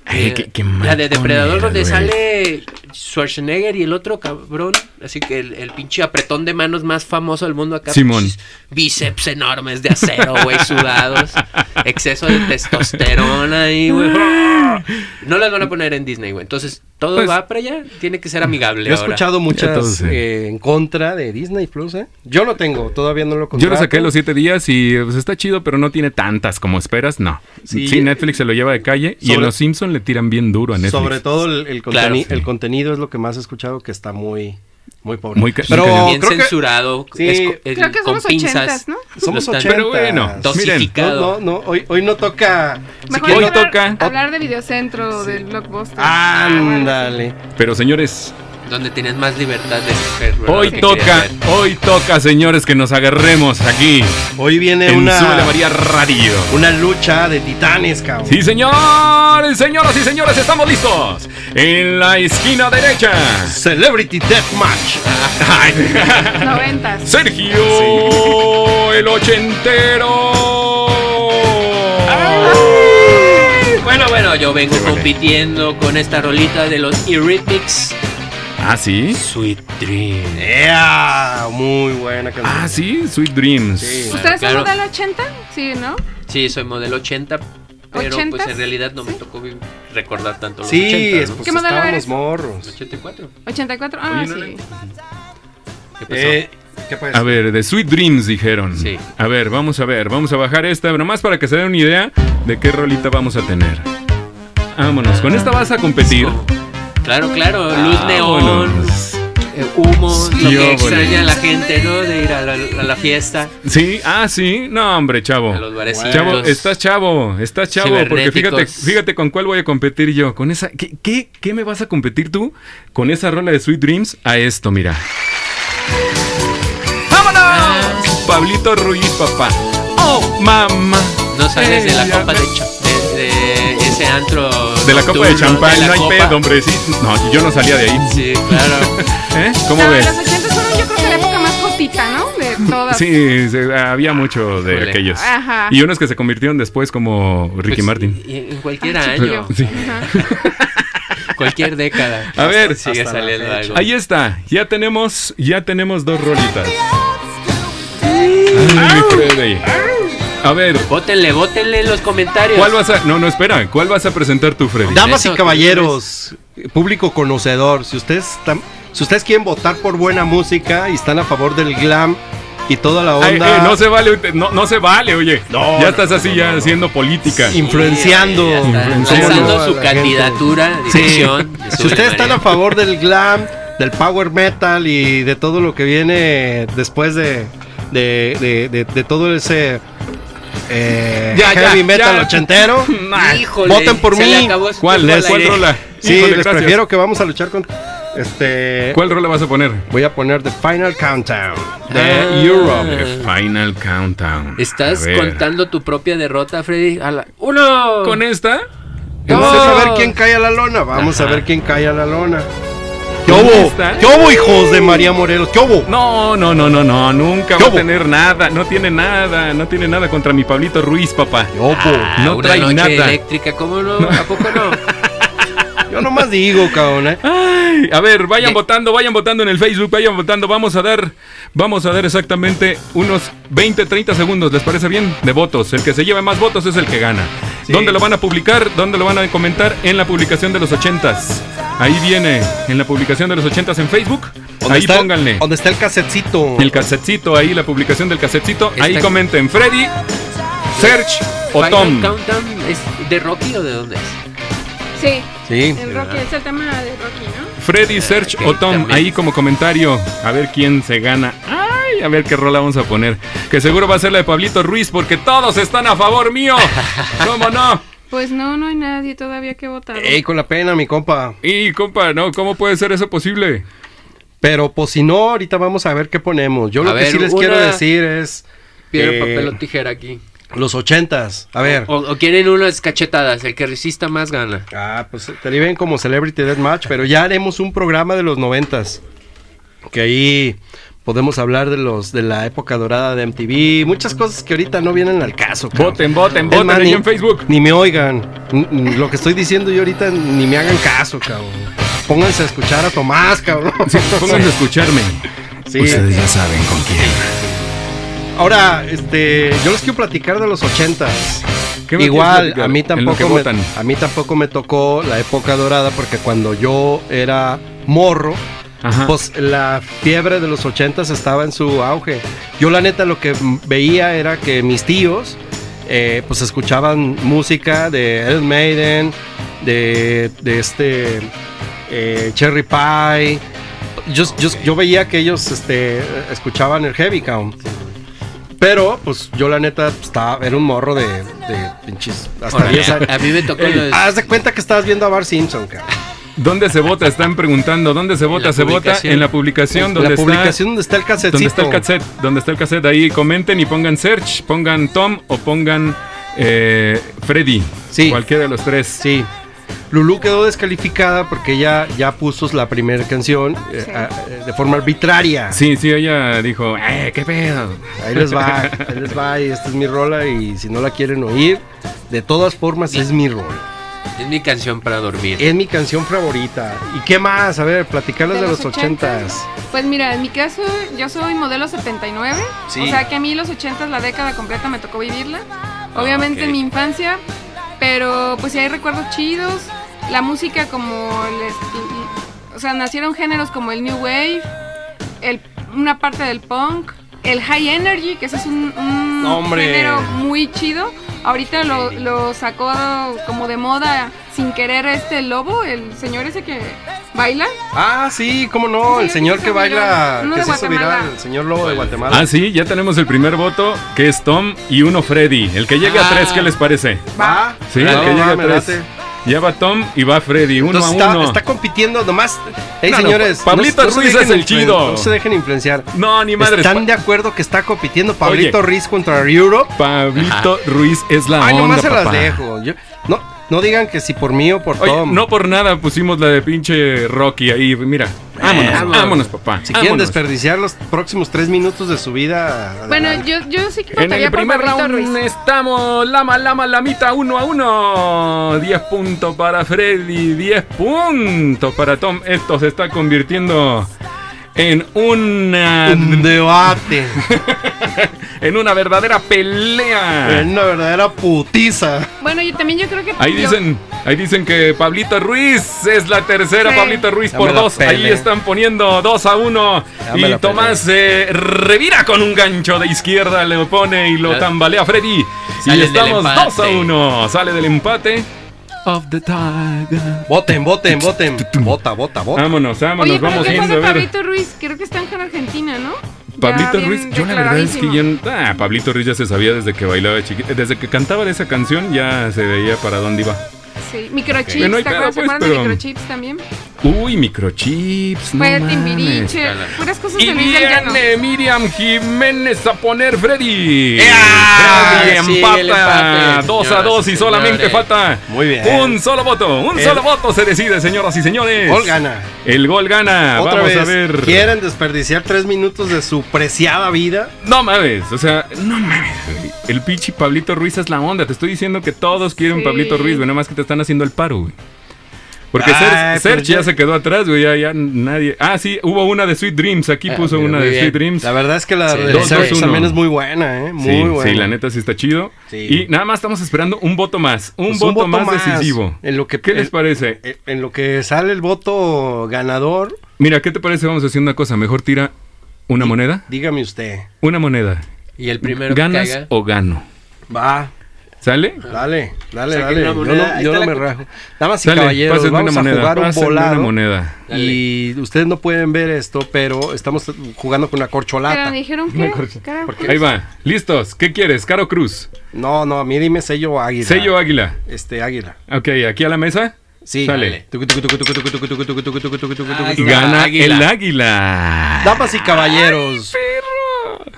Speaker 4: Ay,
Speaker 6: Eh,
Speaker 4: qué- qué
Speaker 6: la de Depredador
Speaker 4: maconera,
Speaker 6: donde
Speaker 4: güey.
Speaker 6: sale Schwarzenegger y el otro cabrón. Así que el, el pinche apretón de manos más famoso del mundo acá.
Speaker 4: Simón.
Speaker 6: pinches Bíceps enormes de acero, güey, sudados. Exceso de testosterona ahí, güey. No las van a poner en Disney, güey. Entonces, todo
Speaker 4: Ah. Pues-
Speaker 6: va para allá. Tiene que ser amigable
Speaker 5: Yo he
Speaker 6: ahora.
Speaker 5: escuchado muchas
Speaker 4: Entonces, sí.
Speaker 5: eh, en contra de Disney Plus, ¿eh? Yo lo tengo, todavía no lo
Speaker 4: Yo
Speaker 5: contrato.
Speaker 4: lo saqué los siete días y pues, está chido, pero no tiene tantas como esperas, no. Sí,
Speaker 5: Sí.
Speaker 4: Netflix se lo lleva de calle y en
Speaker 5: Sobre-
Speaker 4: Los Simpsons le tiran bien duro a Netflix.
Speaker 5: Sobre todo el, el
Speaker 6: Claro,
Speaker 5: conteni-
Speaker 6: sí.
Speaker 5: el contenido es lo que más he escuchado que está muy, muy pobre.
Speaker 4: Muy ca-
Speaker 5: Pero
Speaker 4: muy cañón.
Speaker 6: bien
Speaker 5: creo que
Speaker 6: censurado.
Speaker 5: Sí.
Speaker 6: es- es-
Speaker 7: Creo que
Speaker 6: con
Speaker 7: somos ochentas,
Speaker 6: pinzas.
Speaker 7: ¿no?
Speaker 5: somos
Speaker 6: Los tan-
Speaker 5: 80.
Speaker 4: Pero bueno, miren,
Speaker 5: No, no,
Speaker 6: Dosificado.
Speaker 5: no, hoy, hoy no toca.
Speaker 7: Mejor
Speaker 4: que
Speaker 7: hablar,
Speaker 4: hoy toca-
Speaker 7: hablar de videocentro, del blockbuster. Ah,
Speaker 5: Ándale.
Speaker 4: Pero señores,
Speaker 6: Donde tenías más libertad de escoger. ¿verdad?
Speaker 4: hoy
Speaker 6: Lo que
Speaker 4: toca,
Speaker 6: querías ver.
Speaker 4: hoy toca, señores, que nos agarremos aquí
Speaker 5: Hoy viene
Speaker 4: en
Speaker 5: una,
Speaker 4: Súbele María Radio.
Speaker 5: una lucha de titanes, cabrón.
Speaker 4: Sí, señor, señoras y señores, estamos listos. En la esquina derecha,
Speaker 5: Celebrity Deathmatch.
Speaker 7: Noventas.
Speaker 4: Sergio, el ochentero.
Speaker 6: Bueno, bueno, yo vengo compitiendo con esta rolita de los Eurythmics.
Speaker 4: Ah, sí.
Speaker 6: Sweet Dream.
Speaker 5: ¡Ea! Muy buena canción.
Speaker 4: Ah, sí, Sweet Dreams.
Speaker 5: Sí.
Speaker 7: ¿Ustedes
Speaker 6: Claro.
Speaker 7: son del 80? Sí, ¿no?
Speaker 6: Sí, soy modelo 80, pero pues
Speaker 7: ¿Ochentas?
Speaker 6: en realidad no me tocó vi- recordar tanto los
Speaker 5: Sí,
Speaker 6: 80,
Speaker 5: es,
Speaker 6: ¿no?
Speaker 5: pues
Speaker 7: ¿Qué modelo
Speaker 5: estábamos
Speaker 7: eres?
Speaker 5: morros.
Speaker 6: 84.
Speaker 7: 84. Ah,
Speaker 4: Oye, no
Speaker 7: sí.
Speaker 6: ¿Qué pasó?
Speaker 5: Eh, ¿Qué pues?
Speaker 4: A ver, de Sweet Dreams dijeron.
Speaker 6: Sí.
Speaker 4: A ver, vamos a ver, vamos a bajar esta, pero más para que se den una idea de qué rolita vamos a tener. Vámonos, con esta vas a competir.
Speaker 6: Oh. Claro, claro, luz neón,
Speaker 4: Ah, Vámonos.
Speaker 6: eh, humo, lo
Speaker 4: Dióboles.
Speaker 6: que extraña a la gente, ¿no? De ir a la, a la fiesta,
Speaker 4: Sí, ah, sí. No, hombre, chavo.
Speaker 6: a los barecitos.
Speaker 4: Chavo, estás chavo, estás chavo, porque fíjate,
Speaker 6: Cibernéticos.
Speaker 4: fíjate con cuál voy a competir yo, con esa, ¿qué, qué, qué me vas a competir tú con esa rola de Sweet Dreams a esto, mira? ¡Vámonos! Pablito Ruiz, papá. ¡Oh, mamá!
Speaker 6: No sales de la
Speaker 4: Ella-
Speaker 6: copa de, cha- de- de ese antro.
Speaker 4: De la copa de
Speaker 6: nocturno,
Speaker 4: champán,
Speaker 6: de la
Speaker 4: no hay
Speaker 6: copa.
Speaker 4: pedo, hombre, sí. No, yo no salía de ahí.
Speaker 6: Sí, claro.
Speaker 4: ¿Eh? ¿Cómo
Speaker 7: No,
Speaker 4: ves?
Speaker 7: Los 80 fueron yo creo que la época más jotita, ¿no? De todas.
Speaker 4: Sí, se- había mucho de
Speaker 6: Híjole.
Speaker 4: aquellos.
Speaker 7: Ajá.
Speaker 4: Y unos que se convirtieron después como Ricky
Speaker 6: Pues,
Speaker 4: Martin.
Speaker 6: y- y en cualquier
Speaker 7: chiquillo.
Speaker 6: año,
Speaker 4: Sí.
Speaker 6: cualquier década.
Speaker 4: A ver.
Speaker 6: sigue saliendo algo.
Speaker 4: Ahí está, ya tenemos, ya tenemos dos rolitas. Ay, mi Freddy. A ver,
Speaker 6: Bótenle, bótenle en los comentarios.
Speaker 4: ¿cuál vas a. No, no, espera, ¿cuál vas a presentar tú, Freddy?
Speaker 5: Damas
Speaker 6: Eso,
Speaker 5: y
Speaker 6: ¿qué
Speaker 5: caballeros, público conocedor, si ustedes están, si ustedes quieren votar por buena música y están a favor del glam y toda la
Speaker 4: Ay,
Speaker 5: onda
Speaker 4: eh, no se vale, te- no, no se vale, oye.
Speaker 5: No,
Speaker 4: ya
Speaker 5: no,
Speaker 4: estás
Speaker 5: no,
Speaker 4: así
Speaker 5: no,
Speaker 4: ya
Speaker 5: no, no.
Speaker 4: haciendo política.
Speaker 5: influenciando,
Speaker 6: Ya está,
Speaker 4: Influenciando
Speaker 6: Lanzando
Speaker 5: a
Speaker 6: su
Speaker 5: la
Speaker 6: candidatura,
Speaker 5: gente.
Speaker 6: dirección.
Speaker 5: Sí.
Speaker 6: de
Speaker 5: Si
Speaker 6: Súbele
Speaker 5: ustedes están
Speaker 6: María.
Speaker 5: a favor del glam, del power metal y de todo lo que viene después de de, de- de- de todo ese eh,
Speaker 4: Ya, ya,
Speaker 5: heavy metal
Speaker 4: ya.
Speaker 5: ochentero.
Speaker 6: Híjole,
Speaker 5: voten por
Speaker 6: se
Speaker 5: mí.
Speaker 6: le acabó su
Speaker 4: ¿Cuál,
Speaker 6: tiempo al
Speaker 4: cuál
Speaker 6: aire.
Speaker 4: rola?
Speaker 5: Sí,
Speaker 4: Híjole,
Speaker 5: les
Speaker 4: gracias.
Speaker 5: prefiero que vamos a luchar con este
Speaker 4: ¿Cuál rola vas a poner?
Speaker 5: Voy a poner The Final Countdown de
Speaker 6: Ah.
Speaker 5: Europe.
Speaker 4: The Final Countdown. A
Speaker 6: Estás
Speaker 4: ver.
Speaker 6: contando tu propia derrota, Freddy. A la- Uno.
Speaker 4: ¿Con esta?
Speaker 5: Vamos
Speaker 6: No.
Speaker 5: a ver quién cae a la lona. Vamos a
Speaker 6: Ajá.
Speaker 5: ver quién cae a la lona. ¿Qué
Speaker 4: ¿Dónde
Speaker 5: hubo?
Speaker 4: está?
Speaker 5: ¿Qué hubo, hijos de María Morelos? ¿Qué hubo?
Speaker 4: No, no, no, no, no, nunca va a
Speaker 5: hubo?
Speaker 4: tener nada, no tiene nada, no tiene nada contra mi Pablito Ruiz, papá.
Speaker 5: ¿Qué hubo?
Speaker 6: Ah,
Speaker 4: No
Speaker 6: una
Speaker 4: trae
Speaker 6: noche
Speaker 4: nada.
Speaker 6: eléctrica, ¿cómo no? ¿A poco no?
Speaker 5: Yo nomás digo, cabrón. ¿eh?
Speaker 4: Ay, a ver, vayan votando, vayan votando en el Facebook, vayan votando. Vamos a dar, vamos a dar exactamente unos 20, 30 segundos, ¿les parece bien? De votos. El que se lleve más votos es el que gana. ¿Dónde lo van a publicar? ¿Dónde lo van a comentar? En la publicación de los ochentas. Ahí viene, en la publicación de los ochentas en Facebook.
Speaker 5: ¿Dónde
Speaker 4: Ahí
Speaker 5: está el-
Speaker 4: pónganle.
Speaker 5: ¿Dónde está el casetcito?
Speaker 4: El casetcito, ahí la publicación del casetcito. Ahí
Speaker 6: Está-
Speaker 4: comenten Freddy, Serge o
Speaker 6: Final
Speaker 4: Tom.
Speaker 6: Countdown, ¿Es de Rocky o de dónde es?
Speaker 7: Sí,
Speaker 5: Sí.
Speaker 7: el Rocky es el tema de Rocky, ¿no?
Speaker 4: Freddy, Serge
Speaker 6: ok,
Speaker 4: o Tom,
Speaker 6: también.
Speaker 4: ahí como comentario. A ver quién se gana. Ay, a ver qué rola vamos a poner. Que seguro va a ser la de Pablito Ruiz porque todos están a favor mío. ¿Cómo no?
Speaker 7: Pues no, no hay nadie todavía que votar.
Speaker 4: Eh,
Speaker 5: Ey, con la pena, mi compa.
Speaker 4: Y compa, no, ¿cómo puede ser eso posible?
Speaker 5: Pero pues si no, ahorita vamos a ver qué ponemos. Yo
Speaker 6: A
Speaker 5: lo que
Speaker 6: ver,
Speaker 5: sí les
Speaker 6: una-
Speaker 5: quiero decir es
Speaker 6: Piedra,
Speaker 5: Eh,
Speaker 6: papel o tijera aquí.
Speaker 5: los ochentas. A ver.
Speaker 6: O, o quieren unas cachetadas, el que resista más gana.
Speaker 5: Ah, pues te viven como Celebrity Deathmatch, pero ya haremos un programa de los noventas. Que ahí podemos hablar de los de la época dorada de MTV, muchas cosas que ahorita no vienen al caso. cabrón.
Speaker 4: Voten, voten,
Speaker 5: Es
Speaker 4: voten
Speaker 5: más,
Speaker 4: ahí
Speaker 5: ni-
Speaker 4: en Facebook.
Speaker 5: Ni me oigan. N- n- Lo que estoy diciendo yo ahorita ni me hagan caso, cabrón. Pónganse a escuchar a Tomás, cabrón.
Speaker 4: Pónganse a escucharme.
Speaker 5: Sí.
Speaker 10: ya saben con quién.
Speaker 5: Ahora, este, yo les quiero platicar de los ochentas.
Speaker 4: ¿Qué me quieres
Speaker 5: Igual,
Speaker 4: platicar
Speaker 5: a mí,
Speaker 4: en lo que
Speaker 5: tampoco me,
Speaker 4: votan?
Speaker 5: a mí tampoco me tocó la época dorada porque cuando yo era morro,
Speaker 4: Ajá.
Speaker 5: pues la fiebre de los ochentas estaba en su auge. Yo la neta lo que m- veía era que mis tíos eh, pues escuchaban música de Iron Maiden, de, de este eh, Cherry Pie. Yo, yo- yo veía que ellos este, escuchaban el heavy count. Pero, pues yo la neta pues, estaba, era un morro de, de pinches. Hasta
Speaker 6: Órale,
Speaker 5: 10 años.
Speaker 6: a, a mí pues, me tocó lo de-
Speaker 5: Haz de cuenta que estabas viendo a Bart Simpson, cabrón.
Speaker 4: ¿Dónde se vota? Están preguntando. ¿Dónde se vota?
Speaker 6: la
Speaker 4: Se vota
Speaker 6: publicación.
Speaker 4: en la publicación donde
Speaker 5: la
Speaker 4: está-
Speaker 5: publicación donde está el casetcito.
Speaker 4: ¿Dónde está el cassette? ¿Dónde está el cassette? Ahí comenten y pongan Search, pongan Tom o pongan eh, Freddy.
Speaker 5: Sí.
Speaker 4: Cualquiera de los tres.
Speaker 5: Sí. Lulú quedó descalificada porque ella ya puso la primera canción eh,
Speaker 7: Sí.
Speaker 5: a- eh, de forma arbitraria.
Speaker 4: Sí, sí, ella dijo, ¡eh, qué pedo!
Speaker 5: Ahí les va, ahí les va, y esta es mi rola y si no la quieren oír, de todas formas es mi rola.
Speaker 6: Es mi canción para dormir.
Speaker 5: Es mi canción favorita. ¿Y qué más? A ver, platicarles de, los ochentas.
Speaker 7: Pues mira, en mi caso, yo soy modelo 79.
Speaker 5: Sí.
Speaker 7: O sea que a mí los 80s, la década completa, me tocó vivirla.
Speaker 5: Ah,
Speaker 7: Obviamente
Speaker 6: ok.
Speaker 7: en mi infancia, pero pues sí hay recuerdos chidos. La música como... el esti- o sea, nacieron géneros como el New Wave, el- una parte del punk, el High Energy, que ese es un, un
Speaker 5: Hombre.
Speaker 7: género muy chido. Ahorita lo, lo sacó como de moda sin querer este lobo, el señor ese que baila.
Speaker 5: Ah, sí, cómo no,
Speaker 7: Sí,
Speaker 5: el señor
Speaker 7: se
Speaker 5: que
Speaker 7: hizo
Speaker 5: baila,
Speaker 7: viral. Uno
Speaker 5: que
Speaker 7: de
Speaker 5: se hizo
Speaker 7: Guatemala.
Speaker 5: viral, el señor lobo de Guatemala.
Speaker 4: Ah, sí, ya tenemos el primer voto, que es Tom y uno Freddy. El que llegue a
Speaker 6: Ah.
Speaker 4: tres, ¿qué les parece?
Speaker 5: Va,
Speaker 4: Sí,
Speaker 5: va,
Speaker 4: el que
Speaker 5: va,
Speaker 4: llegue a
Speaker 5: me
Speaker 4: tres.
Speaker 5: late.
Speaker 4: Ya va Tom y va Freddy, uno
Speaker 5: Entonces
Speaker 4: a
Speaker 5: está,
Speaker 4: uno.
Speaker 5: está compitiendo nomás. Ey,
Speaker 4: No, no,
Speaker 5: señores.
Speaker 4: Pa- Pablito
Speaker 5: se
Speaker 4: Ruiz
Speaker 5: dejen
Speaker 4: es el
Speaker 5: influen-
Speaker 4: chido.
Speaker 5: No se dejen influenciar.
Speaker 4: No, ni madre.
Speaker 5: Están de acuerdo que está compitiendo Pablito Ruiz contra Europe.
Speaker 4: Pablito Ruiz es la
Speaker 5: Ay,
Speaker 4: onda,
Speaker 5: nomás se las
Speaker 4: papá.
Speaker 5: dejo. Yo- no, no digan que si por mí o por
Speaker 4: Oye,
Speaker 5: Tom.
Speaker 4: no por nada pusimos la de pinche Rocky ahí, mira. Vámonos, vámonos,
Speaker 6: vámonos.
Speaker 4: papá.
Speaker 5: si quieren
Speaker 4: vámonos.
Speaker 5: desperdiciar los próximos tres minutos de su vida.
Speaker 7: Bueno,
Speaker 5: adelante.
Speaker 7: yo, yo sí que
Speaker 4: En
Speaker 7: votaría
Speaker 4: el
Speaker 7: por
Speaker 4: primer
Speaker 7: Pablito
Speaker 4: round eh.
Speaker 7: Ruiz.
Speaker 4: estamos Lama, Lama, Lamita, 1 a 1. 10 puntos para Freddy, 10 puntos para Tom. Esto se está convirtiendo en una,
Speaker 5: Un debate.
Speaker 4: en una verdadera pelea.
Speaker 5: Es una verdadera putiza.
Speaker 7: Bueno, yo también yo creo que...
Speaker 4: Ahí
Speaker 7: yo-
Speaker 4: dicen, ahí dicen que Pablito Ruiz es la tercera,
Speaker 7: Sí.
Speaker 4: Pablito Ruiz
Speaker 5: Ya
Speaker 4: por
Speaker 5: me la
Speaker 4: dos. Ahí
Speaker 5: pelé.
Speaker 4: están poniendo dos a uno.
Speaker 5: Ya me
Speaker 4: Y
Speaker 5: la
Speaker 4: Tomás eh, revira con un gancho de izquierda, le pone y lo
Speaker 6: Ya.
Speaker 4: tambalea Freddy. Y
Speaker 6: Sale del
Speaker 4: estamos
Speaker 6: empate.
Speaker 4: dos a uno. Sale del empate.
Speaker 5: Voten, voten, voten. Vota, vota, vota.
Speaker 4: Vámonos, vámonos,
Speaker 7: Oye, pero
Speaker 4: vamos
Speaker 7: ¿qué pasa
Speaker 4: yendo a
Speaker 7: de
Speaker 4: ver.
Speaker 7: Pablito Ruiz? Creo que está en Argentina, ¿no? Ya
Speaker 4: Pablito
Speaker 7: bien
Speaker 4: Ruiz, yo la verdad es que yo.
Speaker 7: declaradísimo.
Speaker 4: Ah, Pablito Ruiz ya se sabía desde que bailaba chiquito. Desde que cantaba de esa canción ya se veía para dónde iba.
Speaker 7: Sí, microchips,
Speaker 4: Bueno, hay
Speaker 7: ¿te acuerdas? ¿Se
Speaker 4: pedo, pues,
Speaker 7: acuerdan
Speaker 4: pero-
Speaker 7: de microchips también?
Speaker 4: Uy, microchips. No
Speaker 7: Fue
Speaker 4: mames.
Speaker 7: Timbiriche, puras cosas
Speaker 4: Y
Speaker 7: de Luis del Llano.
Speaker 4: viene Miriam Jiménez a poner Freddy.
Speaker 6: ¡Ea!
Speaker 4: Freddy
Speaker 6: Sigue
Speaker 4: empata
Speaker 6: el empate,
Speaker 4: dos a
Speaker 6: señoras
Speaker 4: dos y
Speaker 6: y
Speaker 4: solamente
Speaker 6: señores.
Speaker 4: falta
Speaker 5: Muy bien.
Speaker 4: un solo voto. Un
Speaker 5: El-
Speaker 4: solo voto se decide, señoras y señores.
Speaker 5: Gol gana.
Speaker 4: El gol gana.
Speaker 5: Otra
Speaker 4: Ah, Vamos
Speaker 5: vez,
Speaker 4: a ver.
Speaker 5: ¿quieren desperdiciar tres minutos de su preciada vida?
Speaker 4: No mames, o sea, no mames. güey. El pinche Pablito Ruiz es la onda. Te estoy diciendo que todos quieren
Speaker 7: Sí.
Speaker 4: Pablito Ruiz, güey. Nada más que te están haciendo el paro, güey. Porque Ser-
Speaker 5: Ay,
Speaker 4: Serge
Speaker 5: pues ya-
Speaker 4: ya se quedó atrás, güey. Ya, ya nadie. Ah, sí, hubo una de Sweet Dreams. Aquí
Speaker 6: Ah,
Speaker 4: puso
Speaker 6: mira,
Speaker 4: una
Speaker 6: muy
Speaker 4: de
Speaker 6: bien.
Speaker 4: Sweet Dreams.
Speaker 5: La verdad es que la
Speaker 6: Sí.
Speaker 5: de
Speaker 4: Dos,
Speaker 5: Serge
Speaker 4: dos, uno.
Speaker 5: también es muy buena, ¿eh? Muy
Speaker 4: sí,
Speaker 5: buena.
Speaker 4: sí, la neta sí está chido.
Speaker 5: Sí.
Speaker 4: Y nada más estamos esperando un voto más. Un,
Speaker 5: Pues
Speaker 4: voto, más, decisivo.
Speaker 5: En lo que,
Speaker 4: ¿Qué les
Speaker 5: en-
Speaker 4: parece?
Speaker 5: en- en lo que sale el voto ganador,
Speaker 4: Mira, ¿qué te parece? Vamos a hacer una cosa. Mejor tira una moneda.
Speaker 5: dígame usted.
Speaker 4: Una moneda.
Speaker 6: Y el primero
Speaker 4: ¿Ganas
Speaker 6: que caiga.
Speaker 4: o gano?
Speaker 5: Va,
Speaker 4: ¿Sale?
Speaker 5: dale, dale,
Speaker 6: Saquen
Speaker 5: dale.
Speaker 6: la
Speaker 5: Yo no,
Speaker 6: moneda, ahí
Speaker 5: yo
Speaker 6: está
Speaker 5: no
Speaker 6: la
Speaker 5: me
Speaker 6: cu-
Speaker 5: rajo. Damas y
Speaker 4: Sale,
Speaker 5: caballeros,
Speaker 4: pásenme
Speaker 5: vamos a jugar un
Speaker 4: pásenme una
Speaker 5: volado.
Speaker 4: moneda.
Speaker 5: Y ustedes no pueden ver esto, pero estamos jugando con una
Speaker 7: Pero
Speaker 5: corcholata.
Speaker 7: me dijeron que. Carajo.
Speaker 4: Ahí va. Listos. ¿Qué quieres? Caro Cruz.
Speaker 5: No, no, a mí dime sello águila.
Speaker 4: Sello Águila.
Speaker 5: Este, águila.
Speaker 4: Ok, aquí a la mesa.
Speaker 5: Sí.
Speaker 4: Sale.
Speaker 5: Tucu, tucu, tucu, tucu, tucu, tucu, tucu, tucu, tucu, tucu, tucu,
Speaker 6: Ay,
Speaker 5: tucu.
Speaker 6: Ga-
Speaker 4: Gana
Speaker 6: águila.
Speaker 4: el águila.
Speaker 5: Damas y caballeros,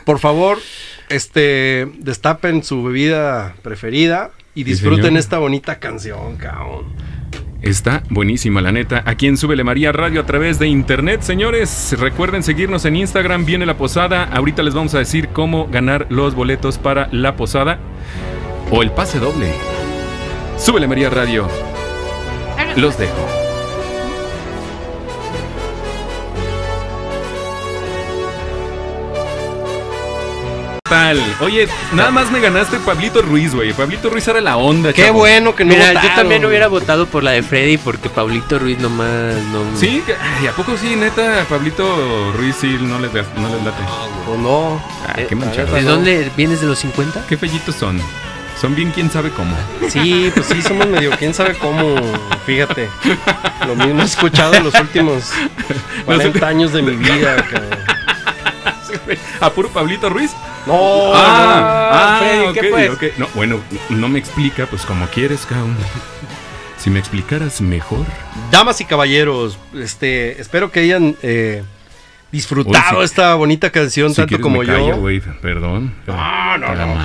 Speaker 5: por favor, este, destapen su bebida preferida y disfruten
Speaker 4: señor.
Speaker 5: esta bonita canción, cabrón.
Speaker 4: Está buenísima, la neta. Aquí en Súbele María Radio a través de internet, señores. Recuerden seguirnos en Instagram. Viene la posada. Ahorita les vamos a decir cómo ganar los boletos para la posada o el pase doble. Súbele María Radio. Los dejo. Tal. Oye, nada más me ganaste Pablito Ruiz, güey. Pablito Ruiz era la onda,
Speaker 5: Qué
Speaker 4: chavo.
Speaker 5: bueno que no
Speaker 6: Mira,
Speaker 5: votaron.
Speaker 6: yo también hubiera votado por la de Freddy porque Pablito Ruiz nomás no.
Speaker 4: Sí, que- ay, ¿a poco sí, neta? Pablito Ruiz sí, no les, da- no les late.
Speaker 5: O no.
Speaker 4: Ah,
Speaker 6: Eh,
Speaker 4: qué manchado.
Speaker 6: ¿De dónde vienes de los 50?
Speaker 4: Qué pellitos son. Son bien quién sabe cómo.
Speaker 5: Sí, pues sí, somos medio quién sabe cómo, fíjate. Lo mismo he escuchado en los últimos 40 años de mi vida. cabrón.
Speaker 4: ¿A puro Pablito Ruiz?
Speaker 5: Oh, No,
Speaker 4: ah, ah,
Speaker 5: no, Freddy, ¿qué
Speaker 4: ok,
Speaker 5: pues?
Speaker 4: ok. No, bueno, no me explica, pues como quieres, cabrón. Si me explicaras mejor.
Speaker 5: Damas y caballeros, este, espero que hayan eh,
Speaker 4: Uy,
Speaker 5: disfrutado
Speaker 4: sí.
Speaker 5: esta bonita canción
Speaker 4: Si
Speaker 5: tanto
Speaker 4: quieres
Speaker 5: como
Speaker 4: me
Speaker 5: yo. Ah,
Speaker 4: callo, güey, Perdón. No, no, no.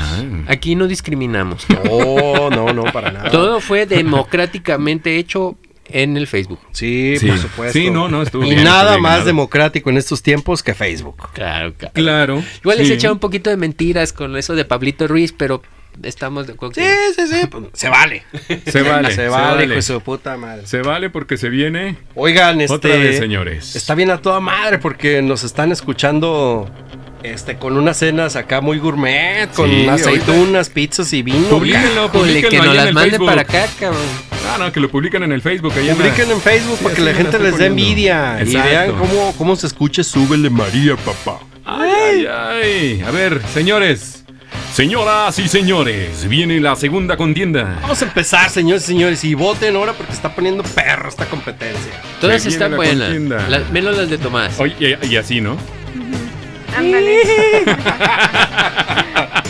Speaker 6: Aquí no discriminamos.
Speaker 5: no, Oh, no, no, para nada.
Speaker 6: Todo fue democráticamente hecho en el Facebook.
Speaker 5: Sí,
Speaker 4: Sí.
Speaker 5: por supuesto.
Speaker 4: Sí, no, no, estuvo
Speaker 5: Y
Speaker 4: bien,
Speaker 5: nada
Speaker 4: estuvo bien
Speaker 5: más
Speaker 4: ganado.
Speaker 5: democrático en estos tiempos que Facebook.
Speaker 6: Claro, claro.
Speaker 4: Claro.
Speaker 6: Igual les
Speaker 4: sí.
Speaker 6: he echado un poquito de mentiras con eso de Pablito Ruiz, pero estamos de acuerdo
Speaker 5: Sí,
Speaker 6: que-
Speaker 5: sí, sí. pues, Se vale.
Speaker 4: Se vale.
Speaker 5: se vale, hijo de su puta madre.
Speaker 4: Se vale porque se viene
Speaker 5: Oigan, este.
Speaker 4: otra vez, señores.
Speaker 5: Está bien a toda madre porque nos están escuchando este con unas cenas acá muy gourmet, con
Speaker 4: Sí,
Speaker 5: aceitunas, pizzas y vino.
Speaker 4: Publíquenlo,
Speaker 6: Híjole,
Speaker 4: publíquenlo
Speaker 6: que nos
Speaker 4: pues ahí en
Speaker 6: las
Speaker 4: el
Speaker 6: manden
Speaker 4: Facebook.
Speaker 6: para acá, cabrón.
Speaker 4: Ah, no, que lo publican en el Facebook. ahí en la-
Speaker 5: Publiquen en Facebook para
Speaker 4: así
Speaker 5: que la
Speaker 4: me
Speaker 5: gente
Speaker 4: la
Speaker 5: les
Speaker 4: estoy
Speaker 5: dé
Speaker 4: poniendo.
Speaker 5: envidia y
Speaker 4: Exacto.
Speaker 5: vean cómo, cómo se escucha Súbele María, papá.
Speaker 4: Ay, ay, ay. A ver, señores. Señoras y señores, viene la segunda contienda.
Speaker 5: Vamos a empezar, señores y señores, y voten ahora porque está poniendo perro esta competencia.
Speaker 6: Todas
Speaker 4: viene
Speaker 6: están
Speaker 4: la
Speaker 6: buenas.
Speaker 4: contienda.
Speaker 6: Las- menos las de Tomás.
Speaker 4: Oye, y, y así, ¿no?
Speaker 7: Ándale.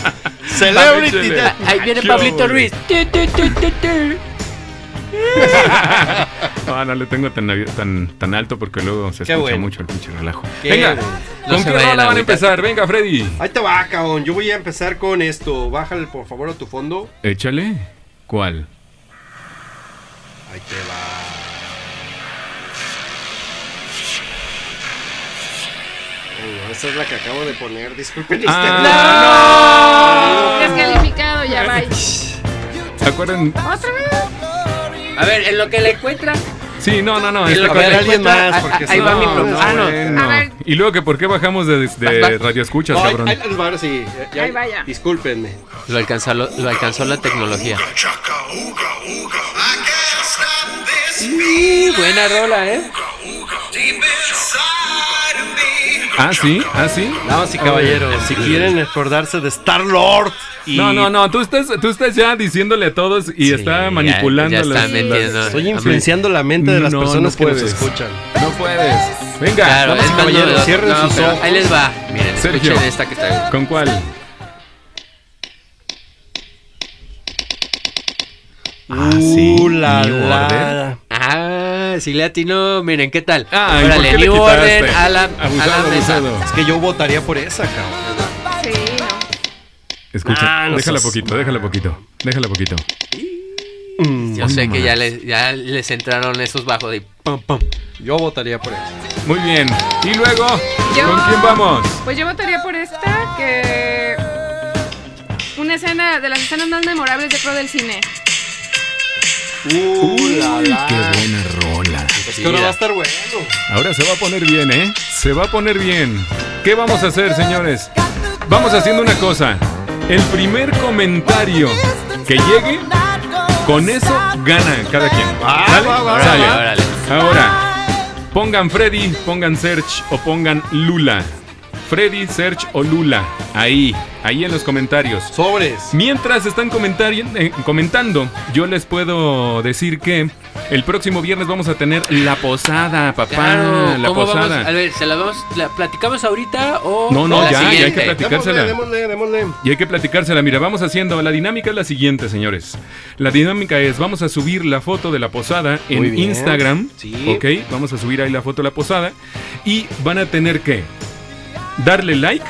Speaker 5: Celebrity
Speaker 4: Échale.
Speaker 5: Death.
Speaker 6: Ah, Ahí viene
Speaker 4: Qué
Speaker 6: Pablito
Speaker 4: ole.
Speaker 6: Ruiz. Tu, tu, tu, tu, tu.
Speaker 4: Ah, no le tengo tan, avi- tan, tan alto porque luego se
Speaker 5: Qué
Speaker 4: escucha
Speaker 5: bueno.
Speaker 4: mucho el pinche relajo.
Speaker 5: Qué
Speaker 4: Venga,
Speaker 5: bueno.
Speaker 6: No
Speaker 4: ¿con
Speaker 6: se
Speaker 4: qué
Speaker 6: vayan
Speaker 4: rola
Speaker 6: a
Speaker 4: van a
Speaker 6: agüitar.
Speaker 4: empezar? Venga, Freddy.
Speaker 5: Ahí te va, cabrón. Yo voy a empezar con esto. Bájale, por favor, a tu fondo.
Speaker 4: Échale. ¿Cuál?
Speaker 5: Ahí te va. Ay, no, esa es la que acabo de poner, disculpen.
Speaker 6: Este
Speaker 4: Ah,
Speaker 7: Descalificado, ya bye.
Speaker 4: ¿Acuerdan?
Speaker 7: Otra vez.
Speaker 6: A ver, en lo que le encuentra.
Speaker 4: Sí, no, no, no.
Speaker 6: En
Speaker 4: esta
Speaker 6: lo
Speaker 5: A
Speaker 6: que
Speaker 5: ver,
Speaker 6: le
Speaker 4: cosa-
Speaker 5: alguien
Speaker 6: encuentra,
Speaker 5: más,
Speaker 6: a-
Speaker 5: porque
Speaker 6: a- ahí
Speaker 5: si
Speaker 6: va
Speaker 5: no,
Speaker 6: mi
Speaker 5: no,
Speaker 6: promo. Ah, no.
Speaker 4: bueno.
Speaker 7: A ver.
Speaker 4: Y luego que por qué bajamos de, de Radio Escuchas,
Speaker 5: Ay,
Speaker 4: cabrón.
Speaker 5: ay, ay, ahora sí. ya- ya-
Speaker 7: Ahí vaya.
Speaker 5: Discúlpenme.
Speaker 6: Lo alcanzó, lo, lo alcanzó la tecnología. Sí, buena rola, ¿eh?
Speaker 4: Ah, sí, ah, sí.
Speaker 5: Damas y caballeros, si quieren acordarse de Star Lord. y-
Speaker 4: No, no, no, tú estás, tú estás ya diciéndole a todos y está
Speaker 6: ya-
Speaker 4: manipulando
Speaker 6: ya está
Speaker 4: las-
Speaker 6: metiendo.
Speaker 4: las-
Speaker 5: Estoy influenciando la mente de las
Speaker 4: No,
Speaker 5: personas
Speaker 4: no
Speaker 5: que nos
Speaker 4: puedes.
Speaker 5: escuchan.
Speaker 4: No puedes. Venga,
Speaker 6: Claro,
Speaker 4: damas y
Speaker 6: es más
Speaker 5: caballeros,
Speaker 6: novedoso.
Speaker 5: cierren sus
Speaker 6: pero
Speaker 5: ojos.
Speaker 6: Ahí les va. Miren,
Speaker 4: Sergio.
Speaker 6: escuchen esta que está bien.
Speaker 4: caballeros, ¿Con cuál? Ah, sí, ¿eh?
Speaker 5: Uh, la,
Speaker 4: New
Speaker 5: la.
Speaker 6: Ah, sí le atinó. Miren, ¿qué tal?
Speaker 4: Ah, ¿y por
Speaker 6: Órale,
Speaker 4: qué le
Speaker 6: New
Speaker 4: quitaste?
Speaker 6: Order a la, a
Speaker 4: Abusado,
Speaker 6: la mesa.
Speaker 4: abusado.
Speaker 5: Es que yo votaría por esa, cabrón.
Speaker 7: Sí, no.
Speaker 4: Escucha,
Speaker 5: Ah, no
Speaker 4: déjala
Speaker 5: seas
Speaker 4: poquito, déjala poquito, déjala poquito.
Speaker 6: Yo sé que ya les, ya les entraron esos bajos de...
Speaker 5: Pam, pam. Yo votaría por esa.
Speaker 4: Muy bien. Y luego,
Speaker 7: Yo-
Speaker 4: ¿con quién vamos?
Speaker 7: Pues yo votaría por esta, que. Una escena de las escenas más memorables de pro del cine.
Speaker 4: Uh, Uy, qué buena rola.
Speaker 5: ahora va a estar bueno.
Speaker 4: Ahora se va a poner bien, ¿eh? Se va a poner bien. ¿Qué vamos a hacer, señores? Vamos haciendo una cosa. El primer comentario que llegue, con eso gana cada quien. ¿Sale? Sale.
Speaker 6: órale.
Speaker 4: Ahora, pongan Freddy, pongan Search o pongan Lula. Freddy, Search o Lula. Ahí, ahí en los comentarios.
Speaker 5: Sobres.
Speaker 4: Mientras están comentari- eh, comentando, yo les puedo decir que el próximo viernes vamos a tener la posada, papá.
Speaker 6: Claro,
Speaker 4: la
Speaker 6: ¿cómo
Speaker 4: posada.
Speaker 6: vamos? A ver, ¿se la, vamos, la platicamos ahorita o
Speaker 4: No, no, ya,
Speaker 6: la
Speaker 4: ya hay que
Speaker 6: siguiente?
Speaker 4: platicar.
Speaker 5: Démosle,
Speaker 4: Picársela.
Speaker 5: démosle, démosle.
Speaker 4: Y hay que platicársela. Mira, vamos haciendo. La dinámica es la siguiente, señores. La dinámica es: vamos a subir la foto de la posada
Speaker 5: Muy
Speaker 4: en
Speaker 5: bien.
Speaker 4: Instagram.
Speaker 5: Sí.
Speaker 4: Ok, vamos a subir ahí la foto de la posada. Y van a tener que darle like,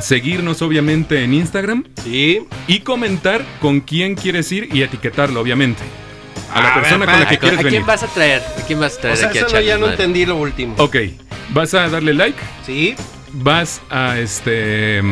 Speaker 4: seguirnos obviamente en Instagram
Speaker 5: Sí.
Speaker 4: y comentar con quién quieres ir y etiquetarlo, obviamente. A la
Speaker 5: A ver,
Speaker 4: persona con la que
Speaker 6: ¿A,
Speaker 4: quieres
Speaker 6: a quién
Speaker 4: venir.
Speaker 6: vas a traer? ¿A quién vas a traer
Speaker 5: O sea,
Speaker 6: aquí a
Speaker 5: eso no, ya
Speaker 6: echarnos
Speaker 5: no
Speaker 6: madre?
Speaker 5: entendí lo último.
Speaker 4: Ok, vas a darle like,
Speaker 5: Sí.
Speaker 4: vas a este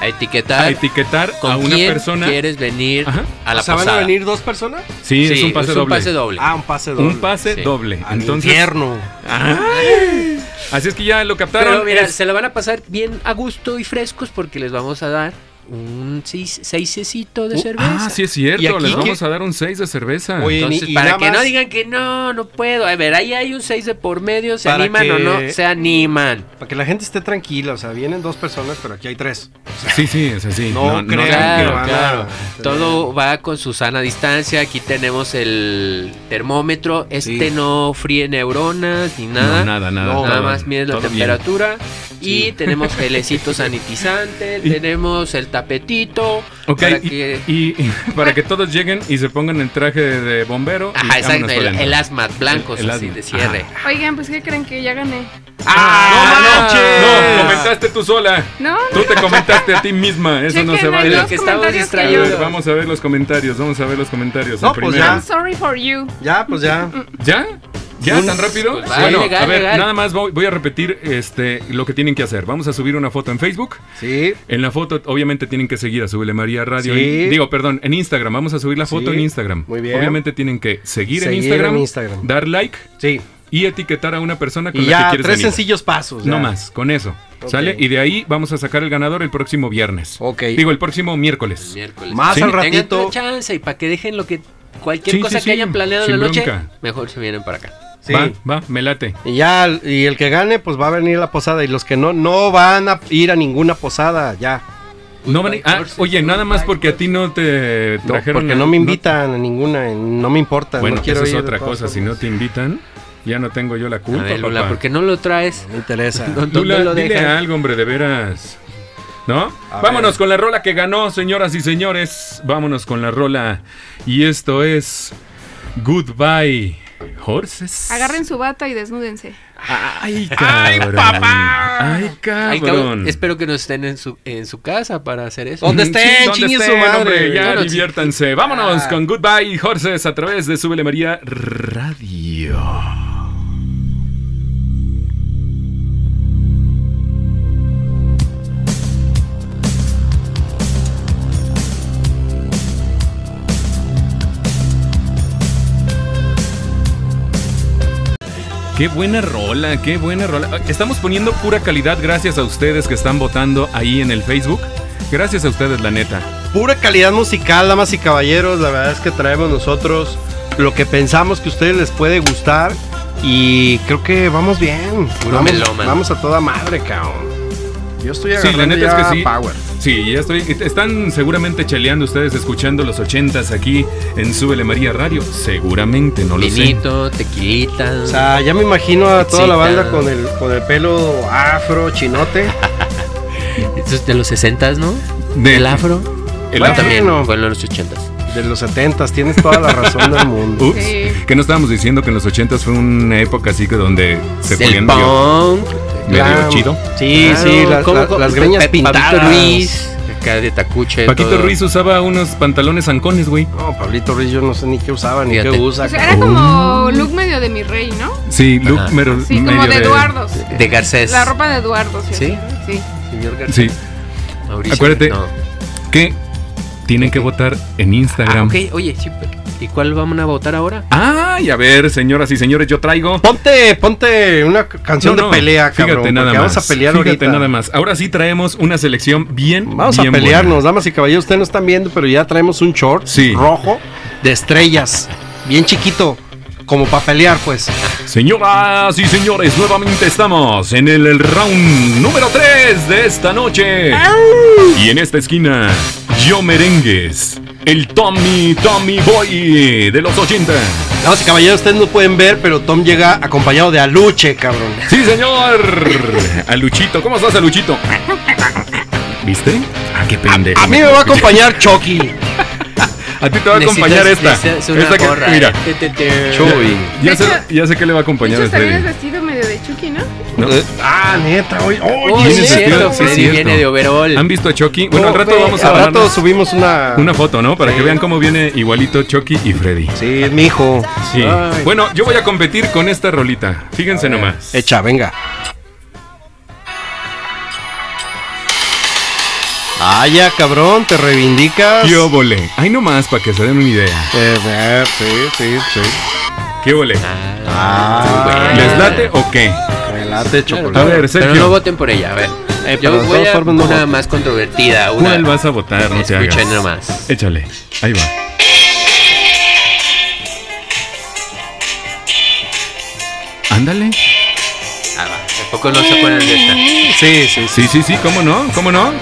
Speaker 6: A etiquetar.
Speaker 4: a etiquetar
Speaker 6: ¿Con
Speaker 4: a una
Speaker 6: quién
Speaker 4: persona.
Speaker 6: quieres venir
Speaker 4: Ajá.
Speaker 6: a la
Speaker 5: O sea, ¿van
Speaker 6: posada?
Speaker 5: a venir dos personas?
Speaker 4: Sí,
Speaker 6: Sí,
Speaker 4: es un pase doble.
Speaker 5: Ah, un pase doble.
Speaker 4: Un pase
Speaker 6: Sí.
Speaker 4: doble.
Speaker 5: Al
Speaker 4: Entonces,
Speaker 5: infierno.
Speaker 4: ¡Ay! Así es que ya lo captaron.
Speaker 6: Pero mira,
Speaker 4: Es-
Speaker 6: se la van a pasar bien a gusto y frescos porque les vamos a dar un seis, seisecito de
Speaker 4: Uh,
Speaker 6: cerveza.
Speaker 4: Ah, sí es cierto.
Speaker 5: ¿Y aquí
Speaker 4: Les
Speaker 5: qué?
Speaker 4: vamos a dar un 6 de cerveza.
Speaker 5: Oye,
Speaker 6: Entonces,
Speaker 5: y- y
Speaker 6: para
Speaker 5: nada
Speaker 6: que no
Speaker 5: más-
Speaker 6: digan que no, no puedo. A ver, ahí hay un 6 de por medio. ¿Se
Speaker 5: Para
Speaker 6: animan o
Speaker 5: que-
Speaker 6: no? Se animan.
Speaker 5: Para que la gente esté tranquila. O sea, vienen dos personas, pero aquí hay tres.
Speaker 4: sí, sí, es así.
Speaker 5: No
Speaker 4: tranquilo.
Speaker 5: creo.
Speaker 6: Claro,
Speaker 5: van a-
Speaker 6: claro.
Speaker 5: se
Speaker 6: Todo va con su sana distancia. Aquí tenemos el termómetro. Este
Speaker 5: Sí.
Speaker 6: no fríe neuronas ni nada.
Speaker 4: No, nada, nada.
Speaker 5: No,
Speaker 6: Nada
Speaker 5: no,
Speaker 6: más mide la
Speaker 4: Todo bien.
Speaker 6: temperatura. Y tenemos gelecito sanitizante.
Speaker 4: Y-
Speaker 6: tenemos el tapetito.
Speaker 4: Ok,
Speaker 6: para
Speaker 4: y,
Speaker 6: que-
Speaker 4: y- y para que todos lleguen y se pongan el traje de, de bombero. y
Speaker 6: Ajá,
Speaker 4: vámonos
Speaker 6: exacto.
Speaker 4: para
Speaker 6: El,
Speaker 4: adentro.
Speaker 6: el asmat blanco,
Speaker 4: El- el
Speaker 6: así
Speaker 4: hazmat,
Speaker 6: de cierre.
Speaker 7: Oigan, pues ¿qué creen que ya gané?
Speaker 4: ¡Ah!
Speaker 5: manches!
Speaker 4: No, comentaste tú sola.
Speaker 7: No,
Speaker 4: Tú te comentaste a ti misma. Eso no se
Speaker 7: chequen ahí
Speaker 4: vale.
Speaker 6: lo
Speaker 7: los
Speaker 6: que estamos
Speaker 7: comentarios que
Speaker 4: A
Speaker 6: distraídos.
Speaker 7: yo.
Speaker 4: ver, vamos a ver los comentarios. Vamos a ver los comentarios.
Speaker 5: No,
Speaker 4: El
Speaker 5: pues
Speaker 4: primero.
Speaker 7: I'm sorry for you.
Speaker 5: Ya, pues
Speaker 4: Mm,
Speaker 5: ya.
Speaker 4: ¿Ya? ¿Ya tan rápido?
Speaker 6: Pues va,
Speaker 4: bueno,
Speaker 6: legal,
Speaker 4: a ver,
Speaker 6: legal.
Speaker 4: nada más voy, voy a repetir este, lo que tienen que hacer. Vamos a subir una foto en Facebook.
Speaker 5: Sí.
Speaker 4: En la foto, obviamente, tienen que seguir a Súbele María Radio.
Speaker 5: Sí.
Speaker 4: en- digo, perdón, en Instagram. Vamos a subir la foto
Speaker 5: Sí.
Speaker 4: en Instagram.
Speaker 5: Muy bien.
Speaker 4: Obviamente tienen que seguir, en,
Speaker 5: Seguir
Speaker 4: Instagram,
Speaker 5: en Instagram.
Speaker 4: dar like
Speaker 5: Sí.
Speaker 4: y etiquetar a una persona con
Speaker 5: Y
Speaker 4: la que
Speaker 5: ya,
Speaker 4: quieres
Speaker 5: tres
Speaker 4: venir.
Speaker 5: sencillos pasos. ya.
Speaker 4: No más, con eso.
Speaker 5: Ok.
Speaker 4: ¿Sale? Y de ahí vamos a sacar el ganador el próximo viernes.
Speaker 5: Ok.
Speaker 4: Digo, el próximo miércoles.
Speaker 6: Miércoles.
Speaker 5: Más
Speaker 4: Sí.
Speaker 5: al
Speaker 6: Tengan
Speaker 5: ratito.
Speaker 6: toda chance y para que dejen lo que. Cualquier
Speaker 4: Sí,
Speaker 6: cosa
Speaker 4: sí,
Speaker 6: que
Speaker 4: sí,
Speaker 6: hayan planeado en
Speaker 4: sin
Speaker 6: la noche,
Speaker 4: bronca.
Speaker 6: mejor se vienen para acá.
Speaker 5: Sí.
Speaker 4: Va, va, me late.
Speaker 5: Y ya, y el que gane, pues va a venir a la posada. Y los que no, no van a ir a ninguna posada. Ya.
Speaker 4: No van a- ah, oye, nada más porque a ti no te
Speaker 5: No,
Speaker 4: trajeron.
Speaker 5: porque
Speaker 4: la-
Speaker 5: no me invitan a ninguna. No me importa.
Speaker 4: Bueno,
Speaker 5: no
Speaker 4: eso
Speaker 5: quiero
Speaker 4: es
Speaker 5: ir de
Speaker 4: otra
Speaker 5: todas
Speaker 4: cosa. Si no
Speaker 5: formas.
Speaker 4: te invitan, ya no tengo yo la culpa.
Speaker 6: A ver, Lula,
Speaker 4: papá.
Speaker 6: ¿por qué no lo traes?
Speaker 5: Me interesa.
Speaker 6: ¿Dónde
Speaker 4: Lula,
Speaker 6: lo
Speaker 4: dile
Speaker 6: dejan?
Speaker 4: algo, hombre, de veras. ¿No?
Speaker 5: A
Speaker 4: Vámonos
Speaker 5: ver.
Speaker 4: con la rola que ganó, señoras y señores. Vámonos con la rola. Y esto es Goodbye Horses.
Speaker 7: Agarren su bata y desnúdense.
Speaker 4: Ay, cabrón. Ay, papá. Ay,
Speaker 6: Ay,
Speaker 4: Ah, cabrón.
Speaker 6: cabrón, espero que no estén en su, en su casa para hacer eso.
Speaker 5: ¿Dónde
Speaker 4: Sí,
Speaker 5: estén? Chingue su madre.
Speaker 4: hombre, ya
Speaker 5: Bueno,
Speaker 4: diviértanse. Vámonos con Goodbye Horses a través de Súbele María Radio. Qué buena rola, qué buena rola. Estamos poniendo pura calidad gracias a ustedes que están votando ahí en el Facebook. Gracias a ustedes, la neta.
Speaker 5: Pura calidad musical, damas y caballeros. La verdad es que traemos nosotros lo que pensamos que a ustedes les puede gustar. Y creo que vamos bien.
Speaker 6: Puro
Speaker 5: vamos,
Speaker 6: melómano.
Speaker 5: vamos a toda madre, cabrón. Yo estoy
Speaker 4: Sí,
Speaker 5: agarrando
Speaker 4: la neta
Speaker 5: ya
Speaker 4: es que sí.
Speaker 5: power.
Speaker 4: Sí, ya estoy. Están seguramente cheleando ustedes escuchando los ochentas aquí en Súbele María Radio. Seguramente, no lo sé.
Speaker 6: Vinito, tequilita.
Speaker 5: O sea, ya me imagino a toda la banda
Speaker 6: Excitado.
Speaker 5: con el, con el pelo afro, chinote.
Speaker 6: Esto es de los 60 ¿no?
Speaker 4: De-
Speaker 6: Del afro.
Speaker 4: El
Speaker 5: Bueno.
Speaker 6: Yo
Speaker 4: afro.
Speaker 6: también, fue en los 80s.
Speaker 5: De los 70 tienes toda la razón del mundo.
Speaker 4: Ups.
Speaker 7: Sí.
Speaker 4: Que no estábamos diciendo que en los ochentas fue una época así que donde se
Speaker 6: el
Speaker 4: ponían medio,
Speaker 6: punk.
Speaker 4: medio
Speaker 5: Glam.
Speaker 4: chido.
Speaker 5: Sí,
Speaker 6: Claro,
Speaker 5: sí, la-
Speaker 6: ¿cómo-
Speaker 5: la-
Speaker 6: cómo-
Speaker 5: las greñas
Speaker 6: Pe- Pablito
Speaker 5: pintadas.
Speaker 6: Ruiz, acá de Tacuche.
Speaker 4: Paquito
Speaker 6: todo.
Speaker 4: Ruiz usaba unos pantalones zancones, güey.
Speaker 5: No, Pablito Ruiz, yo no sé ni qué usaba, ni
Speaker 6: Fíjate.
Speaker 5: qué usa.
Speaker 7: O sea, era como look medio de mi rey, ¿no?
Speaker 4: Sí, look
Speaker 6: Ajá.
Speaker 4: mero-
Speaker 7: Sí, como
Speaker 4: medio
Speaker 7: de Eduardo.
Speaker 6: De Garcés.
Speaker 7: La ropa de Eduardo, ¿sí?
Speaker 6: ¿Sí?
Speaker 7: Sí.
Speaker 6: Señor Garcés.
Speaker 4: Sí,
Speaker 6: Mauricio,
Speaker 4: Acuérdate.
Speaker 6: no.
Speaker 4: que tienen que votar en
Speaker 6: Ah,
Speaker 4: Instagram.
Speaker 5: Ah,
Speaker 6: ok, oye, sí, pero- ¿Y cuál van a votar ahora?
Speaker 4: Ay, a ver, señoras y señores, yo traigo.
Speaker 5: Ponte, ponte una c- canción
Speaker 4: No, no,
Speaker 5: de pelea,
Speaker 4: fíjate
Speaker 5: cabrón.
Speaker 4: nada
Speaker 5: porque
Speaker 4: más,
Speaker 5: Vamos a pelear
Speaker 4: fíjate
Speaker 5: ahorita.
Speaker 4: nada más. Ahora sí traemos una selección bien.
Speaker 5: Vamos
Speaker 4: bien
Speaker 5: a pelearnos,
Speaker 4: buena.
Speaker 5: damas y caballeros. Ustedes no están viendo, pero ya traemos un short
Speaker 4: Sí.
Speaker 5: rojo de estrellas. Bien chiquito. Como para pelear, pues.
Speaker 4: Señoras y señores, nuevamente estamos en el round número 3 de esta noche. Y en esta esquina, yo merengues, el Tommy Tommy Boy de los 80.
Speaker 5: Damas y caballeros, ustedes no pueden ver, pero Tom llega acompañado de Aluche, cabrón.
Speaker 4: Sí, señor. A Luchito, ¿cómo estás, a Luchito? ¿Viste? Ah, qué pendejo.
Speaker 5: A mí me va a acompañar Chucky.
Speaker 4: A ti te va a acompañar esta.
Speaker 6: Necesitas- necesitas una
Speaker 4: Esta que-
Speaker 6: gorra,
Speaker 4: mira,
Speaker 6: eh. Te, te, te.
Speaker 4: ya
Speaker 7: De
Speaker 4: sé,
Speaker 7: hecho-
Speaker 4: ya sé que le va a
Speaker 7: De
Speaker 4: acompañar
Speaker 7: hecho,
Speaker 4: a
Speaker 7: salieron
Speaker 4: Freddy.
Speaker 7: vestido medio de Chucky, ¿no?
Speaker 4: ¿no?
Speaker 5: Ah, neta, hoy.
Speaker 6: Oh,
Speaker 5: hoy
Speaker 4: Viene
Speaker 6: sí, es
Speaker 4: vestido-
Speaker 6: cierto,
Speaker 4: sí, es
Speaker 6: Freddy
Speaker 4: cierto.
Speaker 6: viene de overall.
Speaker 4: ¿Han visto a Chucky? este, Bueno, al rato vamos a
Speaker 5: Al
Speaker 4: hablar.
Speaker 5: rato subimos una.
Speaker 4: Una foto, ¿no? Para que vean cómo viene igualito Chucky y Freddy.
Speaker 5: Sí, es mi hijo.
Speaker 4: Sí.
Speaker 5: Ay.
Speaker 4: Bueno, yo voy a competir con esta rolita. Fíjense nomás.
Speaker 5: Echa, venga. Ah, ya, cabrón, te reivindicas.
Speaker 4: ¿Qué óvole? Ay, nomás, para que se den una idea.
Speaker 5: Eh, eh, sí, sí, sí.
Speaker 4: ¿Qué óvole?
Speaker 5: Ah,
Speaker 4: ¿Les late o qué?
Speaker 5: Me late chocolate.
Speaker 4: A ver,
Speaker 6: Pero
Speaker 4: Sergio.
Speaker 6: no voten por ella, a ver.
Speaker 5: pero
Speaker 6: Yo
Speaker 5: de
Speaker 6: voy
Speaker 5: todas
Speaker 6: a
Speaker 5: formas no
Speaker 6: una
Speaker 5: voten.
Speaker 6: más controvertida. Una...
Speaker 4: ¿Cuál vas a votar? No te hagas.
Speaker 6: Escuchen nomás.
Speaker 4: Échale. Ahí va. Ándale.
Speaker 6: Ah, va. Tampoco no se acuerdan de esta.
Speaker 5: Sí, sí, sí.
Speaker 4: Sí, sí, sí, ¿cómo no? ¿Cómo no?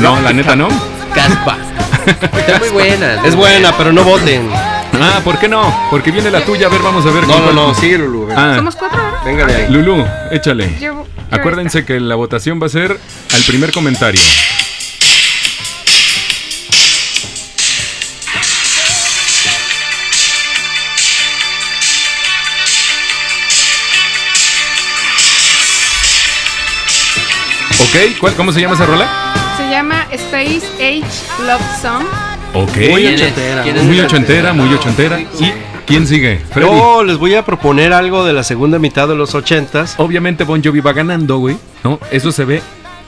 Speaker 4: No, la neta no.
Speaker 6: Caspa. Está muy buena.
Speaker 5: Es buena, pero no voten.
Speaker 4: Ah, ¿por qué no? Porque viene la tuya. A ver, vamos a ver.
Speaker 5: No,
Speaker 4: con
Speaker 5: no,
Speaker 4: cuál-
Speaker 5: no, sigue Lulu. venga.
Speaker 4: Ah,
Speaker 7: Somos cuatro ahora.
Speaker 5: Venga de ahí.
Speaker 4: Lulú, échale.
Speaker 7: Yo- yo
Speaker 4: Acuérdense que la votación va a ser al primer comentario. Ok, ¿cuál, ¿cómo se llama esa rola?
Speaker 7: Se llama Space Age Love Song.
Speaker 4: Ok.
Speaker 5: Muy
Speaker 6: ¿Quién es?
Speaker 5: ochentera,
Speaker 6: ¿Quién es
Speaker 4: Muy
Speaker 6: el-
Speaker 4: ochentera, muy ochentera. ¿Y quién sigue? Freddy.
Speaker 5: Yo les voy a proponer algo de la segunda mitad de los ochentas.
Speaker 4: Obviamente Bon Jovi va ganando, güey. No, eso se ve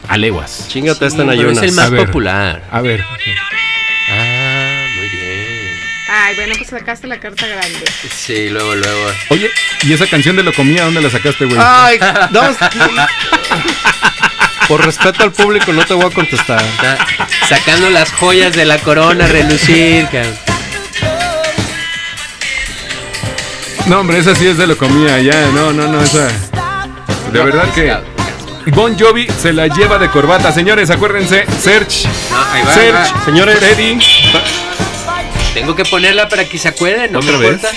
Speaker 4: a leguas.
Speaker 5: Chingate esta
Speaker 6: Sí, pero es el
Speaker 5: Nayunas.
Speaker 6: más
Speaker 4: A ver.
Speaker 6: popular.
Speaker 4: A ver.
Speaker 6: Ah, muy bien.
Speaker 7: Ay, bueno, pues sacaste la carta grande.
Speaker 6: Sí, luego, luego.
Speaker 4: Oye, ¿y esa canción de lo comía dónde la sacaste, güey?
Speaker 5: Ay, damas- Por respeto al público no te voy a contestar.
Speaker 6: Está sacando las joyas de la corona a relucir, cabrón.
Speaker 4: No, hombre, esa sí es de lo comía, ya. No, no, no, esa. De verdad que. Bon Jovi se la lleva de corbata, señores, acuérdense. Search.
Speaker 6: ahí va, ahí
Speaker 4: Search.
Speaker 6: va.
Speaker 4: Señores. Freddy.
Speaker 6: Tengo que ponerla para que se acuerden, ¿no
Speaker 4: ¿Otra
Speaker 6: me
Speaker 4: vez?
Speaker 6: importa.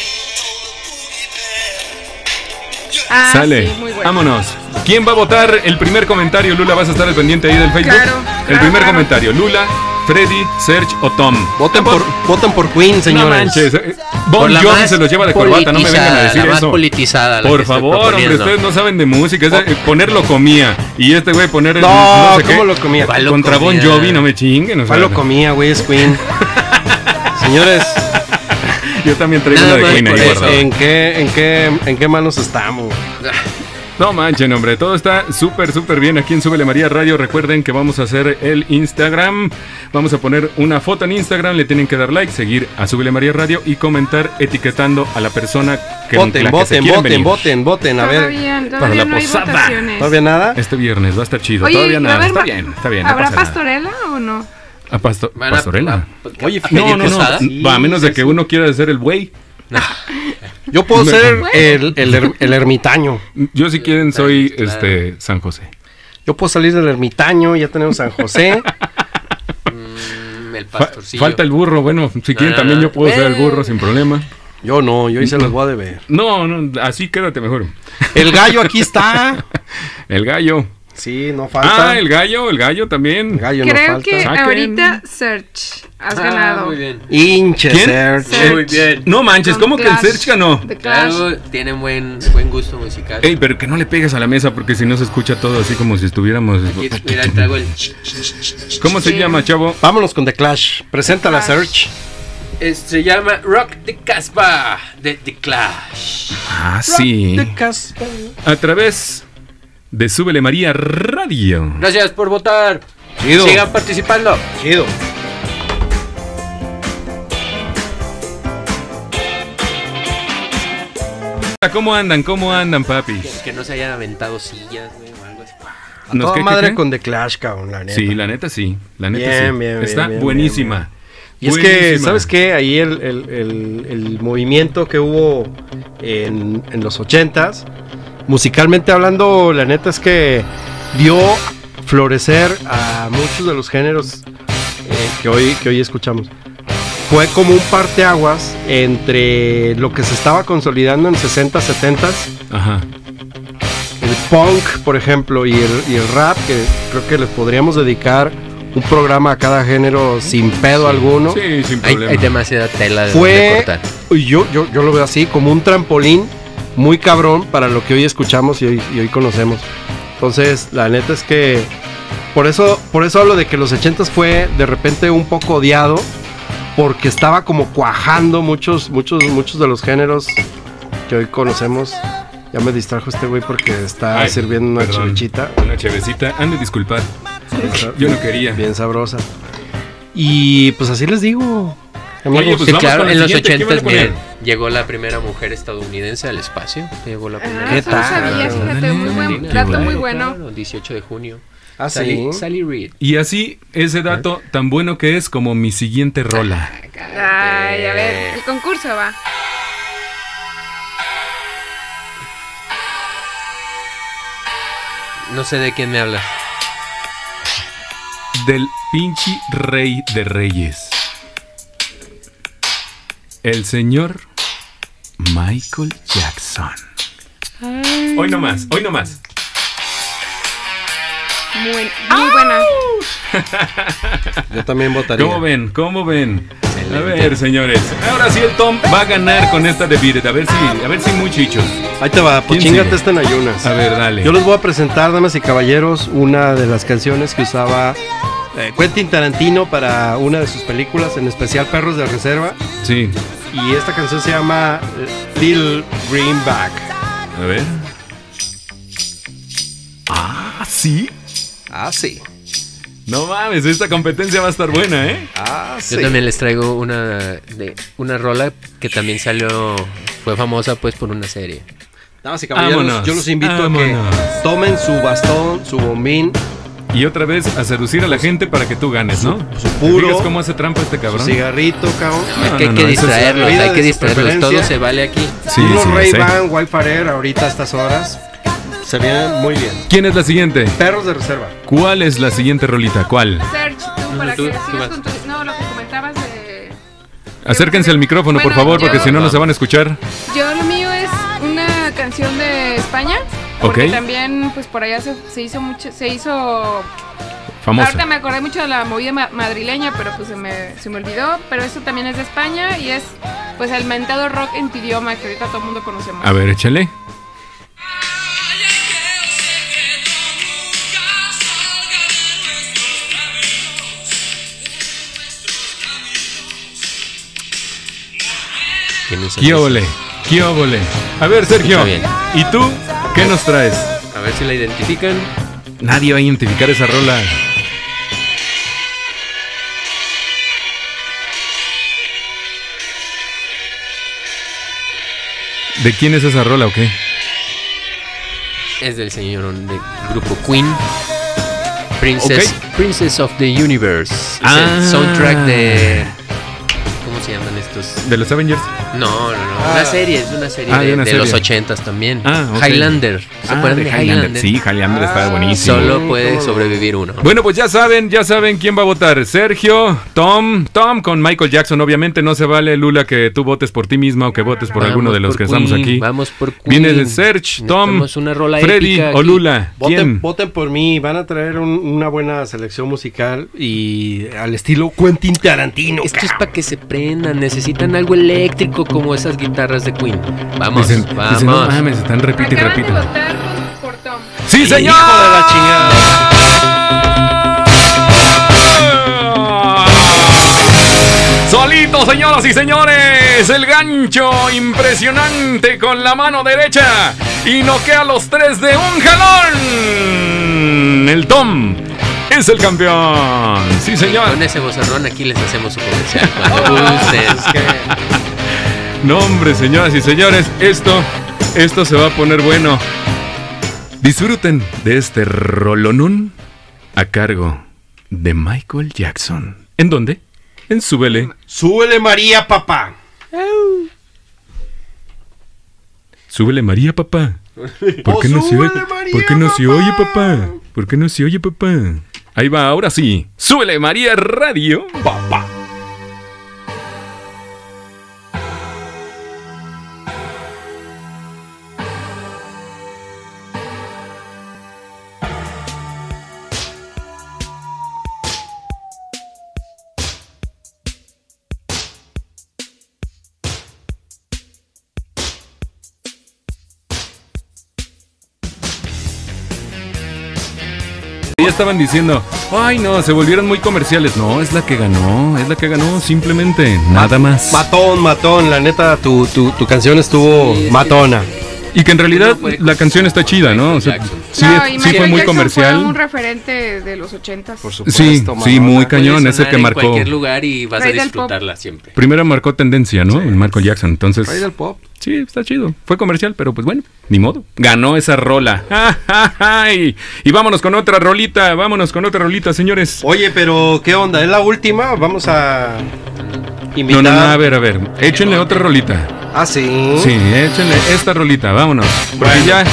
Speaker 7: Ah,
Speaker 4: Sale.
Speaker 7: sí, muy bueno.
Speaker 4: Vámonos. ¿Quién va a votar el primer comentario? Lula, vas a estar al pendiente ahí del Facebook.
Speaker 7: Claro,
Speaker 4: el
Speaker 7: claro,
Speaker 4: primer
Speaker 7: claro.
Speaker 4: comentario. Lula, Freddy, Search o Tom.
Speaker 5: Voten por, voten por Queen,
Speaker 4: No
Speaker 5: señores.
Speaker 4: manches, eh,
Speaker 6: Por
Speaker 4: Bon
Speaker 6: la
Speaker 4: Jovi
Speaker 6: más
Speaker 4: se los lleva de corbata, no me vengan a
Speaker 6: politizada,
Speaker 4: decir
Speaker 6: la más
Speaker 4: eso.
Speaker 6: politizada, la
Speaker 4: Por
Speaker 6: que estoy
Speaker 4: favor, hombre,
Speaker 6: proponiendo.
Speaker 4: ustedes no saben de música. ese, eh, ponerlo comía. Y este güey poner el.
Speaker 5: No,
Speaker 4: sé
Speaker 5: ¿cómo
Speaker 4: qué.
Speaker 5: lo comía?
Speaker 6: ¿Cuál lo
Speaker 4: Contra Bon
Speaker 6: comía?
Speaker 4: Jovi, no me chinguen. o sea,
Speaker 5: ¿Cuál lo comía, güey? Es Queen. Señores, pues,
Speaker 4: Yo también traigo
Speaker 6: Nada
Speaker 4: una de
Speaker 6: más
Speaker 4: Queen ahí
Speaker 6: por eso.
Speaker 4: guardada.
Speaker 5: ¿en qué, en, qué, ¿en qué manos estamos?
Speaker 4: No manchen, hombre. Todo está súper, súper bien aquí en Súbele María Radio. Recuerden que vamos a hacer el Instagram. Vamos a poner una foto en Instagram. Le tienen que dar like, seguir a Súbele María Radio y comentar etiquetando a la persona que
Speaker 5: Voten,
Speaker 4: la que se
Speaker 5: voten,
Speaker 4: quieren
Speaker 5: voten,
Speaker 4: venir.
Speaker 5: voten, voten. A ver,
Speaker 7: Todavía,
Speaker 4: para la
Speaker 7: todavía no hay
Speaker 4: posada.
Speaker 7: votaciones.
Speaker 5: ¿no había nada?
Speaker 4: Este viernes va a estar chido.
Speaker 7: Oye,
Speaker 4: Todavía
Speaker 7: ¿va a
Speaker 4: nada.
Speaker 7: haber
Speaker 4: Está
Speaker 7: ma-
Speaker 4: bien, está bien. no
Speaker 7: ¿Habrá
Speaker 4: pasa nada.
Speaker 7: pastorela o no?
Speaker 4: A pasto-
Speaker 6: Van a-
Speaker 4: pastorela.
Speaker 6: a-
Speaker 5: Oye,
Speaker 6: a
Speaker 5: ¿pedir
Speaker 4: No, no, no.
Speaker 6: posada?
Speaker 4: Va, a menos de que uno quiera ser el güey.
Speaker 5: Yo puedo
Speaker 4: Me-
Speaker 5: ser el, el her- el ermitaño.
Speaker 4: Yo, si quieren, soy
Speaker 6: claro.
Speaker 4: este San José.
Speaker 5: Yo puedo salir del ermitaño, ya tenemos San José.
Speaker 6: Mm, El
Speaker 4: Fa-
Speaker 6: pastorcillo.
Speaker 4: falta el burro. Bueno, si quieren,
Speaker 6: no,
Speaker 4: también
Speaker 6: no.
Speaker 4: yo puedo ser el burro sin problema.
Speaker 5: Yo no, yo hice las voy a deber.
Speaker 4: No, no, así quédate mejor.
Speaker 5: El gallo aquí está.
Speaker 4: El gallo.
Speaker 5: Sí, no
Speaker 4: Ah,
Speaker 5: falta.
Speaker 4: el
Speaker 5: el
Speaker 4: gallo, el gallo también.
Speaker 5: gallo no
Speaker 7: Creo
Speaker 5: falta.
Speaker 7: que
Speaker 4: Saquen.
Speaker 7: ahorita Search has
Speaker 6: Ah,
Speaker 7: ganado.
Speaker 6: Muy bien.
Speaker 5: Hinche,
Speaker 4: ¿Quién?
Speaker 5: Sergio.
Speaker 7: Search.
Speaker 6: Muy bien.
Speaker 4: No manches,
Speaker 7: Con
Speaker 4: ¿cómo que el
Speaker 7: Clash.
Speaker 4: Serge ganó?
Speaker 7: The Clash.
Speaker 6: Claro, tienen buen, buen gusto musical.
Speaker 4: Ey, pero que no le pegues a la mesa porque si no se escucha todo así como si estuviéramos.
Speaker 6: Aquí, mira, traigo el ch-
Speaker 4: ¿Cómo se
Speaker 7: Sí.
Speaker 4: llama, chavo?
Speaker 5: Vámonos con The Clash. Presenta la
Speaker 7: Clash.
Speaker 5: Search.
Speaker 6: es- eh, se llama Rock the Casbah de The Clash.
Speaker 4: Ah, sí. A través de Súbele María Radio.
Speaker 6: Gracias por votar.
Speaker 5: Chido.
Speaker 6: Sigan participando.
Speaker 5: Chido.
Speaker 4: Ah, ¿Cómo andan? ¿Cómo andan, papis?
Speaker 6: Que no se hayan aventado sillas, güey, o algo así.
Speaker 5: A toda
Speaker 4: qué, qué,
Speaker 5: madre
Speaker 4: qué?
Speaker 5: con The Clash, cabrón, la neta.
Speaker 4: Sí, la neta sí. La neta
Speaker 5: Bien,
Speaker 4: sí.
Speaker 5: bien, bien,
Speaker 4: Está
Speaker 5: bien,
Speaker 4: buenísima.
Speaker 5: Y es que,
Speaker 4: Buenísima.
Speaker 5: ¿sabes qué? Ahí el, el- el- el movimiento que hubo en, en los 80s, musicalmente hablando, la neta es que dio florecer a muchos de los géneros eh, que, hoy, que hoy escuchamos. Fue como un parteaguas entre lo que se estaba consolidando en 60s, 70s,
Speaker 4: Ajá.
Speaker 5: el punk, por ejemplo, y el, y el rap, que creo que les podríamos dedicar un programa a cada género sin pedo alguno.
Speaker 4: Sí, sin
Speaker 6: Hay,
Speaker 4: problema.
Speaker 6: hay demasiada tela de de
Speaker 5: Fue, Pues
Speaker 6: cortar.
Speaker 5: yo, yo, yo lo veo así, como un trampolín muy cabrón para lo que hoy escuchamos y hoy, y hoy conocemos. Entonces, la neta es que por eso, por eso hablo de que los 80 fue de repente un poco odiado, porque estaba como cuajando muchos, muchos, muchos de los géneros que hoy conocemos. Ya me distrajo este güey porque está
Speaker 4: Ay,
Speaker 5: sirviendo una
Speaker 4: perdón.
Speaker 5: chevechita.
Speaker 4: Una chevecita. Han de disculpar.
Speaker 5: Está
Speaker 4: Yo no quería.
Speaker 5: Bien sabrosa. Y pues así les digo. amigos.
Speaker 4: Oye, pues
Speaker 6: Sí,
Speaker 4: vamos
Speaker 6: claro,
Speaker 4: con la
Speaker 6: en los
Speaker 4: siguiente. ¿Qué van a
Speaker 6: 80
Speaker 4: poner?
Speaker 6: llegó la primera mujer estadounidense al espacio. Llegó la primera.
Speaker 7: Ah, eso no
Speaker 5: tal?
Speaker 7: sabía, fíjate, muy buen
Speaker 6: Claro,
Speaker 7: dato, muy
Speaker 6: claro,
Speaker 7: bueno.
Speaker 6: claro, 18 de junio.
Speaker 5: Ah, sí.
Speaker 6: Sally, Sally Reed.
Speaker 4: Y así, ese dato tan bueno que es como mi siguiente rola.
Speaker 7: Ay, a ver, el concurso va.
Speaker 6: No sé de quién me habla.
Speaker 4: Del pinche rey de reyes. El señor Michael Jackson. Hoy no más, hoy no más.
Speaker 7: Muy, muy buena.
Speaker 5: Yo también votaría.
Speaker 4: ¿Cómo ven? ¿Cómo ven? A ver, señores. Ahora sí el Tom va a ganar con esta de Beat It. A ver si, a ver si muy chichos.
Speaker 5: Ahí te va, pues
Speaker 4: ¿Quién
Speaker 5: chingate
Speaker 4: sigue?
Speaker 5: esta en ayunas.
Speaker 4: A ver, dale.
Speaker 5: Yo les voy a presentar, damas y caballeros, una de las canciones que usaba eh, Quentin Tarantino para una de sus películas, en especial Perros de Reserva.
Speaker 4: Sí.
Speaker 5: Y esta canción se llama eh, Little Greenback.
Speaker 4: A ver. Ah, sí.
Speaker 5: Ah, sí.
Speaker 4: No mames, esta competencia va a estar buena, ¿eh?
Speaker 5: Ah,
Speaker 6: Yo también les traigo una de una rola que también salió fue famosa pues por una serie.
Speaker 5: Damas y caballeros,
Speaker 4: Vámonos,
Speaker 5: yo los invito a que
Speaker 4: vámonos.
Speaker 5: tomen su bastón, su bombín,
Speaker 4: Y otra vez a seducir a la gente para que tú ganes, ¿no?
Speaker 5: su puro.
Speaker 4: Digas cómo hace trampa este
Speaker 5: su
Speaker 4: cabrón.
Speaker 5: cigarrito, cabrón.
Speaker 4: No,
Speaker 6: que hay
Speaker 4: no,
Speaker 6: que
Speaker 4: no, eso es
Speaker 6: distraerlos,
Speaker 5: la vida
Speaker 6: hay
Speaker 5: de
Speaker 6: que
Speaker 5: su
Speaker 6: distraerlos, todo
Speaker 5: preferencia.
Speaker 6: se vale aquí.
Speaker 4: Sí,
Speaker 5: Unos
Speaker 4: sí,
Speaker 5: Ray
Speaker 4: sí.
Speaker 5: Ban, Wi-Fi Air, ahorita a estas horas. Se vienen muy bien.
Speaker 4: ¿Quién es la siguiente?
Speaker 5: Perros de reserva.
Speaker 4: ¿Cuál es la siguiente rolita? ¿Cuál?
Speaker 7: Serge, tú para
Speaker 6: tú-
Speaker 7: que
Speaker 6: tú
Speaker 7: sigas
Speaker 6: vas.
Speaker 7: con tu. No, lo que comentabas de.
Speaker 4: Acérquense al micrófono, por
Speaker 7: Bueno,
Speaker 4: favor, porque
Speaker 7: yo-
Speaker 4: si no, no se van a escuchar.
Speaker 7: Yo lo mío es una canción de España. Porque
Speaker 4: Ok.
Speaker 7: también, pues por allá se, se hizo mucho. Se hizo. Ahorita
Speaker 4: Famosa.
Speaker 7: me acordé mucho de la movida ma- madrileña, pero pues se me, se me olvidó. Pero esto también es de España y es, pues, el mentado rock en tu idioma que ahorita todo el mundo conocemos.
Speaker 4: A ver, échale.
Speaker 6: ¿Quién hizo eso?
Speaker 4: Quióbole, quióbole. A ver, Sergio.
Speaker 6: Escucha bien.
Speaker 4: ¿Y tú qué nos traes?
Speaker 6: A ver si la identifican.
Speaker 4: Nadie va a identificar esa rola. ¿De quién es esa rola o qué?
Speaker 6: Es del señor de grupo Queen. Princess, Princess of the Universe. Es
Speaker 4: Ah.
Speaker 6: el soundtrack de ¿Cómo se llaman estos?
Speaker 4: ¿De los Avengers?
Speaker 6: No, no, no. Una serie, es una serie
Speaker 4: Ah,
Speaker 6: de,
Speaker 4: de una
Speaker 6: de
Speaker 4: serie.
Speaker 6: los ochentas también.
Speaker 4: Ah, ok.
Speaker 6: Highlander. ¿Se
Speaker 4: Ah,
Speaker 6: acuerdan
Speaker 4: de
Speaker 6: de
Speaker 4: Highlander.
Speaker 6: Highlander? Ah,
Speaker 4: Sí, Highlander está buenísimo.
Speaker 6: Solo puede sobrevivir uno.
Speaker 4: Bueno, pues ya saben, ya saben quién va a votar. Sergio, Tom, Tom con Michael Jackson. Obviamente no se vale, Lula, que tú votes por ti misma o que votes por
Speaker 6: Vamos
Speaker 4: alguno de los
Speaker 6: por
Speaker 4: que
Speaker 6: Queen,
Speaker 4: estamos aquí.
Speaker 6: Vamos por Queen.
Speaker 4: Viene de Serge, Tom,
Speaker 6: Necesitamos una rola
Speaker 4: Freddy
Speaker 6: épica
Speaker 4: o
Speaker 6: aquí.
Speaker 4: Lula.
Speaker 5: Voten,
Speaker 4: ¿Quién?
Speaker 5: voten por mí, van a traer un- una buena selección musical y al estilo Quentin Tarantino.
Speaker 6: Esto es
Speaker 5: cabrón.
Speaker 6: para que se prendan. Necesitan algo eléctrico como esas guitarras de Queen. Vamos,
Speaker 4: Dicen,
Speaker 6: vamos.
Speaker 4: dicen, no mames, están repite y
Speaker 7: Acaban
Speaker 4: repite.
Speaker 7: de votar por- por Tom.
Speaker 4: ¡Sí, señor!
Speaker 5: Hijo de la chingada.
Speaker 4: Solito, señoras y señores, el gancho impresionante con la mano derecha y noquea los tres de un jalón. El Tom es el campeón. Sí, señor.
Speaker 6: Con ese bozarrón aquí les hacemos su comercial. Cuando gustes.
Speaker 4: No, hombre, señoras y señores, esto Esto se va a poner bueno. Disfruten de este rolonún a cargo de Michael Jackson. ¿En dónde? En Súbele.
Speaker 5: Súbele María, papá.
Speaker 4: Súbele María, papá. ¿Por qué no se oye? ¿Por qué no se oye, papá? ¿Por qué no se oye, papá? Ahí va, ahora sí. Súbele María Radio.
Speaker 5: Papá.
Speaker 4: Ya estaban diciendo, ay no, se volvieron muy comerciales. No, es la que ganó, es la que ganó, simplemente, nada más.
Speaker 9: Matón, matón, la neta, tu, tu, tu canción estuvo
Speaker 6: Sí, es que-
Speaker 9: matona.
Speaker 4: Y que en realidad
Speaker 6: No fue
Speaker 4: la canción está chida, ¿no? O sea,
Speaker 6: Michael Jackson.
Speaker 4: sí,
Speaker 7: No, y
Speaker 4: sí fue muy
Speaker 7: Michael Jackson Fue un
Speaker 4: comercial.
Speaker 7: referente de los ochentas.
Speaker 9: Por
Speaker 4: Sí,
Speaker 9: supuesto,
Speaker 4: sí,
Speaker 9: matona.
Speaker 4: muy cañón,
Speaker 6: Puede
Speaker 4: ese
Speaker 6: sonar
Speaker 4: que
Speaker 6: en
Speaker 4: marcó.
Speaker 6: cualquier lugar y vas a
Speaker 7: Rey del
Speaker 6: disfrutarla siempre.
Speaker 4: Primero marcó tendencia, ¿no? El Michael Jackson.
Speaker 9: Rey
Speaker 4: Entonces,
Speaker 9: del pop.
Speaker 4: sí, está chido. Fue comercial, pero pues bueno, ni modo. Ganó esa rola. ¡Ay! Y vámonos con otra rolita, vámonos con otra rolita, señores.
Speaker 5: Oye, pero ¿qué onda? ¿Es la última? Vamos a
Speaker 4: No,
Speaker 5: invitar.
Speaker 4: no, no, a ver, a ver. Échenle otra rolita.
Speaker 5: Ah, sí.
Speaker 4: Sí, échenle esta rolita, vámonos. Porque
Speaker 5: Bueno.
Speaker 4: ya,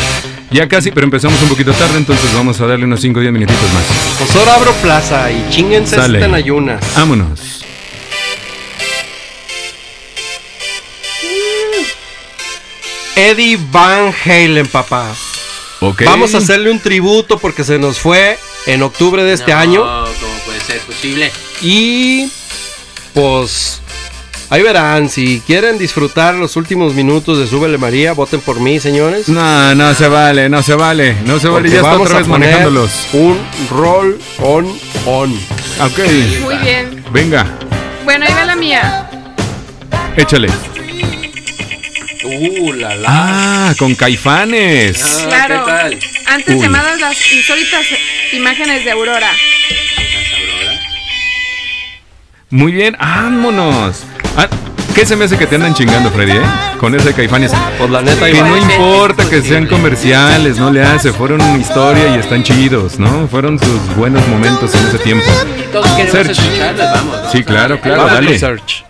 Speaker 4: ya casi, pero empezamos un poquito tarde, entonces vamos a darle unos 5 o 10 minutitos más.
Speaker 5: Pues ahora abro plaza y chinguense
Speaker 4: Sale.
Speaker 5: esta en ayunas.
Speaker 4: Vámonos.
Speaker 5: Eddie Van Halen, papá.
Speaker 4: Ok.
Speaker 5: Vamos a hacerle un tributo porque se nos fue en octubre de este
Speaker 6: No,
Speaker 5: año.
Speaker 6: ¿Cómo puede ser posible?
Speaker 5: Y pues ahí verán, si quieren disfrutar los últimos minutos de Súbele María, voten por mí, señores.
Speaker 4: No, no se vale, no se vale, no se vale.
Speaker 5: porque
Speaker 4: Ya está
Speaker 5: vamos
Speaker 4: otra
Speaker 5: a
Speaker 4: vez
Speaker 5: poner
Speaker 4: manejándolos.
Speaker 5: Un roll on on.
Speaker 4: Ok,
Speaker 7: Muy bien.
Speaker 4: venga,
Speaker 7: Bueno, ahí va la
Speaker 6: Ah,
Speaker 7: mía.
Speaker 4: échale.
Speaker 6: Uh, la la.
Speaker 4: Ah, con caifanes.
Speaker 6: Ah,
Speaker 7: Claro.
Speaker 6: ¿Qué tal?
Speaker 7: Antes
Speaker 4: Uy.
Speaker 7: llamadas las insólitas imágenes de Aurora.
Speaker 4: Muy bien, vámonos. Ah, ¿Qué se me hace que te andan chingando, Freddy, eh? Con ese de caifanes.
Speaker 5: Pues la neta,
Speaker 4: Que
Speaker 5: Iván,
Speaker 4: no importa que sean
Speaker 6: Imposible.
Speaker 4: comerciales, no le hace. Fueron historia y están chidos, ¿no? Fueron sus buenos momentos en ese tiempo.
Speaker 6: Todos queremos
Speaker 4: Search.
Speaker 6: escucharlas, vamos. vamos
Speaker 4: Sí,
Speaker 6: a
Speaker 4: claro,
Speaker 6: ver.
Speaker 4: claro,
Speaker 6: Vamos.
Speaker 4: dale.
Speaker 5: Search.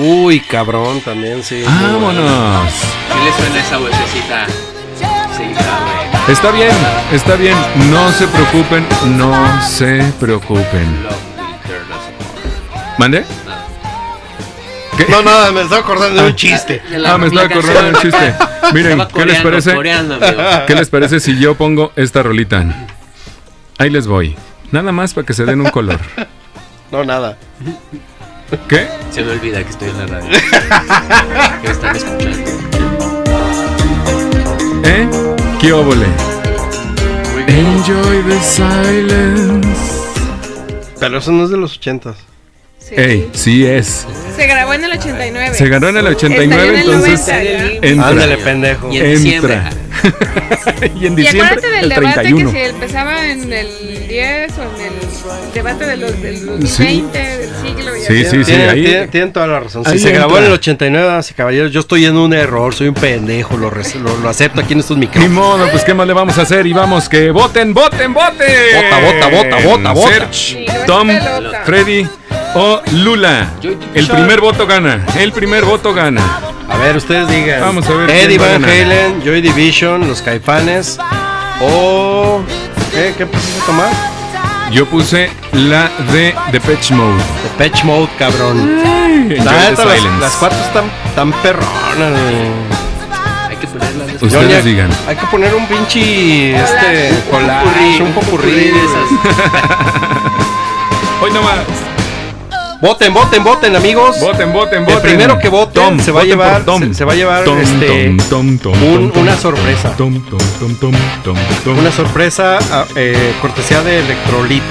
Speaker 5: Uy, cabrón, también sí.
Speaker 4: Vámonos.
Speaker 6: ¿Qué le suena esa vocecita? Sí, está,
Speaker 4: Está bien, está bien. No se preocupen, no se preocupen.
Speaker 6: güey. Love Letter, no sé cómo.
Speaker 4: ¿Mande? ¿Qué?
Speaker 5: No, nada, me estaba acordando de un chiste.
Speaker 6: De la-
Speaker 4: Ah, me estaba
Speaker 6: la
Speaker 4: acordando
Speaker 6: canción.
Speaker 4: el chiste. Miren,
Speaker 6: Estaba
Speaker 4: ¿qué les
Speaker 6: coreando,
Speaker 4: parece?
Speaker 6: coreando, amigo.
Speaker 4: ¿Qué les parece si yo pongo esta rolita? Ahí les voy. Nada más para que se den un color.
Speaker 5: No, nada.
Speaker 4: ¿Qué?
Speaker 6: Se me olvida que estoy en la radio. que me están escuchando.
Speaker 4: ¿Eh? ¿Qué óvole?
Speaker 6: Muy bien.
Speaker 4: Enjoy the silence.
Speaker 5: Pero eso no es de los ochentas.
Speaker 7: Sí.
Speaker 4: Ey, sí es.
Speaker 7: Se grabó en el 89.
Speaker 4: Se ganó en el ¿eh? 89,
Speaker 7: Estalló en el
Speaker 4: entonces.
Speaker 7: 90.
Speaker 4: Entra.
Speaker 5: Ándale, pendejo.
Speaker 6: Y en diciembre.
Speaker 4: Entra. y en
Speaker 7: Y
Speaker 4: diciembre,
Speaker 7: acuérdate del
Speaker 4: el
Speaker 7: debate
Speaker 4: 31.
Speaker 7: que se empezaba en el 10 o en el debate de los, del 20 del siglo. y
Speaker 4: Sí,
Speaker 7: así.
Speaker 4: sí, sí.
Speaker 5: tienen,
Speaker 4: Ahí,
Speaker 5: tienen- tienen toda la razón. Si
Speaker 4: ahí
Speaker 5: se grabó
Speaker 4: entra.
Speaker 5: en el 89, damas y caballeros, yo estoy en un error, soy un pendejo, lo, res- lo, lo acepto aquí en estos
Speaker 4: Ni
Speaker 5: micrófonos.
Speaker 4: modo, pues qué más le vamos a hacer y vamos que voten, voten, voten.
Speaker 5: Vota, vota, vota, vota, vota.
Speaker 4: Serge,
Speaker 7: Sí, no es
Speaker 4: Tom,
Speaker 7: pelota.
Speaker 4: Freddy o Lula. El primer voto gana, el primer voto gana.
Speaker 5: A ver, ustedes digan.
Speaker 4: Vamos a ver
Speaker 5: Eddie
Speaker 4: quién va a
Speaker 5: Van
Speaker 4: ganar.
Speaker 5: Halen, Joy Division, Los Caifanes. O. ¿Qué, ¿Qué pusiste tomar?
Speaker 4: Yo puse la de Depeche Mode.
Speaker 5: The Patch Mode, cabrón.
Speaker 4: Enjoy
Speaker 5: La
Speaker 4: the
Speaker 5: neta, las,
Speaker 4: silence.
Speaker 5: las cuatro están tan perronas. güey.
Speaker 6: Hay que ponerla en
Speaker 4: Ustedes
Speaker 5: Yo le-
Speaker 4: digan.
Speaker 5: Hay que poner un pinche este, collage, un poco
Speaker 6: escurrir esas.
Speaker 4: Hoy nomás.
Speaker 5: Voten, voten, voten, amigos.
Speaker 4: Voten, voten, voten.
Speaker 5: El primero que vote
Speaker 4: Tom,
Speaker 5: se va a
Speaker 4: voten
Speaker 5: llevar,
Speaker 4: por Tom.
Speaker 5: se, se va a llevar
Speaker 4: Tom,
Speaker 5: este,
Speaker 4: Tom, Tom, Tom,
Speaker 5: un-
Speaker 4: Tom,
Speaker 5: una
Speaker 4: Tom,
Speaker 5: sorpresa.
Speaker 4: Tom, Tom, Tom, Tom, Tom, Tom.
Speaker 5: Una sorpresa ah, eh, cortesía de Electrolit.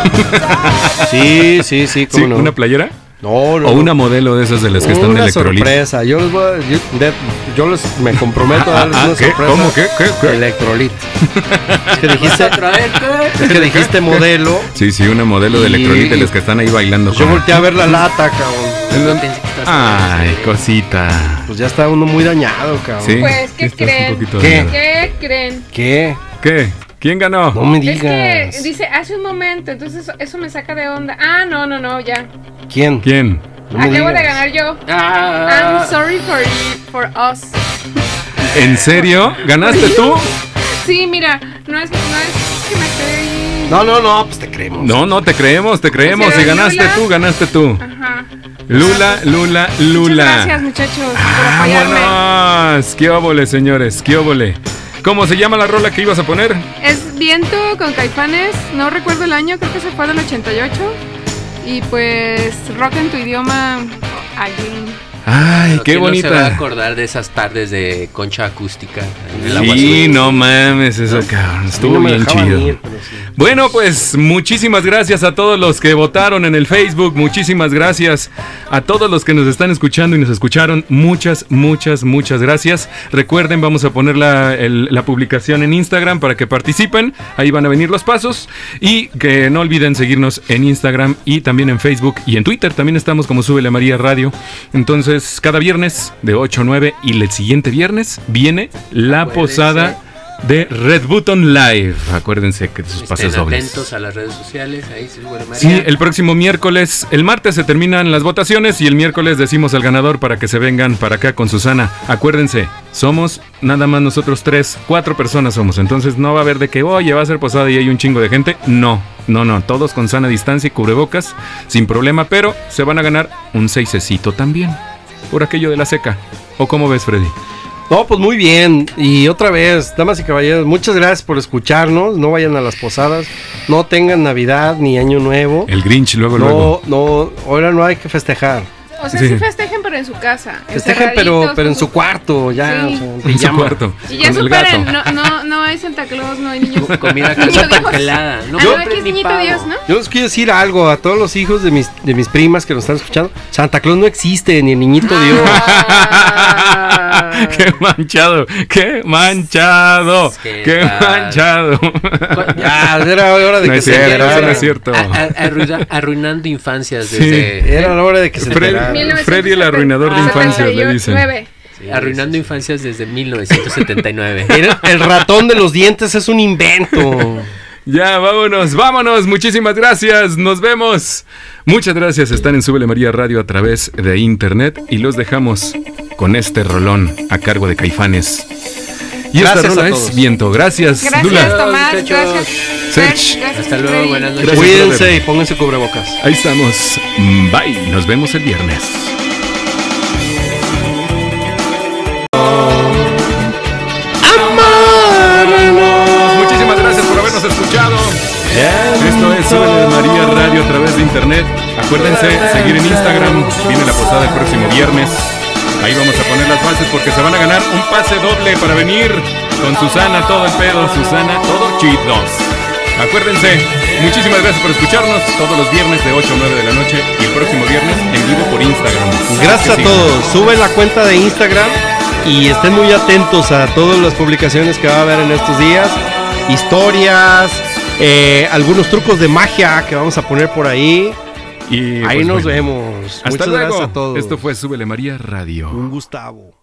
Speaker 5: sí, sí,
Speaker 4: Sí,
Speaker 5: sí, cómo no.
Speaker 4: una playera.
Speaker 5: No, no.
Speaker 4: O una modelo de esas de las que están en
Speaker 5: una
Speaker 4: electrolit.
Speaker 5: sorpresa. Yo les voy a, yo, de- yo les me comprometo a darles
Speaker 4: Ah, ah,
Speaker 5: una
Speaker 4: ¿qué?
Speaker 5: sorpresa.
Speaker 4: ¿Cómo? ¿Qué? ¿Qué? ¿Qué?
Speaker 5: Electrolit. es que
Speaker 6: ¿Vas
Speaker 5: dijiste,
Speaker 6: a traer qué?
Speaker 5: es que dijiste modelo.
Speaker 4: Sí, sí, una modelo de
Speaker 5: Y-
Speaker 4: electrolit de las que están ahí bailando.
Speaker 5: Yo
Speaker 4: con-
Speaker 5: volteé a ver la lata, cabrón.
Speaker 6: Pensé que estabas-
Speaker 4: Ay, cosita.
Speaker 5: Pues ya está uno muy dañado, cabrón.
Speaker 4: Sí.
Speaker 7: Pues, ¿qué
Speaker 4: sí estás un
Speaker 7: creen?
Speaker 4: poquito
Speaker 5: ¿Qué?
Speaker 4: dañada.
Speaker 7: ¿Qué creen?
Speaker 5: ¿Qué?
Speaker 4: ¿Qué? ¿Quién ganó?
Speaker 5: No me
Speaker 7: Es
Speaker 5: digas.
Speaker 7: que dice hace un momento, entonces eso, eso me saca de onda. Ah, no, no, no, ya.
Speaker 5: ¿Quién?
Speaker 4: ¿Quién?
Speaker 5: No me
Speaker 7: Acabo de
Speaker 5: digas.
Speaker 7: ganar yo. I'm
Speaker 6: Ah,
Speaker 7: sorry for, for us.
Speaker 4: ¿En serio? ¿Ganaste tú?
Speaker 7: Sí, mira, no es, no es que me estoy.
Speaker 5: No, no, no, pues te creemos.
Speaker 4: No, no, te creemos, te creemos. Si
Speaker 7: ¿Será
Speaker 4: ganaste
Speaker 7: Lula?
Speaker 4: tú, ganaste tú.
Speaker 7: Ajá.
Speaker 4: Lula, Lula, Lula. Ah,
Speaker 7: Muchas gracias, muchachos, por apoyarme.
Speaker 4: ¡Vámonos! ¡Qué óvole, señores! ¡Qué óvole! ¿Cómo se llama la rola que ibas a poner?
Speaker 7: Es Viento con Caifanes, no recuerdo el año, creo que se fue del 88. Y pues, rock en tu idioma, alguien.
Speaker 4: ¡Ay,
Speaker 6: Pero
Speaker 4: qué
Speaker 6: ¿quién no se va a
Speaker 4: bonita!
Speaker 6: acordar de esas tardes de concha acústica en el agua
Speaker 4: Sí,
Speaker 6: azul?
Speaker 4: no mames, eso cabrón.
Speaker 5: A mí
Speaker 4: Estuvo
Speaker 5: no me
Speaker 4: bien
Speaker 5: dejaban
Speaker 4: chido.
Speaker 5: ir, pero sí.
Speaker 4: Bueno, pues muchísimas gracias a todos los que votaron en el Facebook, muchísimas gracias a todos los que nos están escuchando y nos escucharon, muchas, muchas, muchas gracias. Recuerden, vamos a poner la, el- la publicación en Instagram para que participen, ahí van a venir los pasos y que no olviden seguirnos en Instagram y también en Facebook y en Twitter, también estamos como Súbele María Radio. Entonces, cada viernes de 8 a 9 y el siguiente viernes viene la
Speaker 6: Puede
Speaker 4: posada. De Red Button Live. Acuérdense que sus
Speaker 6: Pues Estén
Speaker 4: pases dobles.
Speaker 6: atentos a las redes sociales, ahí se vuelve María.
Speaker 4: Sí, el próximo miércoles, el martes se terminan las votaciones y el miércoles decimos al ganador para que se vengan para acá con Susana. Acuérdense, somos nada más nosotros tres, cuatro personas somos, entonces no va a haber de que, oye, va a ser posada y hay un chingo de gente. No, no, no, todos con sana distancia y cubrebocas, sin problema, pero se van a ganar un seisecito también, por aquello de la seca. ¿O cómo ves, Freddy?
Speaker 5: No, pues muy bien. Y otra vez, damas y caballeros, muchas gracias por escucharnos. No vayan a las posadas. No tengan Navidad ni Año Nuevo.
Speaker 4: El Grinch, luego, luego.
Speaker 5: No, no, ahora no hay que festejar.
Speaker 7: O sea,
Speaker 4: Sí.
Speaker 7: sí, festejen, pero en su casa.
Speaker 5: Festejen, pero,
Speaker 7: encerraditos,
Speaker 5: pero en
Speaker 7: con
Speaker 5: su cuarto, ya. o sea,
Speaker 7: Sí.
Speaker 5: en
Speaker 4: En su
Speaker 5: pijama.
Speaker 4: cuarto,
Speaker 7: Y ya
Speaker 4: con el
Speaker 7: superen,
Speaker 4: gato.
Speaker 7: no, no, no hay Santa Claus, no hay niños.
Speaker 6: Comida
Speaker 7: Niño
Speaker 6: casa
Speaker 7: Dios.
Speaker 6: congelada. No
Speaker 7: ah, no,
Speaker 6: compren
Speaker 7: aquí es
Speaker 6: ni
Speaker 7: niñito
Speaker 6: pavo.
Speaker 7: Dios, ¿no?
Speaker 5: Yo les quiero decir algo a todos los hijos de mis, de mis primas que nos están escuchando. Santa Claus no existe, ni el niñito Dios.
Speaker 7: Ah.
Speaker 4: qué manchado, qué manchado,
Speaker 6: ¿Qué
Speaker 4: qué
Speaker 6: tal?
Speaker 4: manchado.
Speaker 5: Ya, era hora de
Speaker 4: No
Speaker 5: que
Speaker 4: es
Speaker 5: se
Speaker 4: cierto,
Speaker 5: enteraran.
Speaker 4: eso no es cierto.
Speaker 6: A- a- arruina- arruinando infancias
Speaker 4: Sí.
Speaker 6: desde.
Speaker 5: Era la hora de que se
Speaker 4: Fred-
Speaker 5: enteraran.
Speaker 7: 1979.
Speaker 4: Freddy el arruinador de infancia, le dicen.
Speaker 7: 79.
Speaker 6: Arruinando infancias desde 1979.
Speaker 5: Era- el ratón de los dientes es un invento.
Speaker 4: Ya, vámonos, vámonos. Muchísimas gracias. Nos vemos. Muchas gracias. Están en Súbele María Radio a través de internet y los dejamos con este rolón a cargo de Caifanes. Y esta
Speaker 5: Gracias a
Speaker 4: rola
Speaker 5: todos.
Speaker 4: es viento. Gracias,
Speaker 7: Gracias,
Speaker 4: Lula.
Speaker 7: Tomás.
Speaker 6: Muchachos.
Speaker 7: Gracias. Fer,
Speaker 4: Serge.
Speaker 7: gracias,
Speaker 6: Hasta luego,
Speaker 7: Freddy.
Speaker 6: buenas noches.
Speaker 4: Gracias,
Speaker 5: Cuídense
Speaker 4: brother.
Speaker 5: y pónganse cubrebocas.
Speaker 4: Ahí estamos. Bye. Nos vemos el viernes. Muchísimas gracias por habernos escuchado. Esto es Súbele María Radio a través de internet. Acuérdense, seguir en Instagram. Viene la posada el próximo viernes. Ahí vamos a poner las bases porque se van a ganar un pase doble para venir con Susana, todo el pedo, Susana, todo chidos. Acuérdense, muchísimas gracias por escucharnos todos los viernes de 8 a 9 de la noche y el próximo viernes en vivo por Instagram.
Speaker 5: Gracias
Speaker 4: Que
Speaker 5: a
Speaker 4: sigan.
Speaker 5: todos. Sube la cuenta de Instagram y estén muy atentos a todas las publicaciones que va a haber en estos días. Historias, eh, algunos trucos de magia que vamos a poner por ahí.
Speaker 4: Y,
Speaker 5: ahí
Speaker 4: pues,
Speaker 5: nos
Speaker 4: bueno.
Speaker 5: vemos.
Speaker 4: Hasta
Speaker 5: Muchas
Speaker 4: luego.
Speaker 5: gracias a todos.
Speaker 4: Esto fue Súbele María Radio.
Speaker 5: un Gustavo.